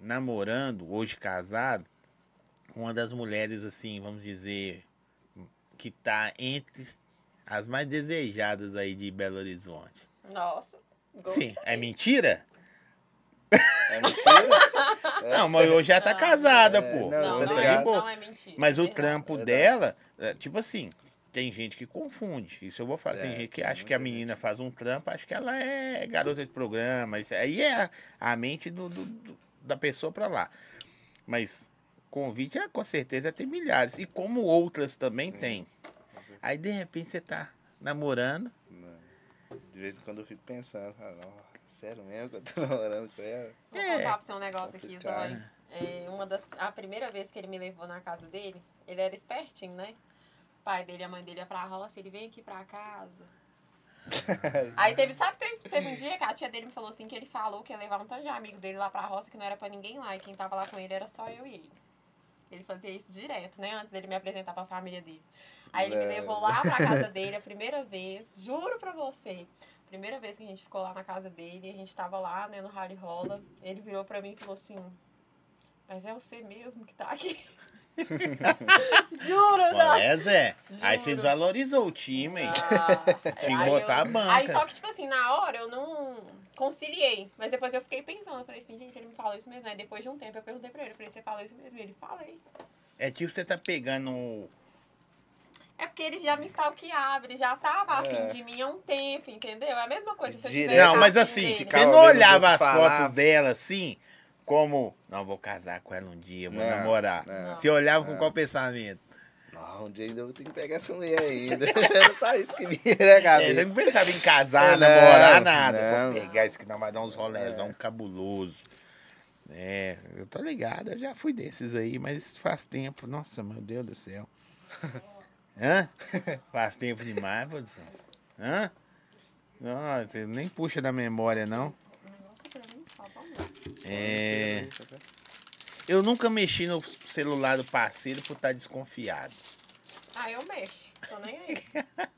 Speaker 1: namorando, hoje casado, com uma das mulheres, assim, vamos dizer, que tá entre as mais desejadas aí de Belo Horizonte.
Speaker 2: Nossa. gostei.
Speaker 1: Sim, é mentira?
Speaker 3: É mentira?
Speaker 1: Não, mas hoje já tá
Speaker 2: Não.
Speaker 1: casada,
Speaker 3: É,
Speaker 1: pô.
Speaker 3: não,
Speaker 2: Não,
Speaker 1: Então
Speaker 2: não,
Speaker 3: tá
Speaker 1: tá de
Speaker 2: é,
Speaker 3: ligado?
Speaker 1: boa.
Speaker 2: não é mentira.
Speaker 1: Mas o
Speaker 2: verdade.
Speaker 1: trampo
Speaker 3: Verdade.
Speaker 1: dela, é, tipo assim, tem gente que confunde. Isso eu vou falar. tem
Speaker 3: É,
Speaker 1: gente que
Speaker 3: tem
Speaker 1: acha que a
Speaker 3: muita gente.
Speaker 1: menina faz um trampo, acha que ela é garota de programa. Isso aí é a, a mente do, do- do- da pessoa pra lá. Mas convite, é, com certeza, tem milhares. E como outras também
Speaker 3: Sim.
Speaker 1: tem.
Speaker 3: Com certeza.
Speaker 1: Aí, de repente, você tá namorando.
Speaker 3: Não. De vez em quando eu fico pensando, falo, ó, sério mesmo que eu tô namorando com ela?
Speaker 2: Vou
Speaker 1: É.
Speaker 2: contar pra você um negócio aqui,
Speaker 3: Complicado.
Speaker 2: Zói. É, uma das, a primeira vez que ele me levou na casa dele, ele era espertinho, né? pai dele e a mãe dele ia pra roça, ele vem aqui pra casa. Aí teve, sabe, teve, teve um dia que a tia dele me falou assim que ele falou que ia levar um tanto de amigo dele lá pra roça, que não era pra ninguém lá, e quem tava lá com ele era só eu e ele. Ele fazia isso direto, né? Antes dele me apresentar pra família dele. Aí ele me
Speaker 3: Não.
Speaker 2: levou lá pra casa dele a primeira vez, juro pra você. Primeira vez que a gente ficou lá na casa dele, a gente tava lá, né, no Rally Rola. Ele virou pra mim e falou assim: Mas é você mesmo que tá aqui. juro, não.
Speaker 1: Qual é, Zé? Aí
Speaker 2: Juro.
Speaker 1: vocês valorizou o time, hein?
Speaker 2: Ah,
Speaker 1: Tinha que
Speaker 2: aí
Speaker 1: botar
Speaker 2: eu-
Speaker 1: a banca.
Speaker 2: Aí só que, tipo assim, na hora eu não conciliei. Mas depois eu fiquei pensando, eu falei assim, gente, ele me falou isso mesmo. Aí depois de um tempo eu perguntei pra ele, eu falei, você falou isso mesmo? Ele, falei.
Speaker 1: É tipo você tá pegando um.
Speaker 2: É porque ele já me stalkeava, ele já tava afim
Speaker 3: É.
Speaker 2: de mim há um tempo, entendeu? É a mesma coisa se eu
Speaker 3: Direto.
Speaker 2: tivesse
Speaker 1: Não, mas
Speaker 2: afim
Speaker 1: assim,
Speaker 2: dele.
Speaker 1: você
Speaker 3: ficava
Speaker 1: não
Speaker 3: vendo os
Speaker 1: olhava as
Speaker 3: outros falar.
Speaker 1: fotos dela assim, como, não, vou casar com ela um dia, vou
Speaker 3: Não,
Speaker 1: namorar.
Speaker 3: não.
Speaker 1: Você olhava com qual pensamento?
Speaker 3: Não, um dia ainda eu vou ter que pegar essa mulher ainda. Era só isso que vira a
Speaker 1: É,
Speaker 3: cabeça.
Speaker 1: não pensava em casar,
Speaker 3: Não,
Speaker 1: namorar, nada.
Speaker 3: não.
Speaker 1: Vou pegar isso que não vai dar uns rolézão cabuloso. É, eu tô ligado, eu já fui desses aí, mas faz tempo. Nossa, meu Deus do céu. Hã? Faz tempo demais, pô. do céu. Hã? Nossa, nem puxa da memória, não.
Speaker 2: Nossa, pra mim, tá bom mesmo.
Speaker 1: É. Eu nunca mexi no celular do parceiro por estar desconfiado.
Speaker 2: Ah, eu mexo, tô nem aí.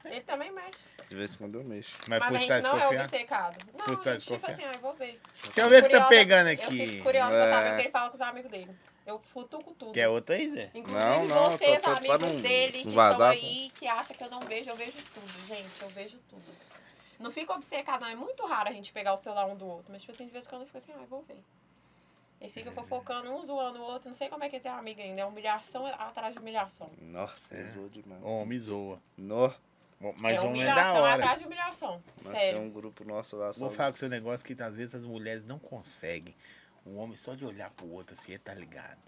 Speaker 2: Ele também mexe.
Speaker 3: De vez em quando eu mexo.
Speaker 1: Mas,
Speaker 2: Mas
Speaker 1: por
Speaker 2: a
Speaker 1: estar
Speaker 2: gente não é
Speaker 1: desconfiado.
Speaker 2: obcecado. Não,
Speaker 1: Por tá
Speaker 2: a gente, tipo
Speaker 1: desconfiado.
Speaker 2: assim, ah, eu vou ver.
Speaker 1: Deixa eu ver o que tá
Speaker 2: Curiosa-
Speaker 1: pegando
Speaker 2: Eu
Speaker 1: aqui.
Speaker 2: fico curiosa pra saber
Speaker 3: É.
Speaker 2: o que ele fala com os amigos dele. Eu futuco tudo.
Speaker 1: Quer outra é aí, Zé?
Speaker 2: Inclusive
Speaker 3: Não, não,
Speaker 2: vocês,
Speaker 3: tô- tô- tô
Speaker 2: amigos
Speaker 3: pra não-
Speaker 2: dele,
Speaker 3: não
Speaker 2: que estão
Speaker 3: vazar,
Speaker 2: aí, que acham que eu não vejo, eu vejo tudo, gente. Eu vejo tudo. Não fico obcecado, não. É muito raro a gente pegar o celular um do outro. Mas, tipo assim, de vez em quando eu fico assim, ah, eu vou ver. Eles
Speaker 3: É.
Speaker 2: ficam fofocando, um zoando o outro. Não sei como é que esse é amigo ainda. É humilhação atrás de humilhação.
Speaker 3: Nossa, é. zoou demais.
Speaker 1: Homem zoa.
Speaker 3: Nó. Nossa,
Speaker 1: Mas
Speaker 2: é
Speaker 1: um é da
Speaker 2: humilhação
Speaker 1: hora.
Speaker 2: atrás de humilhação.
Speaker 3: tem
Speaker 2: Sério.
Speaker 3: um grupo nosso lá.
Speaker 1: Vou
Speaker 3: só
Speaker 1: falar com né?
Speaker 3: dos-
Speaker 1: seu negócio que às vezes as mulheres não conseguem. Um homem só de olhar pro outro assim, ele tá ligado.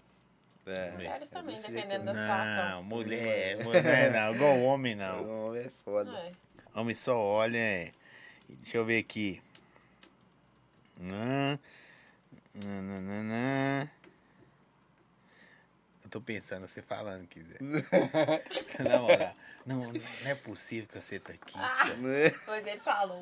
Speaker 3: É.
Speaker 2: Mulheres também,
Speaker 3: desse
Speaker 2: dependendo da situação.
Speaker 1: Não, mulher, mulher não, igual homem não.
Speaker 3: Não, é foda.
Speaker 2: Não é.
Speaker 1: Homem só olha. é. Deixa eu ver aqui. Nã, nã, nã, nã, nã. Eu tô pensando, você falando que Na moral. Não, não é possível que você tá aqui.
Speaker 2: Ah.
Speaker 1: Zé.
Speaker 3: Né?
Speaker 2: Pois ele falou.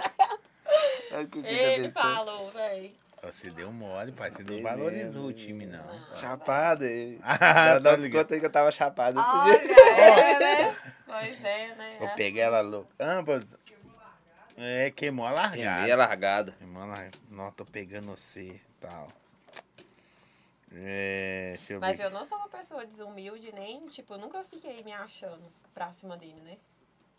Speaker 3: Olha o que que tá
Speaker 2: Ele
Speaker 3: pensando.
Speaker 2: falou, véi.
Speaker 1: Você deu mole, pai. Você não
Speaker 3: Dei
Speaker 1: valorizou o
Speaker 3: mesmo,
Speaker 1: time, não.
Speaker 3: Chapada. ele-
Speaker 1: Ah,
Speaker 3: Dá- Dá
Speaker 1: tá
Speaker 3: um desconto aí que eu tava chapado esse dia.
Speaker 2: Olha, é, né? Pois é, né?
Speaker 1: Vou pegar ela louca. Ah, pô. É, queimou a largada.
Speaker 3: é largada.
Speaker 1: Queimou a largada. Não, tô pegando você tal. É, deixa eu
Speaker 2: Mas
Speaker 1: ver.
Speaker 2: eu não sou uma pessoa desumilde, nem, tipo, eu nunca fiquei me achando pra cima dele, né?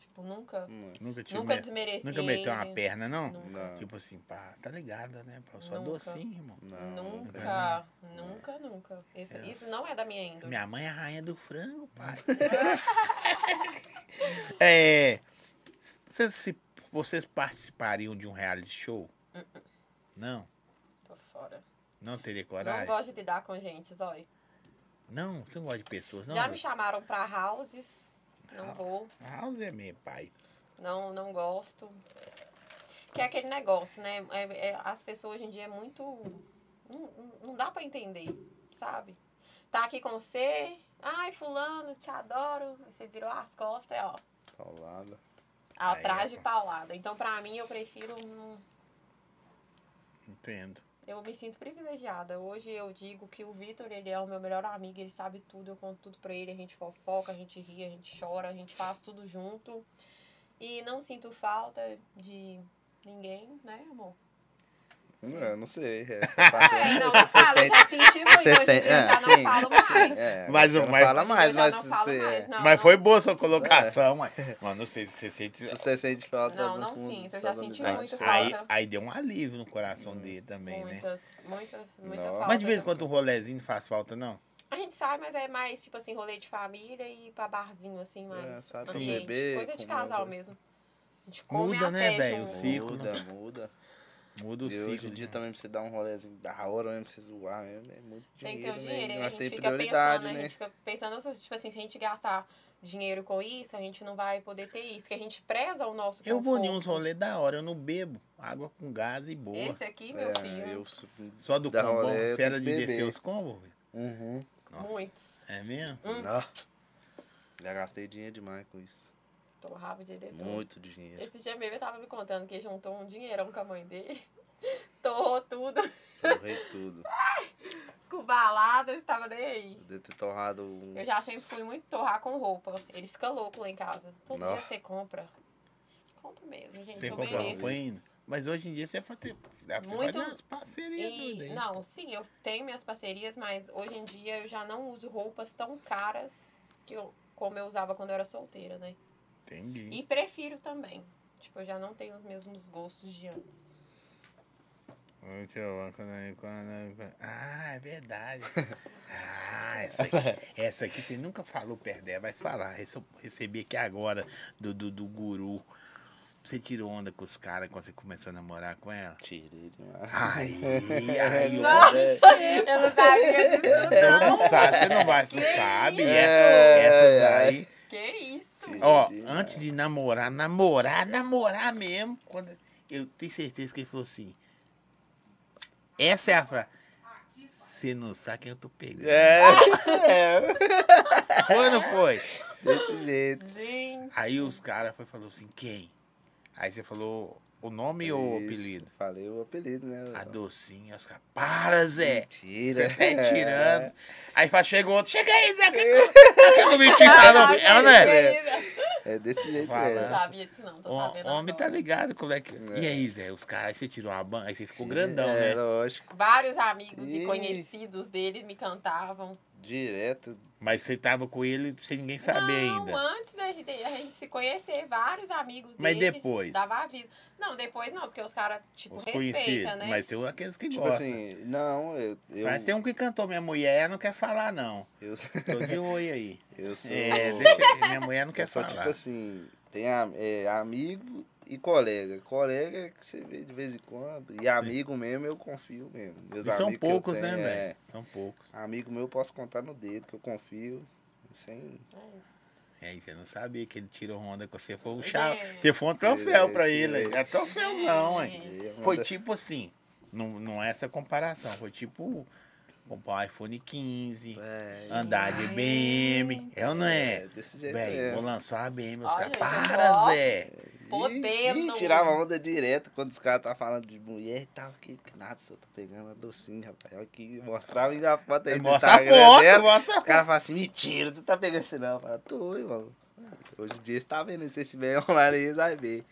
Speaker 2: Tipo, nunca.
Speaker 1: Nunca tive
Speaker 2: nunca
Speaker 1: me-
Speaker 2: desmereci.
Speaker 1: Nunca meteu uma
Speaker 2: ele,
Speaker 1: perna, não?
Speaker 3: Não.
Speaker 1: Tipo assim, pá, tá ligada, né? Pá? Eu sou
Speaker 2: Nunca.
Speaker 1: docinho, irmão.
Speaker 2: Nunca, nunca, nunca. Esse-
Speaker 1: Eu
Speaker 2: isso
Speaker 1: s-
Speaker 2: não é da minha índole.
Speaker 1: Minha mãe é a rainha do frango, pai. é. Vocês, se- vocês participariam de um reality show?
Speaker 2: Uh-uh.
Speaker 1: Não?
Speaker 2: Tô fora.
Speaker 1: Não teria
Speaker 2: Não
Speaker 1: coragem?
Speaker 2: gosto de lidar com gente, zói.
Speaker 1: Não, você não gosta de pessoas, não? Ah.
Speaker 2: Já me
Speaker 1: Lúcia?
Speaker 2: chamaram pra houses. Não
Speaker 1: House.
Speaker 2: vou.
Speaker 1: A House é meu pai.
Speaker 2: Não, não gosto. Que é aquele negócio, né? É- é- as pessoas hoje em dia é muito. Não, não- não dá pra entender, sabe? Tá aqui com você. Ai, fulano, te adoro. Aí Você virou as costas, é, ó.
Speaker 3: Paulada.
Speaker 1: Aí é
Speaker 2: Atrás de
Speaker 1: bom.
Speaker 2: paulada. Então, pra mim, eu prefiro. hum,
Speaker 1: Entendo.
Speaker 2: Eu me sinto privilegiada. Hoje eu digo que o Vitor, ele é o meu melhor amigo, ele sabe tudo, eu conto tudo pra ele, a gente fofoca, a gente ri, a gente chora, a gente faz tudo junto. E não sinto falta de ninguém, né, amor?
Speaker 3: Não, eu não sei. Essa parte
Speaker 2: É,
Speaker 3: aí-
Speaker 2: não,
Speaker 3: você
Speaker 2: eu falo, eu
Speaker 3: sente-
Speaker 2: já senti muito,
Speaker 3: você
Speaker 2: hoje em
Speaker 3: sente-
Speaker 2: dia eu
Speaker 3: ah,
Speaker 2: já não
Speaker 3: sim.
Speaker 2: falo mais.
Speaker 3: É,
Speaker 1: Mas
Speaker 3: você
Speaker 1: o
Speaker 3: não
Speaker 1: mais-
Speaker 3: fala mais,
Speaker 2: Hoje em dia eu
Speaker 3: mas é,
Speaker 2: já
Speaker 3: se
Speaker 2: não falo
Speaker 3: você,
Speaker 2: mais, não,
Speaker 1: Mas
Speaker 2: não-
Speaker 1: foi boa sua colocação, mas. Mano, não sei se você sente.
Speaker 3: se você sente falta
Speaker 2: Não,
Speaker 3: no
Speaker 2: não
Speaker 3: fundo,
Speaker 2: sinto, eu
Speaker 3: só
Speaker 2: já
Speaker 3: da
Speaker 2: senti
Speaker 3: amizade.
Speaker 2: muito
Speaker 1: Aí,
Speaker 2: falta.
Speaker 1: aí deu um alívio no coração dele também, né?
Speaker 2: Muitas, muitas, muita
Speaker 3: Não.
Speaker 2: falta.
Speaker 1: Mas de vez em quando um rolezinho não faz falta, não?
Speaker 2: A gente sai, mas é mais, tipo assim, rolê de família e pra barzinho, assim, mais
Speaker 3: É, sabe,
Speaker 1: pra
Speaker 2: ambiente.
Speaker 3: beber,
Speaker 2: Coisa de
Speaker 3: comer uma
Speaker 2: casal
Speaker 3: coisa.
Speaker 2: mesmo. A gente come
Speaker 1: Muda, né,
Speaker 2: até
Speaker 1: velho, o
Speaker 2: junto.
Speaker 1: ciclo.
Speaker 3: Muda, muda.
Speaker 1: Muda o
Speaker 3: e hoje
Speaker 1: ciclo.
Speaker 3: em dia
Speaker 1: né?
Speaker 3: também pra você dar um rolezinho da hora mesmo, pra você zoar mesmo, é muito
Speaker 2: Tem
Speaker 3: dinheiro.
Speaker 2: que ter o dinheiro,
Speaker 3: né?
Speaker 2: a
Speaker 3: Mas
Speaker 2: gente
Speaker 3: tem
Speaker 2: fica
Speaker 3: prioridade,
Speaker 2: pensando, a
Speaker 3: né?
Speaker 2: gente fica pensando, assim, tipo assim, se a gente gastar dinheiro com isso, a gente não vai poder ter isso, que a gente preza o nosso
Speaker 1: Eu vou em
Speaker 2: conforto.
Speaker 1: uns rolê da hora, eu não bebo. Água com gás e boa.
Speaker 2: Esse aqui, meu
Speaker 3: É,
Speaker 2: filho,
Speaker 3: eu sou-
Speaker 1: Só do
Speaker 3: Da
Speaker 1: combo.
Speaker 3: rolê,
Speaker 1: Você era de
Speaker 3: tem que
Speaker 1: descer
Speaker 3: beber.
Speaker 1: os combos? velho?
Speaker 3: Uhum.
Speaker 1: Nossa.
Speaker 2: muitos.
Speaker 1: É mesmo?
Speaker 2: Hum.
Speaker 3: Nó. Já gastei dinheiro demais com isso.
Speaker 2: Tô rabo de dedo.
Speaker 3: Muito dinheiro.
Speaker 2: Esse dia mesmo ele tava me contando que juntou um dinheirão com a mãe dele. Torrou tudo.
Speaker 3: Torrei tudo.
Speaker 2: Com balada, ele tava nem aí.
Speaker 3: Eu devo ter torrado um uns...
Speaker 2: Eu já sempre fui muito torrar com roupa. Ele fica louco lá em casa. Todo
Speaker 3: Nó.
Speaker 2: dia você compra. Compra mesmo, gente.
Speaker 1: Você
Speaker 2: eu
Speaker 1: compra
Speaker 2: mereço.
Speaker 1: roupa ainda? Mas hoje em dia você faz, dá pra você
Speaker 2: Muito-
Speaker 1: fazer umas parcerias doidas,
Speaker 2: E,
Speaker 1: hein?
Speaker 2: não, sim, eu tenho minhas parcerias, mas hoje em dia eu já não uso roupas tão caras que eu, como eu usava quando eu era solteira, né?
Speaker 1: Entendi.
Speaker 2: E prefiro também. Tipo, eu já não tenho os mesmos gostos de antes.
Speaker 1: Ô, tio, quando- quando- Ah, é verdade. Ah, essa aqui, essa aqui você nunca falou perto dela, vai falar. Rece- Recebi aqui agora do, do, do guru. Você tirou onda com os caras quando você começou a namorar com ela?
Speaker 3: Tirei demais.
Speaker 1: Ai, ai,
Speaker 2: Não.
Speaker 1: olha.
Speaker 2: Eu não sabia disso,
Speaker 1: Não, não
Speaker 2: não.
Speaker 1: sabe, você não vai, você
Speaker 2: Que
Speaker 1: sabe.
Speaker 2: isso?
Speaker 1: É, essas aí.
Speaker 2: Que isso?
Speaker 3: Que-
Speaker 1: Ó,
Speaker 3: Entendi,
Speaker 1: antes de namorar, namorar, namorar mesmo. Quando eu tenho certeza que ele falou assim. Essa é a frase. Você não sabe quem eu tô pegando.
Speaker 3: É,
Speaker 1: Foi ou não foi?
Speaker 3: desse jeito.
Speaker 2: Gente.
Speaker 1: Aí os caras foi falou assim, quem? Aí você falou o nome ou o
Speaker 3: Isso,
Speaker 1: apelido?
Speaker 3: Falei o apelido, né?
Speaker 1: A docinha, os caras, para, Zé!
Speaker 3: Mentira.
Speaker 1: É, tirando. Aí fala, chega o outro, chega aí, Zé, quer que eu me te falo? Ela não é?
Speaker 3: É desse jeito
Speaker 2: Não
Speaker 1: Fala.
Speaker 3: mesmo.
Speaker 2: sabia disso, não. Tô sabendo.
Speaker 1: O homem tá
Speaker 2: agora.
Speaker 1: ligado, como é que.
Speaker 3: É.
Speaker 1: E aí, Zé, os caras, aí você tirou uma banca, aí você ficou grandão, né?
Speaker 3: É, lógico.
Speaker 2: Vários amigos e
Speaker 3: Ih.
Speaker 2: conhecidos dele me cantavam.
Speaker 3: Direto.
Speaker 1: Mas você tava com ele sem ninguém saber
Speaker 2: não,
Speaker 1: ainda.
Speaker 2: antes da gente, a gente se conhecer, vários amigos
Speaker 1: Mas
Speaker 2: dele.
Speaker 1: depois?
Speaker 2: Dava a vida. Não, depois não, porque os caras, tipo,
Speaker 1: Os
Speaker 2: respeitam,
Speaker 1: conhecidos.
Speaker 2: né?
Speaker 1: Mas tem aqueles que
Speaker 3: Tipo
Speaker 1: gostam.
Speaker 3: assim, não, eu. eu
Speaker 1: Mas tem um que cantou minha mulher, ela não quer falar, não.
Speaker 3: Eu,
Speaker 1: Tô de olho aí.
Speaker 3: eu sou.
Speaker 1: É, deixa, minha mulher não quer
Speaker 3: eu sou
Speaker 1: falar.
Speaker 3: tipo assim, tem a- é, amigo e colega. Colega é que você vê de vez em quando. E amigo mesmo, eu confio mesmo. Meus
Speaker 1: E são
Speaker 3: amigos que eu
Speaker 1: poucos, né,
Speaker 3: tenho, é,
Speaker 1: velho? São poucos.
Speaker 3: Amigo meu, eu posso contar no dedo, que eu confio. Sem.
Speaker 2: É
Speaker 1: E aí, você É, não sabia que ele tirou onda com você. Foi um chá.
Speaker 2: É.
Speaker 1: Você foi um troféu pra
Speaker 3: É,
Speaker 1: ele.
Speaker 3: é.
Speaker 1: É troféuzão, hein?
Speaker 3: É uma
Speaker 1: Foi
Speaker 3: da-
Speaker 1: tipo assim, não, não é essa comparação, foi tipo comprar um iPhone 15,
Speaker 3: É,
Speaker 1: andar de BM, é ou não é?
Speaker 3: desse jeito.
Speaker 1: Véi,
Speaker 3: mesmo.
Speaker 1: vou lançar uma BM, os
Speaker 2: Olha,
Speaker 1: caras,
Speaker 2: gente,
Speaker 1: para
Speaker 2: ó.
Speaker 1: Zé!
Speaker 2: Podendo.
Speaker 3: Ih, ih, tirava onda direto quando os caras estavam falando de mulher e tal. Que, que nada, só tô pegando a docinha, rapaz. Olha que mostrava ainda a foto aí do
Speaker 1: Mostra a
Speaker 3: Instagram
Speaker 1: foto,
Speaker 3: dela.
Speaker 1: mostra a
Speaker 3: Os
Speaker 1: foto.
Speaker 3: caras falam assim, mentira, você tá pegando isso não. Eu falo, tô, mano. Hoje em dia você tá vendo, se esse velho online aí, vai ver.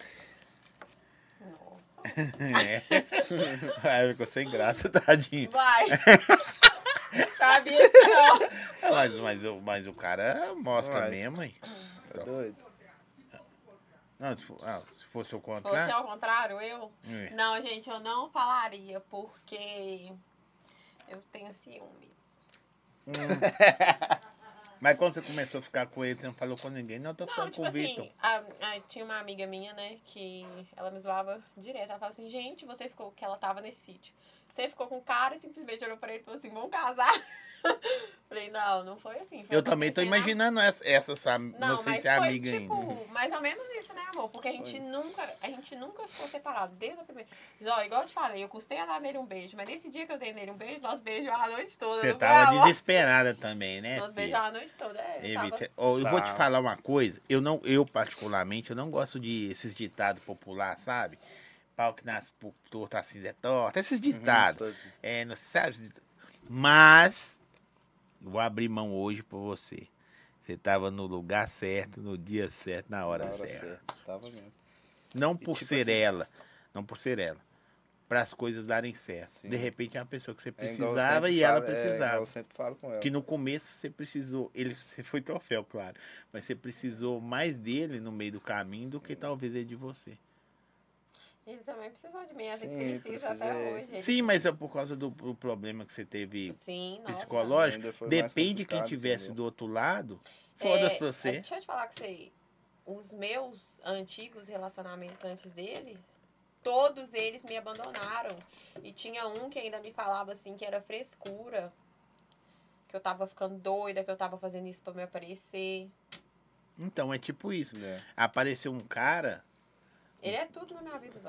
Speaker 2: Nossa.
Speaker 1: É. Aí ficou sem graça, tadinho.
Speaker 2: Vai. sabia disso, não.
Speaker 1: É, Mas, mas, o- mas o cara mostra
Speaker 3: Vai.
Speaker 1: mesmo, hein?
Speaker 3: Tá doido?
Speaker 1: Não, se, for, ah, se fosse o
Speaker 2: Se fosse
Speaker 1: contrário.
Speaker 2: ao contrário, eu.
Speaker 1: é.
Speaker 2: Não, gente, eu não falaria, porque eu tenho ciúmes.
Speaker 1: Mas quando você começou a ficar com ele, você não falou com ninguém. Não, eu tô
Speaker 2: Não,
Speaker 1: ficando
Speaker 2: tipo
Speaker 1: Então, com o Vitor.
Speaker 2: assim, a- a- tinha uma amiga minha, né, que ela me zoava direto. Ela falava assim, gente, você ficou, que ela tava nesse sítio. Você ficou com o cara e simplesmente olhou pra ele e falou assim, vamos casar. Falei, não, não foi assim. foi
Speaker 1: Eu também tô
Speaker 2: acontecendo na-
Speaker 1: imaginando essa, essa sua, não,
Speaker 2: Não,
Speaker 1: sei
Speaker 2: mas
Speaker 1: se é
Speaker 2: foi,
Speaker 1: amiga
Speaker 2: tipo,
Speaker 1: ainda.
Speaker 2: mais ou menos isso, né, amor? Porque a gente nunca, a gente nunca ficou separado desde a primeira. Mas, ó, igual eu te falei, eu custei a dar nele um beijo, mas nesse dia que eu dei nele um beijo, nós beijamos a noite toda.
Speaker 1: Você
Speaker 2: não foi,
Speaker 1: tava
Speaker 2: amor?
Speaker 1: desesperada também, né?
Speaker 2: Nós
Speaker 1: filha?
Speaker 2: beijamos a noite toda, é.
Speaker 1: Ei,
Speaker 2: Eu
Speaker 1: Vitor,
Speaker 2: tava...
Speaker 1: cê- ó, eu vou te
Speaker 3: Tava.
Speaker 1: falar uma coisa. Eu não, eu particularmente, eu não gosto de esses ditados popular, sabe? Pau que nasce por torto, assim é torta. Esses
Speaker 2: Uhum.
Speaker 1: ditados.
Speaker 3: Uhum. Tô-
Speaker 1: É, não sabe? esses ditados. Mas vou abrir mão hoje por você. Você tava no lugar certo, no dia certo, na hora,
Speaker 3: na hora
Speaker 1: certa.
Speaker 3: certa. Tava mesmo.
Speaker 1: Não por
Speaker 3: tipo
Speaker 1: ser
Speaker 3: assim-
Speaker 1: ela. Não por ser ela. Para as coisas darem certo.
Speaker 3: Sim.
Speaker 1: De repente é uma pessoa que você
Speaker 3: É igual eu
Speaker 1: precisava
Speaker 3: sempre
Speaker 1: e ela
Speaker 3: falo- é, igual
Speaker 1: precisava.
Speaker 3: eu sempre falo com ela.
Speaker 1: que no começo você precisou. Ele você foi troféu, claro. Mas você precisou mais dele no meio do caminho do que talvez ele de você.
Speaker 2: Ele também precisou de mim, assim,
Speaker 3: Sim,
Speaker 2: precisa até
Speaker 3: precisei.
Speaker 2: hoje. ele-
Speaker 1: Sim, mas é por causa do, do problema que você teve
Speaker 2: Sim, nossa.
Speaker 1: psicológico.
Speaker 3: Ainda foi mais
Speaker 1: é Depende quem
Speaker 3: complicado,
Speaker 1: tivesse
Speaker 3: entendeu?
Speaker 1: do outro lado. Foda-se
Speaker 2: É,
Speaker 1: pra você.
Speaker 2: Deixa eu te falar com você. Os meus antigos relacionamentos antes dele, todos eles me abandonaram. E tinha um que ainda me falava assim que era frescura. Que eu tava ficando doida, que eu tava fazendo isso pra me aparecer.
Speaker 1: Então é tipo isso.
Speaker 3: É.
Speaker 1: Apareceu um cara
Speaker 2: Ele é tudo na minha vida, só.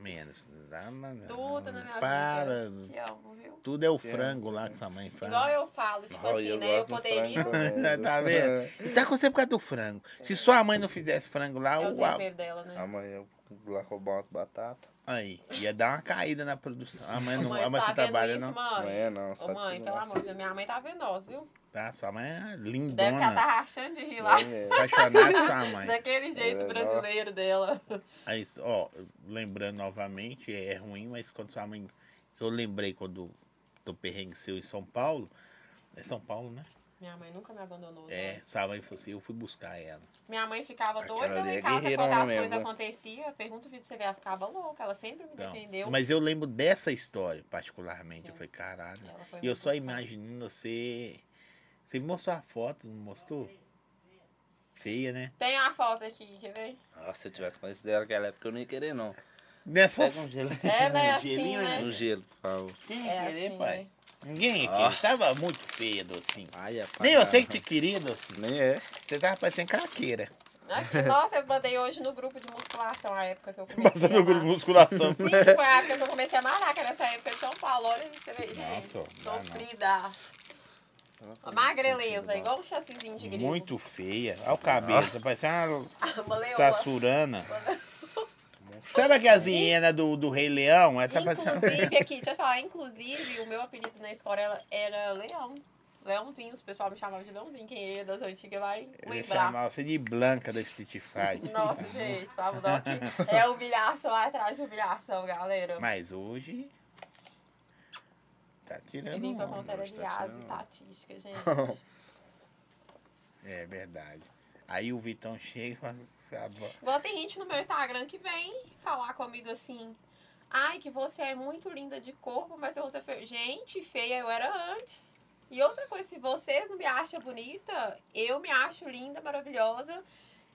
Speaker 1: Menos. Dá uma-
Speaker 2: Tudo na minha
Speaker 1: É, Para.
Speaker 2: vida. Te amo, viu?
Speaker 1: Tudo é o
Speaker 3: Te
Speaker 1: frango lá que sua mãe faz.
Speaker 2: Igual eu falo, tipo
Speaker 3: Ai,
Speaker 2: assim,
Speaker 3: eu
Speaker 2: né? Eu
Speaker 3: gosto do
Speaker 2: poderia.
Speaker 3: frango. né? eu-
Speaker 1: tá vendo? E tá com você por causa do frango. Se sua mãe não fizesse frango lá,
Speaker 2: Eu
Speaker 1: Ah, uau.
Speaker 2: tenho medo dela, né?
Speaker 3: Amanhã eu vou lá roubar umas batatas.
Speaker 1: Aí, ia dar uma caída na produção. A mãe não.
Speaker 2: mãe,
Speaker 1: A mãe
Speaker 2: tá
Speaker 1: você
Speaker 2: vendo
Speaker 1: trabalha,
Speaker 2: isso,
Speaker 1: não.
Speaker 3: Não
Speaker 2: mãe?
Speaker 3: é, não.
Speaker 2: Ô
Speaker 3: Só de
Speaker 2: mãe, pelo
Speaker 3: segurança.
Speaker 2: amor de Deus, minha mãe tá vendo nós, viu?
Speaker 1: Tá, sua mãe é
Speaker 2: Deve que ela tá
Speaker 1: lindona.
Speaker 2: rachando de rir lá.
Speaker 3: É mesmo.
Speaker 1: Apaixonada com sua mãe.
Speaker 2: Daquele jeito
Speaker 3: É,
Speaker 2: brasileiro dela.
Speaker 1: Aí, ó, lembrando novamente, é ruim, mas quando sua mãe. Eu lembrei quando do perrengue seu em São Paulo. É São Paulo, né?
Speaker 2: Minha mãe nunca me abandonou.
Speaker 1: É,
Speaker 2: né?
Speaker 1: sua mãe falou assim, eu fui buscar ela.
Speaker 2: Minha mãe ficava
Speaker 3: Aquela
Speaker 2: doida lá
Speaker 3: ali é
Speaker 2: em casa
Speaker 3: guerreirona
Speaker 2: quando as
Speaker 3: mesmo,
Speaker 2: coisas
Speaker 3: né?
Speaker 2: aconteciam. Pergunta o vídeo pra você ver, ela ficava louca. Ela sempre me
Speaker 1: Então,
Speaker 2: defendeu.
Speaker 1: mas eu lembro dessa história, particularmente. Eu
Speaker 2: Sim.
Speaker 1: falei, caralho.
Speaker 2: Ela
Speaker 1: E
Speaker 2: foi
Speaker 1: eu
Speaker 2: muito
Speaker 1: só
Speaker 2: buscar.
Speaker 1: imaginando você. Você me mostrou a foto, não mostrou? Feia, né?
Speaker 2: Tem a foto aqui, quer ver?
Speaker 3: Nossa, se eu tivesse conhecido ela naquela época, eu não ia querer, não.
Speaker 1: Nessa.
Speaker 3: Pega um gelo.
Speaker 2: É, né? Assim,
Speaker 1: gelinho,
Speaker 2: né?
Speaker 3: Um gelo, por favor.
Speaker 1: Quem ia
Speaker 2: É
Speaker 1: querer,
Speaker 2: assim,
Speaker 1: pai?
Speaker 2: né?
Speaker 1: Ninguém ia
Speaker 3: Ah.
Speaker 1: querer. Tava muito feia, docinho.
Speaker 3: Ai, é pra
Speaker 1: Nem eu sei que
Speaker 3: caramba.
Speaker 1: te queria, docinho.
Speaker 3: Nem é.
Speaker 1: Você tava parecendo craqueira.
Speaker 2: Aqui, é nossa, eu mandei hoje no grupo de musculação, a época que eu comecei
Speaker 1: Passando
Speaker 2: a
Speaker 1: no grupo de
Speaker 2: malhar.
Speaker 1: musculação.
Speaker 2: Sim, foi a época que eu comecei a malhar, que era nessa época de São Paulo. Olha, você vê,
Speaker 1: Nossa,
Speaker 2: gente,
Speaker 1: dá não.
Speaker 2: sofrida. Uma Magreleza,
Speaker 3: Continua.
Speaker 2: igual um chassizinho de grilo.
Speaker 1: Muito feia. Olha o cabelo, tá parecendo uma
Speaker 2: Uma leoa.
Speaker 1: Sassurana. Sabe aquelas hienas do, do Rei Leão? Ela tá parecendo.
Speaker 2: Inclusive, aqui, deixa eu falar, inclusive, o meu apelido na escola era, era Leão. Leãozinho, os pessoal me chamavam de Leãozinho. Quem é das antigas vai
Speaker 1: Ele
Speaker 2: lembrar.
Speaker 1: chamava você de Blanca da Street Fight.
Speaker 2: Nossa, gente, Pablo Doc é humilhação atrás de humilhação, galera.
Speaker 1: Mas hoje. Tá
Speaker 2: Eu
Speaker 1: tirando.
Speaker 2: vim pra
Speaker 1: onda.
Speaker 2: contar
Speaker 3: hoje tá
Speaker 2: aliás,
Speaker 3: tirando.
Speaker 2: estatísticas, gente.
Speaker 1: É verdade. Aí o Vitão chega e fala. "Tá bom."
Speaker 2: Igual tem gente no meu Instagram que vem falar comigo assim. Ai, que você é muito linda de corpo, mas você feia. Gente, feia eu era antes. E outra coisa, se vocês não me acham bonita, eu me acho linda, maravilhosa.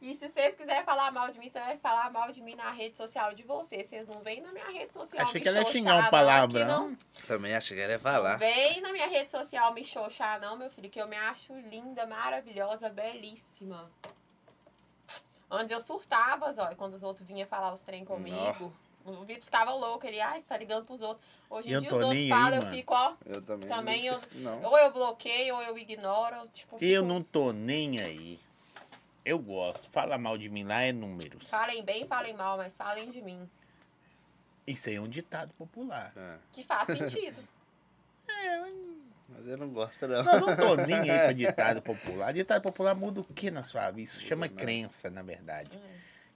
Speaker 2: E se vocês quiserem falar mal de mim, você vai falar mal de mim na rede social de vocês. Vocês não vêm na minha rede social.
Speaker 1: Achei
Speaker 2: me
Speaker 1: que ela ia
Speaker 2: xoxar,
Speaker 1: xingar um
Speaker 2: não, né, que não
Speaker 1: palavrão.
Speaker 3: Também achei que ela ia falar.
Speaker 2: Vem na minha rede social me xoxar, não, meu filho, que eu me acho linda, maravilhosa, belíssima. Antes eu surtava, Zói, quando os outros vinham falar os trem comigo. O Vitor ficava louco, ele, ai, você tá ligando pros outros. Hoje em
Speaker 1: Eu
Speaker 2: dia
Speaker 1: tô
Speaker 2: os outros
Speaker 1: nem aí,
Speaker 2: falam, eu
Speaker 1: mano.
Speaker 2: fico, ó,
Speaker 3: Eu também.
Speaker 2: Também
Speaker 3: não
Speaker 2: eu-
Speaker 3: preciso, Não.
Speaker 2: ou eu bloqueio, ou eu ignoro, tipo...
Speaker 1: Eu
Speaker 2: fico-
Speaker 1: não tô nem aí. Eu gosto. Fala mal de mim lá é números.
Speaker 2: Falem bem, falem mal, mas falem de mim.
Speaker 1: Isso aí é um ditado popular.
Speaker 3: Ah,
Speaker 2: Que faz sentido.
Speaker 3: mas eu não gosto, não.
Speaker 1: Eu não tô nem aí pra ditado popular. Ditado popular muda o que na sua vida? Isso chama
Speaker 3: nada.
Speaker 1: crença, na verdade.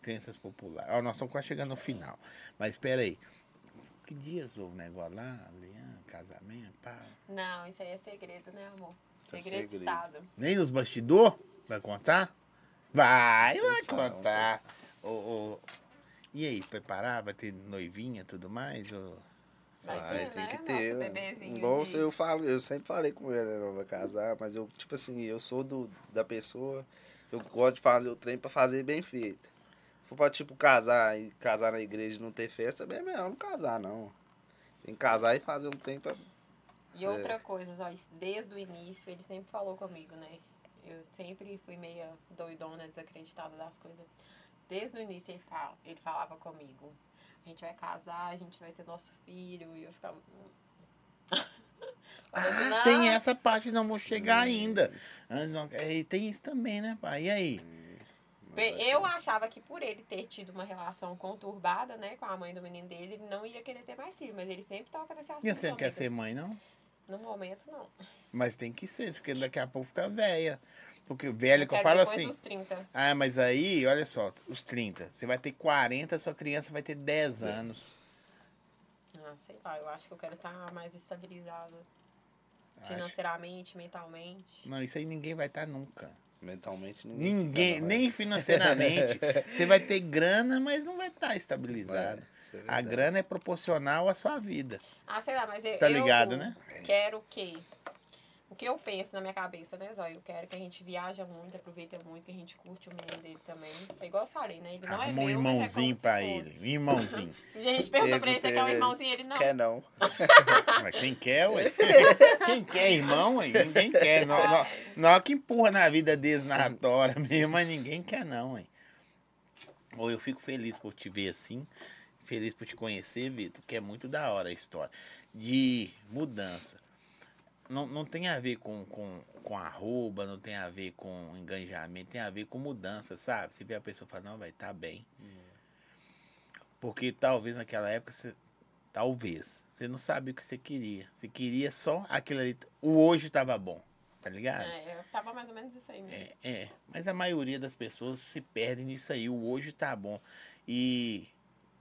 Speaker 1: Crenças populares. Ó, nós estamos quase chegando no final. Mas espera aí. Que dias o negócio lá? Leão, casamento, pá.
Speaker 2: não, isso aí é segredo, né, amor?
Speaker 3: Isso é
Speaker 2: segredo de
Speaker 3: segredo.
Speaker 2: Estado.
Speaker 1: Nem nos bastidor? Vai contar? Vai, vai
Speaker 3: Pensar,
Speaker 1: contar. Ô, ô, E aí, preparar? Vai ter noivinha e tudo mais? Ô,
Speaker 2: Mas
Speaker 3: Vai,
Speaker 2: sim,
Speaker 3: tem
Speaker 2: né?
Speaker 3: que
Speaker 2: Nosso
Speaker 3: ter.
Speaker 2: bebezinho
Speaker 3: Igual
Speaker 2: de-
Speaker 3: eu falo, eu sempre falei com ele, né, não vai casar, mas eu, tipo assim, eu sou do, da pessoa que eu gosto de fazer o trem pra fazer bem feito. Se for pra, tipo, casar e casar na igreja e não ter festa, é bem melhor não casar, não. Tem que casar e fazer um trem pra.
Speaker 2: E outra
Speaker 1: É.
Speaker 2: coisa, ó, isso desde o início ele sempre falou comigo, né? Eu sempre fui meia doidona, desacreditada das coisas. Desde o início ele, fala, ele falava comigo. A gente vai casar, a gente vai ter nosso filho. E eu ficava. "Hum." Falando,
Speaker 1: Ah, tem essa parte, não vou chegar ainda. Antes não... é, tem isso também, né, pai? E aí?
Speaker 2: Bem, Eu achava que por ele ter tido uma relação conturbada, né, com a mãe do menino dele, ele não ia querer ter mais filho. Mas ele sempre toca nesse assunto.
Speaker 1: E você não quer
Speaker 2: comigo.
Speaker 1: ser mãe, não?
Speaker 2: No momento, não.
Speaker 1: Mas tem que ser, porque daqui a pouco fica velha. Porque velho que eu
Speaker 2: Quero
Speaker 1: falo
Speaker 2: depois
Speaker 1: assim.
Speaker 2: dos 30.
Speaker 1: Ah, mas aí, olha só, os 30. Você vai ter 40, sua criança vai ter 10 anos.
Speaker 2: Ah, sei lá, eu acho que eu quero estar mais estabilizada
Speaker 1: Acho.
Speaker 2: financeiramente, mentalmente.
Speaker 1: Não, isso aí ninguém vai estar nunca.
Speaker 3: assim, Mentalmente ninguém.
Speaker 1: Ninguém, tá
Speaker 3: casa,
Speaker 1: nem financeiramente. Você vai ter grana, mas não vai estar estabilizado.
Speaker 3: isso é
Speaker 1: A
Speaker 3: verdade.
Speaker 1: grana é proporcional à sua vida.
Speaker 2: Ah, sei lá, mas eu.
Speaker 1: Tá ligado,
Speaker 2: eu
Speaker 1: né?
Speaker 2: Quero que. O que eu penso na minha cabeça, né, Zóia? Eu quero que a gente viaja muito, aproveita muito, que a gente curte o meio dele também. É igual eu falei, né? Ele não é
Speaker 1: Arruma
Speaker 2: meu,
Speaker 1: um
Speaker 2: mas é
Speaker 1: irmãozinho
Speaker 2: como se
Speaker 1: pra
Speaker 2: fosse.
Speaker 1: ele. É, Um irmãozinho.
Speaker 2: Se a gente perguntou pra ele se
Speaker 3: Perguntei
Speaker 2: quer um
Speaker 3: ele.
Speaker 2: irmãozinho, ele não.
Speaker 3: Quer não.
Speaker 1: Mas quem quer, ué? Quem quer irmão, ué? Ninguém quer. Nó- nó- nó que empurra na vida deles na tora mesmo, mas ninguém quer não, ué. Ou eu fico feliz por te ver assim. feliz por te conhecer, Vitor, que é muito da hora a história. De mudança. Não, não tem a ver com, com, com arroba, não tem a ver com engajamento, tem a ver com mudança, sabe? Você vê a pessoa e fala, não, vai, tá bem. Porque talvez naquela época você. Talvez. Você não sabia o que você queria. Você queria só aquilo ali. O hoje tava bom, tá ligado?
Speaker 2: É, eu tava mais ou menos isso aí mesmo.
Speaker 1: É, é, mas a maioria das pessoas se perdem nisso aí. O hoje tá bom. E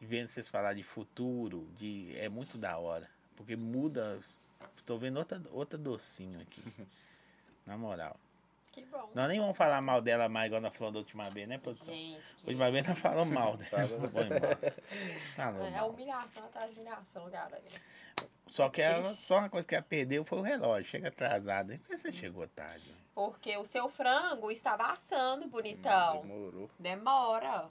Speaker 1: vendo vocês falar de futuro, de é muito da hora. Porque muda. Tô vendo outra, outra docinho aqui. Na moral.
Speaker 2: Que bom.
Speaker 1: Nós nem vamos falar mal dela mais igual nós falamos da última vez, né, produção?
Speaker 2: Gente, que...
Speaker 1: Última vez nós falamos mal dela.
Speaker 3: Falou.
Speaker 1: Foi mal. Falou
Speaker 2: É
Speaker 1: mal.
Speaker 2: humilhação atrás de humilhação, galera.
Speaker 1: Só que ela,
Speaker 2: Ixi.
Speaker 1: só uma coisa que ela perdeu foi o relógio. Chega atrasada. Por que
Speaker 2: Hum.
Speaker 1: você chegou tarde?
Speaker 2: Porque o seu frango estava assando, bonitão.
Speaker 3: Demorou.
Speaker 2: Demora.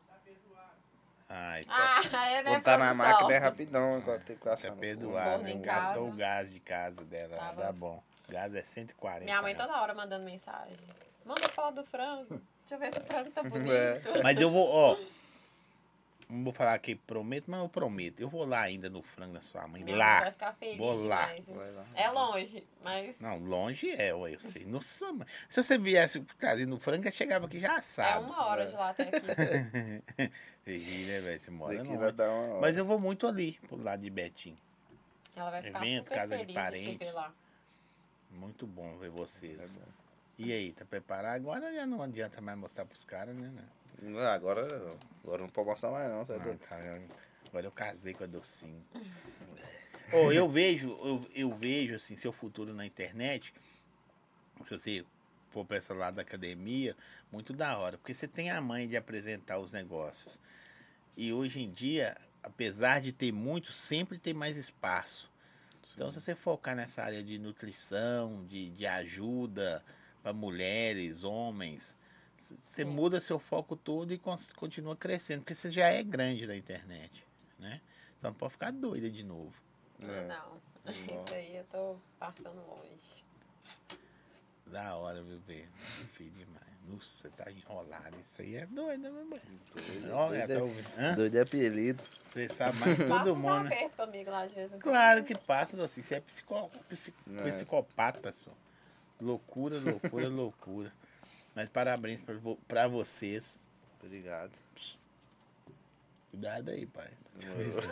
Speaker 1: Ai, só
Speaker 2: Ah, é, né,
Speaker 3: Botar na
Speaker 2: produção?
Speaker 3: máquina é rapidão, agora tem que
Speaker 1: Você
Speaker 3: passar.
Speaker 1: é
Speaker 3: no
Speaker 1: perdoar,
Speaker 2: forno
Speaker 1: né?
Speaker 2: em
Speaker 1: Gastou
Speaker 2: casa.
Speaker 1: o gás de casa dela,
Speaker 2: Tava.
Speaker 1: tá bom. Gás é 140.
Speaker 2: Minha mãe
Speaker 1: né?
Speaker 2: toda hora mandando mensagem. Manda falar do frango. Deixa eu ver se o frango tá bonito.
Speaker 3: É.
Speaker 1: Mas eu vou, ó. Não vou falar que prometo, mas eu prometo. Eu vou lá ainda no frango da sua mãe.
Speaker 2: Minha mãe vai
Speaker 1: lá.
Speaker 2: ficar feliz
Speaker 1: Vou lá.
Speaker 2: demais, viu?
Speaker 3: Vai lá.
Speaker 2: É longe, mas
Speaker 1: Não, longe é, ué, eu sei. Nossa, mãe. Se você viesse trazendo frango, já chegava aqui já
Speaker 2: é
Speaker 1: assado.
Speaker 2: uma hora de lá até aqui.
Speaker 1: Você ri, né, velho? Você mora
Speaker 3: Daqui
Speaker 1: não.
Speaker 3: vai dar uma hora.
Speaker 1: Mas eu vou muito ali, pro lado de Betim.
Speaker 2: Ela vai ficar
Speaker 1: Evento,
Speaker 2: super
Speaker 1: casa de
Speaker 2: feliz de, te ver
Speaker 1: parentes.
Speaker 2: lá.
Speaker 1: Muito bom ver vocês.
Speaker 3: É bom.
Speaker 1: E aí, tá preparado? Agora já não adianta mais mostrar pros caras, né? né?
Speaker 3: Não, Ah, agora, não. agora não pode mostrar mais não, tá
Speaker 1: Ah,
Speaker 3: doido?
Speaker 1: tá, eu- agora eu casei com a docinho. Ô, eu vejo, eu, eu vejo assim, seu futuro na internet, se você for pra esse lado da academia, muito da hora. Porque você tem a mãe de apresentar os negócios. E hoje em dia, apesar de ter muito, sempre tem mais espaço. Então, se você focar nessa área de nutrição, de, de ajuda para mulheres, homens, c- você
Speaker 2: Sim.
Speaker 1: muda seu foco todo e cons- continua crescendo, porque você já é grande na internet, né? Então não pode ficar doida de novo.
Speaker 2: tá-
Speaker 3: É.
Speaker 2: Não,
Speaker 1: Tá
Speaker 3: Não.
Speaker 2: isso aí eu tô passando longe.
Speaker 1: Da hora, meu bem. Difícil demais. Nossa, você tá enrolado. Isso aí é doido, meu bem.
Speaker 3: Doido,
Speaker 1: Olha,
Speaker 3: doido
Speaker 1: tá
Speaker 3: é-
Speaker 1: ouvindo? Hã?
Speaker 3: Doido é apelido.
Speaker 1: Você sabe mais que
Speaker 2: Passa
Speaker 1: todo
Speaker 2: uns
Speaker 1: mundo, né?
Speaker 2: apertos comigo lá de vez em quando.
Speaker 1: Claro que passa, assim. Você é psico, psi-
Speaker 3: É.
Speaker 1: psicopata, só. Loucura, loucura, loucura. Mas parabéns pra, vo- pra vocês.
Speaker 3: Obrigado.
Speaker 1: Cuidado aí, pai. Tá te avisando.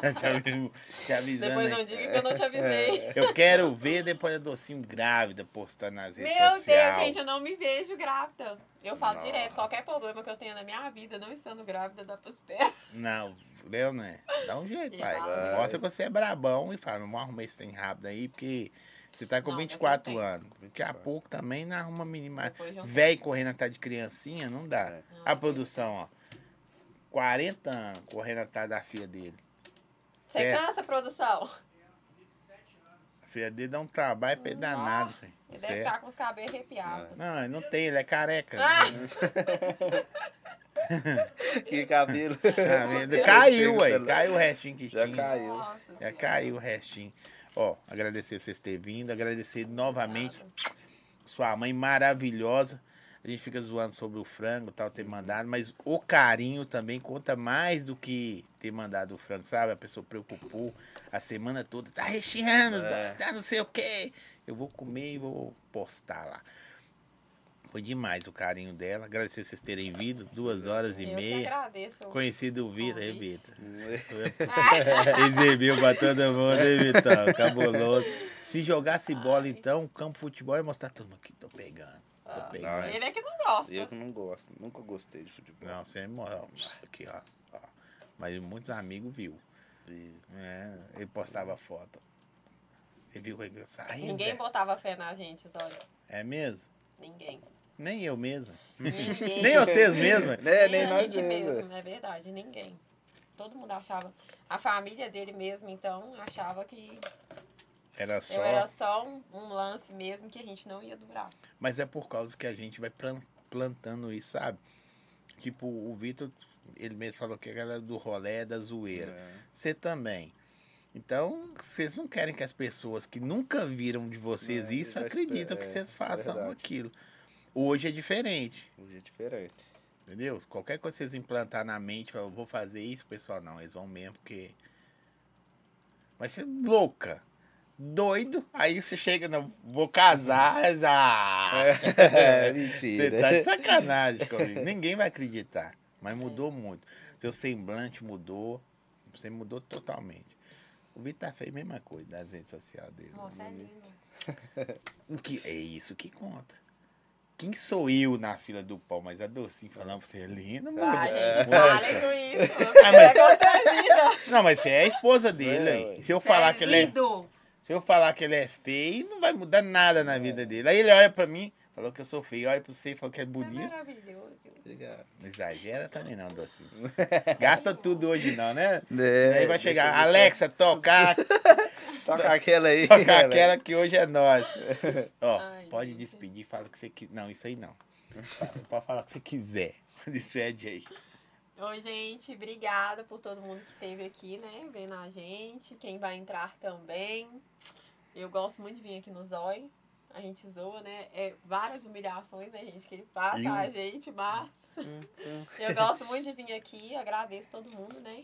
Speaker 1: Tá te avi- te avisando
Speaker 2: Depois não
Speaker 1: aí.
Speaker 2: diga que eu
Speaker 1: É,
Speaker 2: não te avisei.
Speaker 1: Eu quero ver depois a docinho grávida postar nas redes
Speaker 2: Meu
Speaker 1: sociais.
Speaker 2: Deus, gente, eu não me vejo grávida. Eu falo
Speaker 3: Não.
Speaker 2: direto, qualquer problema que eu tenha na minha vida, não estando grávida, dá pra esperar.
Speaker 1: Não, Léo, né? Dá um jeito,
Speaker 2: E
Speaker 1: pai.
Speaker 2: vai.
Speaker 1: Mostra que você é brabão e fala, não vou arrumar esse trem rápido aí, porque você tá com
Speaker 2: Não, mas
Speaker 1: 24
Speaker 2: não tem.
Speaker 1: anos. Daqui a pouco também não arruma mínima.
Speaker 2: Depois de um
Speaker 1: Velho correndo atrás de criancinha, não dá.
Speaker 3: É.
Speaker 2: Não,
Speaker 1: A
Speaker 2: não
Speaker 1: produção, ó. 40 anos correndo atrás da filha dele.
Speaker 2: Você
Speaker 1: É.
Speaker 2: cansa, produção?
Speaker 1: A filha dele dá um trabalho pra ele danado, filho.
Speaker 2: Ele é deve
Speaker 1: Certo?
Speaker 2: ficar com os cabelos arrepiados.
Speaker 1: Não, ele não tem, ele é careca.
Speaker 2: Ah!
Speaker 3: Que cabelo.
Speaker 1: Ah, ele
Speaker 2: Deus.
Speaker 1: caiu,
Speaker 3: Sei
Speaker 1: ué.
Speaker 3: lá.
Speaker 1: Caiu o restinho que
Speaker 3: Já
Speaker 1: tinha.
Speaker 3: caiu.
Speaker 2: Nossa
Speaker 1: Já
Speaker 2: Senhora.
Speaker 1: É, caiu o restinho. Ó, agradecer vocês terem vindo, agradecer novamente sua mãe maravilhosa. A gente fica zoando sobre o frango e tal, ter mandado, mas o carinho também conta mais do que ter mandado o frango, sabe? A pessoa preocupou a semana toda, tá recheando,
Speaker 3: É.
Speaker 1: tá não sei o quê. Eu vou comer e vou postar lá. Foi demais o carinho dela. Agradecer vocês terem vindo, duas horas e
Speaker 2: Eu que
Speaker 1: meia.
Speaker 2: agradeço.
Speaker 1: Conhecido o Vitor,
Speaker 2: convite.
Speaker 1: arrebenta. Exibiu pra todo mundo, hein, Vitão? Cabuloso. Se jogasse bola, então, campo de futebol ia mostrar todo mundo aqui. Tô pegando, tô
Speaker 2: Ah,
Speaker 1: pegando.
Speaker 3: Ai.
Speaker 2: Ele é que não gosta.
Speaker 3: Eu que não gosto. Nunca gostei de futebol.
Speaker 1: Não, você é moral. Aqui, ó. ó. Mas muitos amigos viu.
Speaker 3: E-
Speaker 1: né? Ele postava foto. Você viu que eu saí?
Speaker 2: Ninguém
Speaker 1: velho?
Speaker 2: botava fé na gente, olha.
Speaker 1: É mesmo?
Speaker 2: Ninguém.
Speaker 1: Nem eu mesmo.
Speaker 2: Ninguém.
Speaker 1: Nem vocês mesmo. velho.
Speaker 3: É, nem
Speaker 2: a
Speaker 3: nós
Speaker 2: gente
Speaker 3: mesmo.
Speaker 2: é verdade, ninguém. Todo mundo achava. A família dele mesmo, então, achava que
Speaker 1: Era só.
Speaker 2: eu era só um, um lance mesmo que a gente não ia durar.
Speaker 1: Mas é por causa que a gente vai plan- plantando isso, sabe? Tipo, o Vitor, ele mesmo falou que era do rolé, da zoeira.
Speaker 3: É.
Speaker 1: Você também. Então, vocês não querem que as pessoas que nunca viram de vocês
Speaker 3: Não,
Speaker 1: isso
Speaker 3: É, eu já
Speaker 1: acreditam
Speaker 3: espe-
Speaker 1: que
Speaker 3: é,
Speaker 1: vocês façam
Speaker 3: verdade.
Speaker 1: aquilo. Hoje é diferente.
Speaker 3: Hoje é um diferente.
Speaker 1: Entendeu? Qualquer coisa que vocês implantar na mente, falar, eu vou fazer isso, pessoal, não. Eles vão mesmo, porque. Vai ser louca. Doido. Aí você chega, não, vou casar. Ah,
Speaker 3: É,
Speaker 1: você
Speaker 3: mentira.
Speaker 1: tá de sacanagem comigo. Ninguém vai acreditar. Mas mudou muito. Seu semblante mudou. Você mudou totalmente. O Vitor fez a mesma coisa das redes sociais dele.
Speaker 2: Nossa, é lindo.
Speaker 1: O que, é isso que conta. Quem sou eu na fila do pau? Mas a docinha falando pra você é linda, muda.
Speaker 2: Para,
Speaker 1: Moça.
Speaker 2: gente, parem com isso.
Speaker 1: Ah, mas-
Speaker 2: Eu tô constrangida.
Speaker 1: Não, mas você é a esposa dele,
Speaker 3: É,
Speaker 1: aí.
Speaker 3: ué.
Speaker 1: Se eu falar que ele é,
Speaker 2: lindo.
Speaker 1: se eu falar que ele é feio, não vai mudar nada na vida dele. Aí ele olha pra mim, falou que eu sou feio, olha pra você e falou que é
Speaker 2: Isso é
Speaker 1: bonito.
Speaker 2: maravilhoso.
Speaker 3: Obrigado.
Speaker 1: Não exagera também não, docinho. Gasta tudo hoje não, né?
Speaker 3: É,
Speaker 1: aí vai
Speaker 3: deixa eu
Speaker 1: chegar,
Speaker 3: ver. É,
Speaker 1: Alexa, tocar,
Speaker 3: Toca aquela aí.
Speaker 1: tocar
Speaker 3: galera.
Speaker 1: aquela que hoje é nós. Ó,
Speaker 2: Ai,
Speaker 1: pode
Speaker 2: gente.
Speaker 1: despedir, fala o que você quiser. Não, isso aí não. Fala- Pode falar o que você quiser. Despede aí.
Speaker 2: Oi, gente, obrigada por todo mundo que esteve aqui, né? Vendo a gente, quem vai entrar também. Eu gosto muito de vir aqui no Zói. A gente zoa, né? É várias humilhações, né, gente, que ele passa
Speaker 1: Eu-
Speaker 2: a gente, mas eu gosto muito de vir aqui, agradeço todo mundo, né?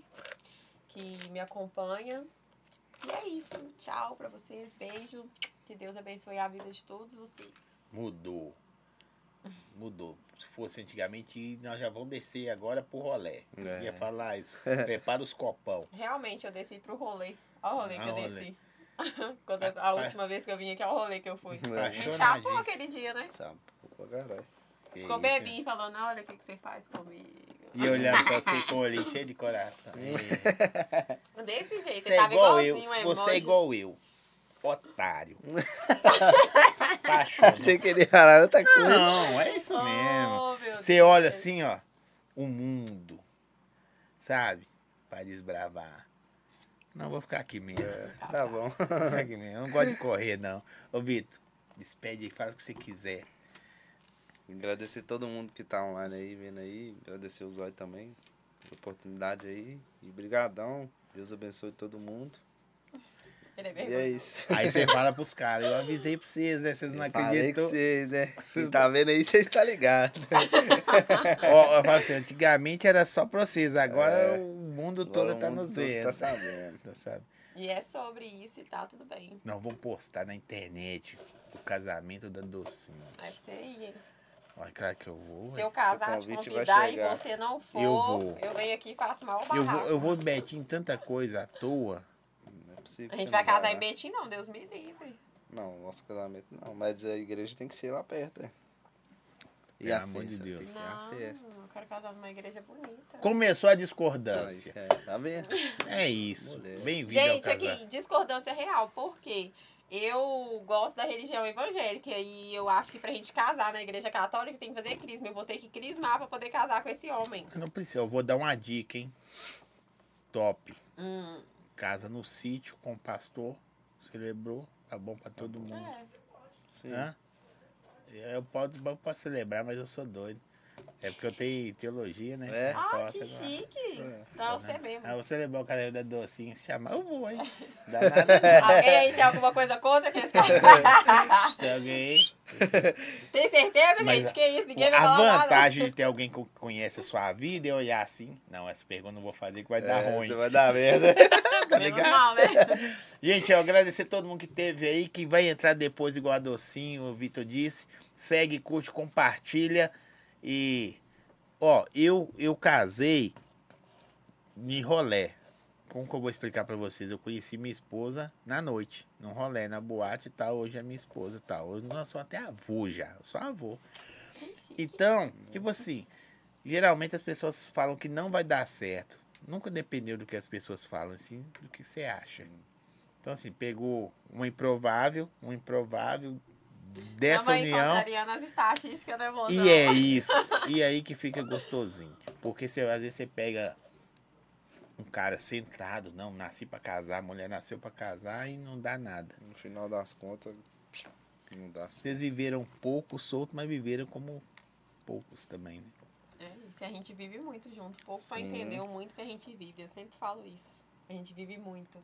Speaker 2: Que me acompanha. E é isso. Tchau pra vocês, beijo. Que Deus abençoe a vida de todos vocês.
Speaker 1: Mudou. Mudou. Se fosse antigamente, nós já vamos descer agora pro rolé.
Speaker 3: É.
Speaker 1: Ia falar isso. Prepara os copão.
Speaker 2: Realmente, eu desci pro rolê. Olha o rolê que
Speaker 1: Ah,
Speaker 2: eu
Speaker 1: rolê.
Speaker 2: desci. Quando eu- a
Speaker 1: Rapaz.
Speaker 2: última vez que eu vim aqui, olha o rolê que eu fui.
Speaker 3: É.
Speaker 2: Me
Speaker 1: Apaixonadinho.
Speaker 2: chapou aquele dia, né?
Speaker 3: Chapou um pra caralho.
Speaker 1: Que
Speaker 2: Ficou
Speaker 1: isso, hein?
Speaker 2: bebinho falando, olha o que, que você faz comigo.
Speaker 1: E olhando pra você com o olho cheio de coração.
Speaker 3: É.
Speaker 2: Desse jeito,
Speaker 1: Você
Speaker 2: ele
Speaker 1: é
Speaker 2: tava
Speaker 1: igual
Speaker 2: igualzinho
Speaker 1: eu.
Speaker 2: um
Speaker 1: Se
Speaker 2: emoji.
Speaker 1: você é igual eu. Otário.
Speaker 3: Achei
Speaker 1: Apaixonado.
Speaker 3: que ele ia falar outra coisa.
Speaker 1: Não, é isso mesmo.
Speaker 2: Oh, meu
Speaker 1: Você
Speaker 2: Deus.
Speaker 1: olha assim, ó. O mundo. Sabe? Pra desbravar. Não, vou ficar aqui mesmo.
Speaker 3: Tá bom.
Speaker 1: Não, Guilherme, Eu não gosto de correr, não. Ô, Vitor, despede aí, fala o que você quiser.
Speaker 3: Agradecer todo mundo que tá online aí, vendo aí. Agradecer o Zóio também. pela Oportunidade aí. E brigadão. Deus abençoe todo mundo.
Speaker 2: Ele é
Speaker 3: E é
Speaker 2: vergonha.
Speaker 3: isso.
Speaker 1: Aí você fala pros caras, eu avisei pra vocês, né? Vocês não
Speaker 3: Falei com
Speaker 1: acreditam.
Speaker 3: vocês, né? Quem tá vendo aí, vocês tá ligados.
Speaker 1: Ó, eu falo assim, antigamente era só pra vocês, agora
Speaker 3: É.
Speaker 1: o mundo
Speaker 3: Agora
Speaker 1: todo
Speaker 3: o
Speaker 1: tá
Speaker 3: mundo
Speaker 1: nos
Speaker 3: todo
Speaker 1: vendo.
Speaker 3: Tá sabendo.
Speaker 1: Tá sabe?
Speaker 2: E é sobre isso e tá tudo bem.
Speaker 1: Nós vamos postar na internet o casamento da Docinha.
Speaker 2: Aí é pra você ir, hein?
Speaker 1: Olha, claro que eu vou.
Speaker 2: Se
Speaker 1: ué.
Speaker 2: eu casar, te
Speaker 3: convite vai
Speaker 2: convidar e
Speaker 3: chegar.
Speaker 2: você não for,
Speaker 1: Eu vou.
Speaker 2: eu venho aqui e faço mal
Speaker 1: Eu
Speaker 2: barraco.
Speaker 1: vou, eu vou meter em tanta coisa à toa.
Speaker 3: Não é possível
Speaker 2: A
Speaker 3: que
Speaker 2: gente
Speaker 3: você
Speaker 2: vai
Speaker 3: não
Speaker 2: casar em
Speaker 3: né?
Speaker 2: Betim, não, Deus me livre.
Speaker 3: Não, nosso casamento não. Mas a igreja tem que ser lá perto, é. E
Speaker 1: Pelo
Speaker 3: a
Speaker 1: amor de
Speaker 3: festa,
Speaker 1: Deus.
Speaker 3: tem que ter a
Speaker 2: Não,
Speaker 3: festa.
Speaker 2: eu quero casar numa igreja bonita.
Speaker 1: Começou a
Speaker 3: Aí,
Speaker 1: discordância.
Speaker 3: é, tá vendo?
Speaker 1: É isso.
Speaker 3: Moleque.
Speaker 1: Bem-vindo ao
Speaker 2: Gente,
Speaker 1: casal.
Speaker 2: aqui, discordância real, porque Eu gosto da religião evangélica e eu acho que pra gente casar na igreja católica tem que fazer crisma. Eu vou ter que crismar pra poder casar com esse homem.
Speaker 1: Não precisa, eu vou dar uma dica, hein? Top.
Speaker 2: Hum,
Speaker 1: Casa no sítio com o pastor, celebrou, tá bom pra todo mundo.
Speaker 2: é.
Speaker 3: Sim.
Speaker 1: Hã? É, Eu posso, eu posso celebrar, mas eu sou doido. É porque eu tenho teologia, né?
Speaker 3: É.
Speaker 1: Não
Speaker 2: Ah,
Speaker 1: posso
Speaker 2: que
Speaker 1: agora.
Speaker 2: chique!
Speaker 3: É.
Speaker 2: Então você
Speaker 1: Ah,
Speaker 2: mesmo.
Speaker 1: vou celebrar o casamento da docinha, assim, se chamar, eu vou, hein? Dá nada.
Speaker 2: Alguém aí tem alguma coisa contra que esse cara?
Speaker 1: Tem alguém.
Speaker 2: Tem certeza,
Speaker 1: Mas
Speaker 2: gente? Que isso? Ninguém vai
Speaker 1: A
Speaker 2: falar nada.
Speaker 1: vantagem de ter alguém que conhece a sua vida e olhar assim. Não, essa pergunta eu não vou fazer que vai dar
Speaker 3: É,
Speaker 1: ruim.
Speaker 3: Você vai dar merda.
Speaker 1: Tá
Speaker 2: Menos
Speaker 1: ligado?
Speaker 2: mal, né?
Speaker 1: Gente, eu agradecer todo mundo que teve aí, que vai entrar depois igual a Docinho, o Vitor disse. Segue, curte, compartilha. E, ó, eu, eu casei em rolé. Como que eu vou explicar pra vocês? Eu conheci minha esposa na noite, num rolé, na boate e tal. Hoje é minha esposa e tal. Hoje nós somos até avô já, eu sou avô.
Speaker 2: Que chique.
Speaker 1: Então, tipo assim, geralmente as pessoas falam que não vai dar certo. Nunca dependeu do que as pessoas falam, assim, do que você acha. Então, assim, pegou um improvável, um improvável dessa
Speaker 2: Tamo aí
Speaker 1: união.
Speaker 2: contrariando as estatísticas, né, moça?
Speaker 1: E é isso. E aí que fica gostosinho. Porque você, às vezes você pega um cara sentado, não, nasci pra casar, a mulher nasceu pra casar e não dá nada.
Speaker 3: No final das contas, não dá certo.
Speaker 1: Vocês viveram pouco solto, mas viveram como poucos também, né?
Speaker 2: É isso, e a gente vive muito junto. O povo só
Speaker 3: Sim.
Speaker 2: entendeu muito que a gente vive. Eu sempre falo isso. A gente vive muito.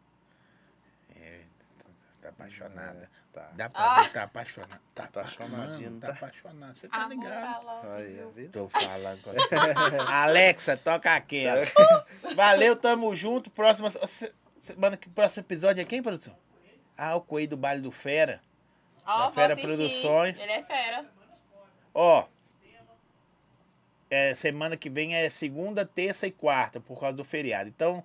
Speaker 1: Tá apaixonada.
Speaker 3: Tá.
Speaker 1: Dá
Speaker 2: Ah.
Speaker 1: pra ver, tá apaixonada. Tá
Speaker 3: Tá
Speaker 1: apaixonada.
Speaker 3: apaixonadinho,
Speaker 1: Mano,
Speaker 3: não
Speaker 1: tá
Speaker 3: tá?
Speaker 1: apaixonada. Você tá
Speaker 2: Amor,
Speaker 1: ligado?
Speaker 3: Aí, é ó,
Speaker 2: falando.
Speaker 3: viu?
Speaker 1: Tô falando com você. Alexa, toca aquela. Valeu, tamo junto. Próxima se- semana que próximo episódio é quem, produção? Ah, o Coelho do Baile do Fera.
Speaker 2: Ó, vou
Speaker 1: Fera
Speaker 2: assistir.
Speaker 1: Produções.
Speaker 2: Ele é fera.
Speaker 1: Ó. é, semana que vem é segunda, terça e quarta, por causa do feriado. Então,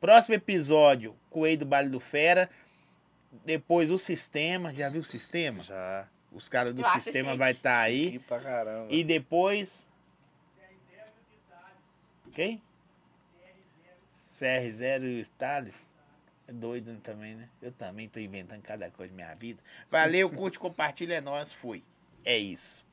Speaker 1: próximo episódio, Coelho do Baile do Fera. Depois o sistema. Já viu o sistema?
Speaker 3: Já.
Speaker 1: Os caras do
Speaker 2: Eu acho
Speaker 1: sistema
Speaker 2: chique.
Speaker 1: vai estar aí.
Speaker 3: E pra caramba.
Speaker 1: E depois. Quem? CR0 e o Stalles. É doido também, né? Eu também tô inventando cada coisa na minha vida. Valeu, curte, compartilha, é nóis, fui. É isso.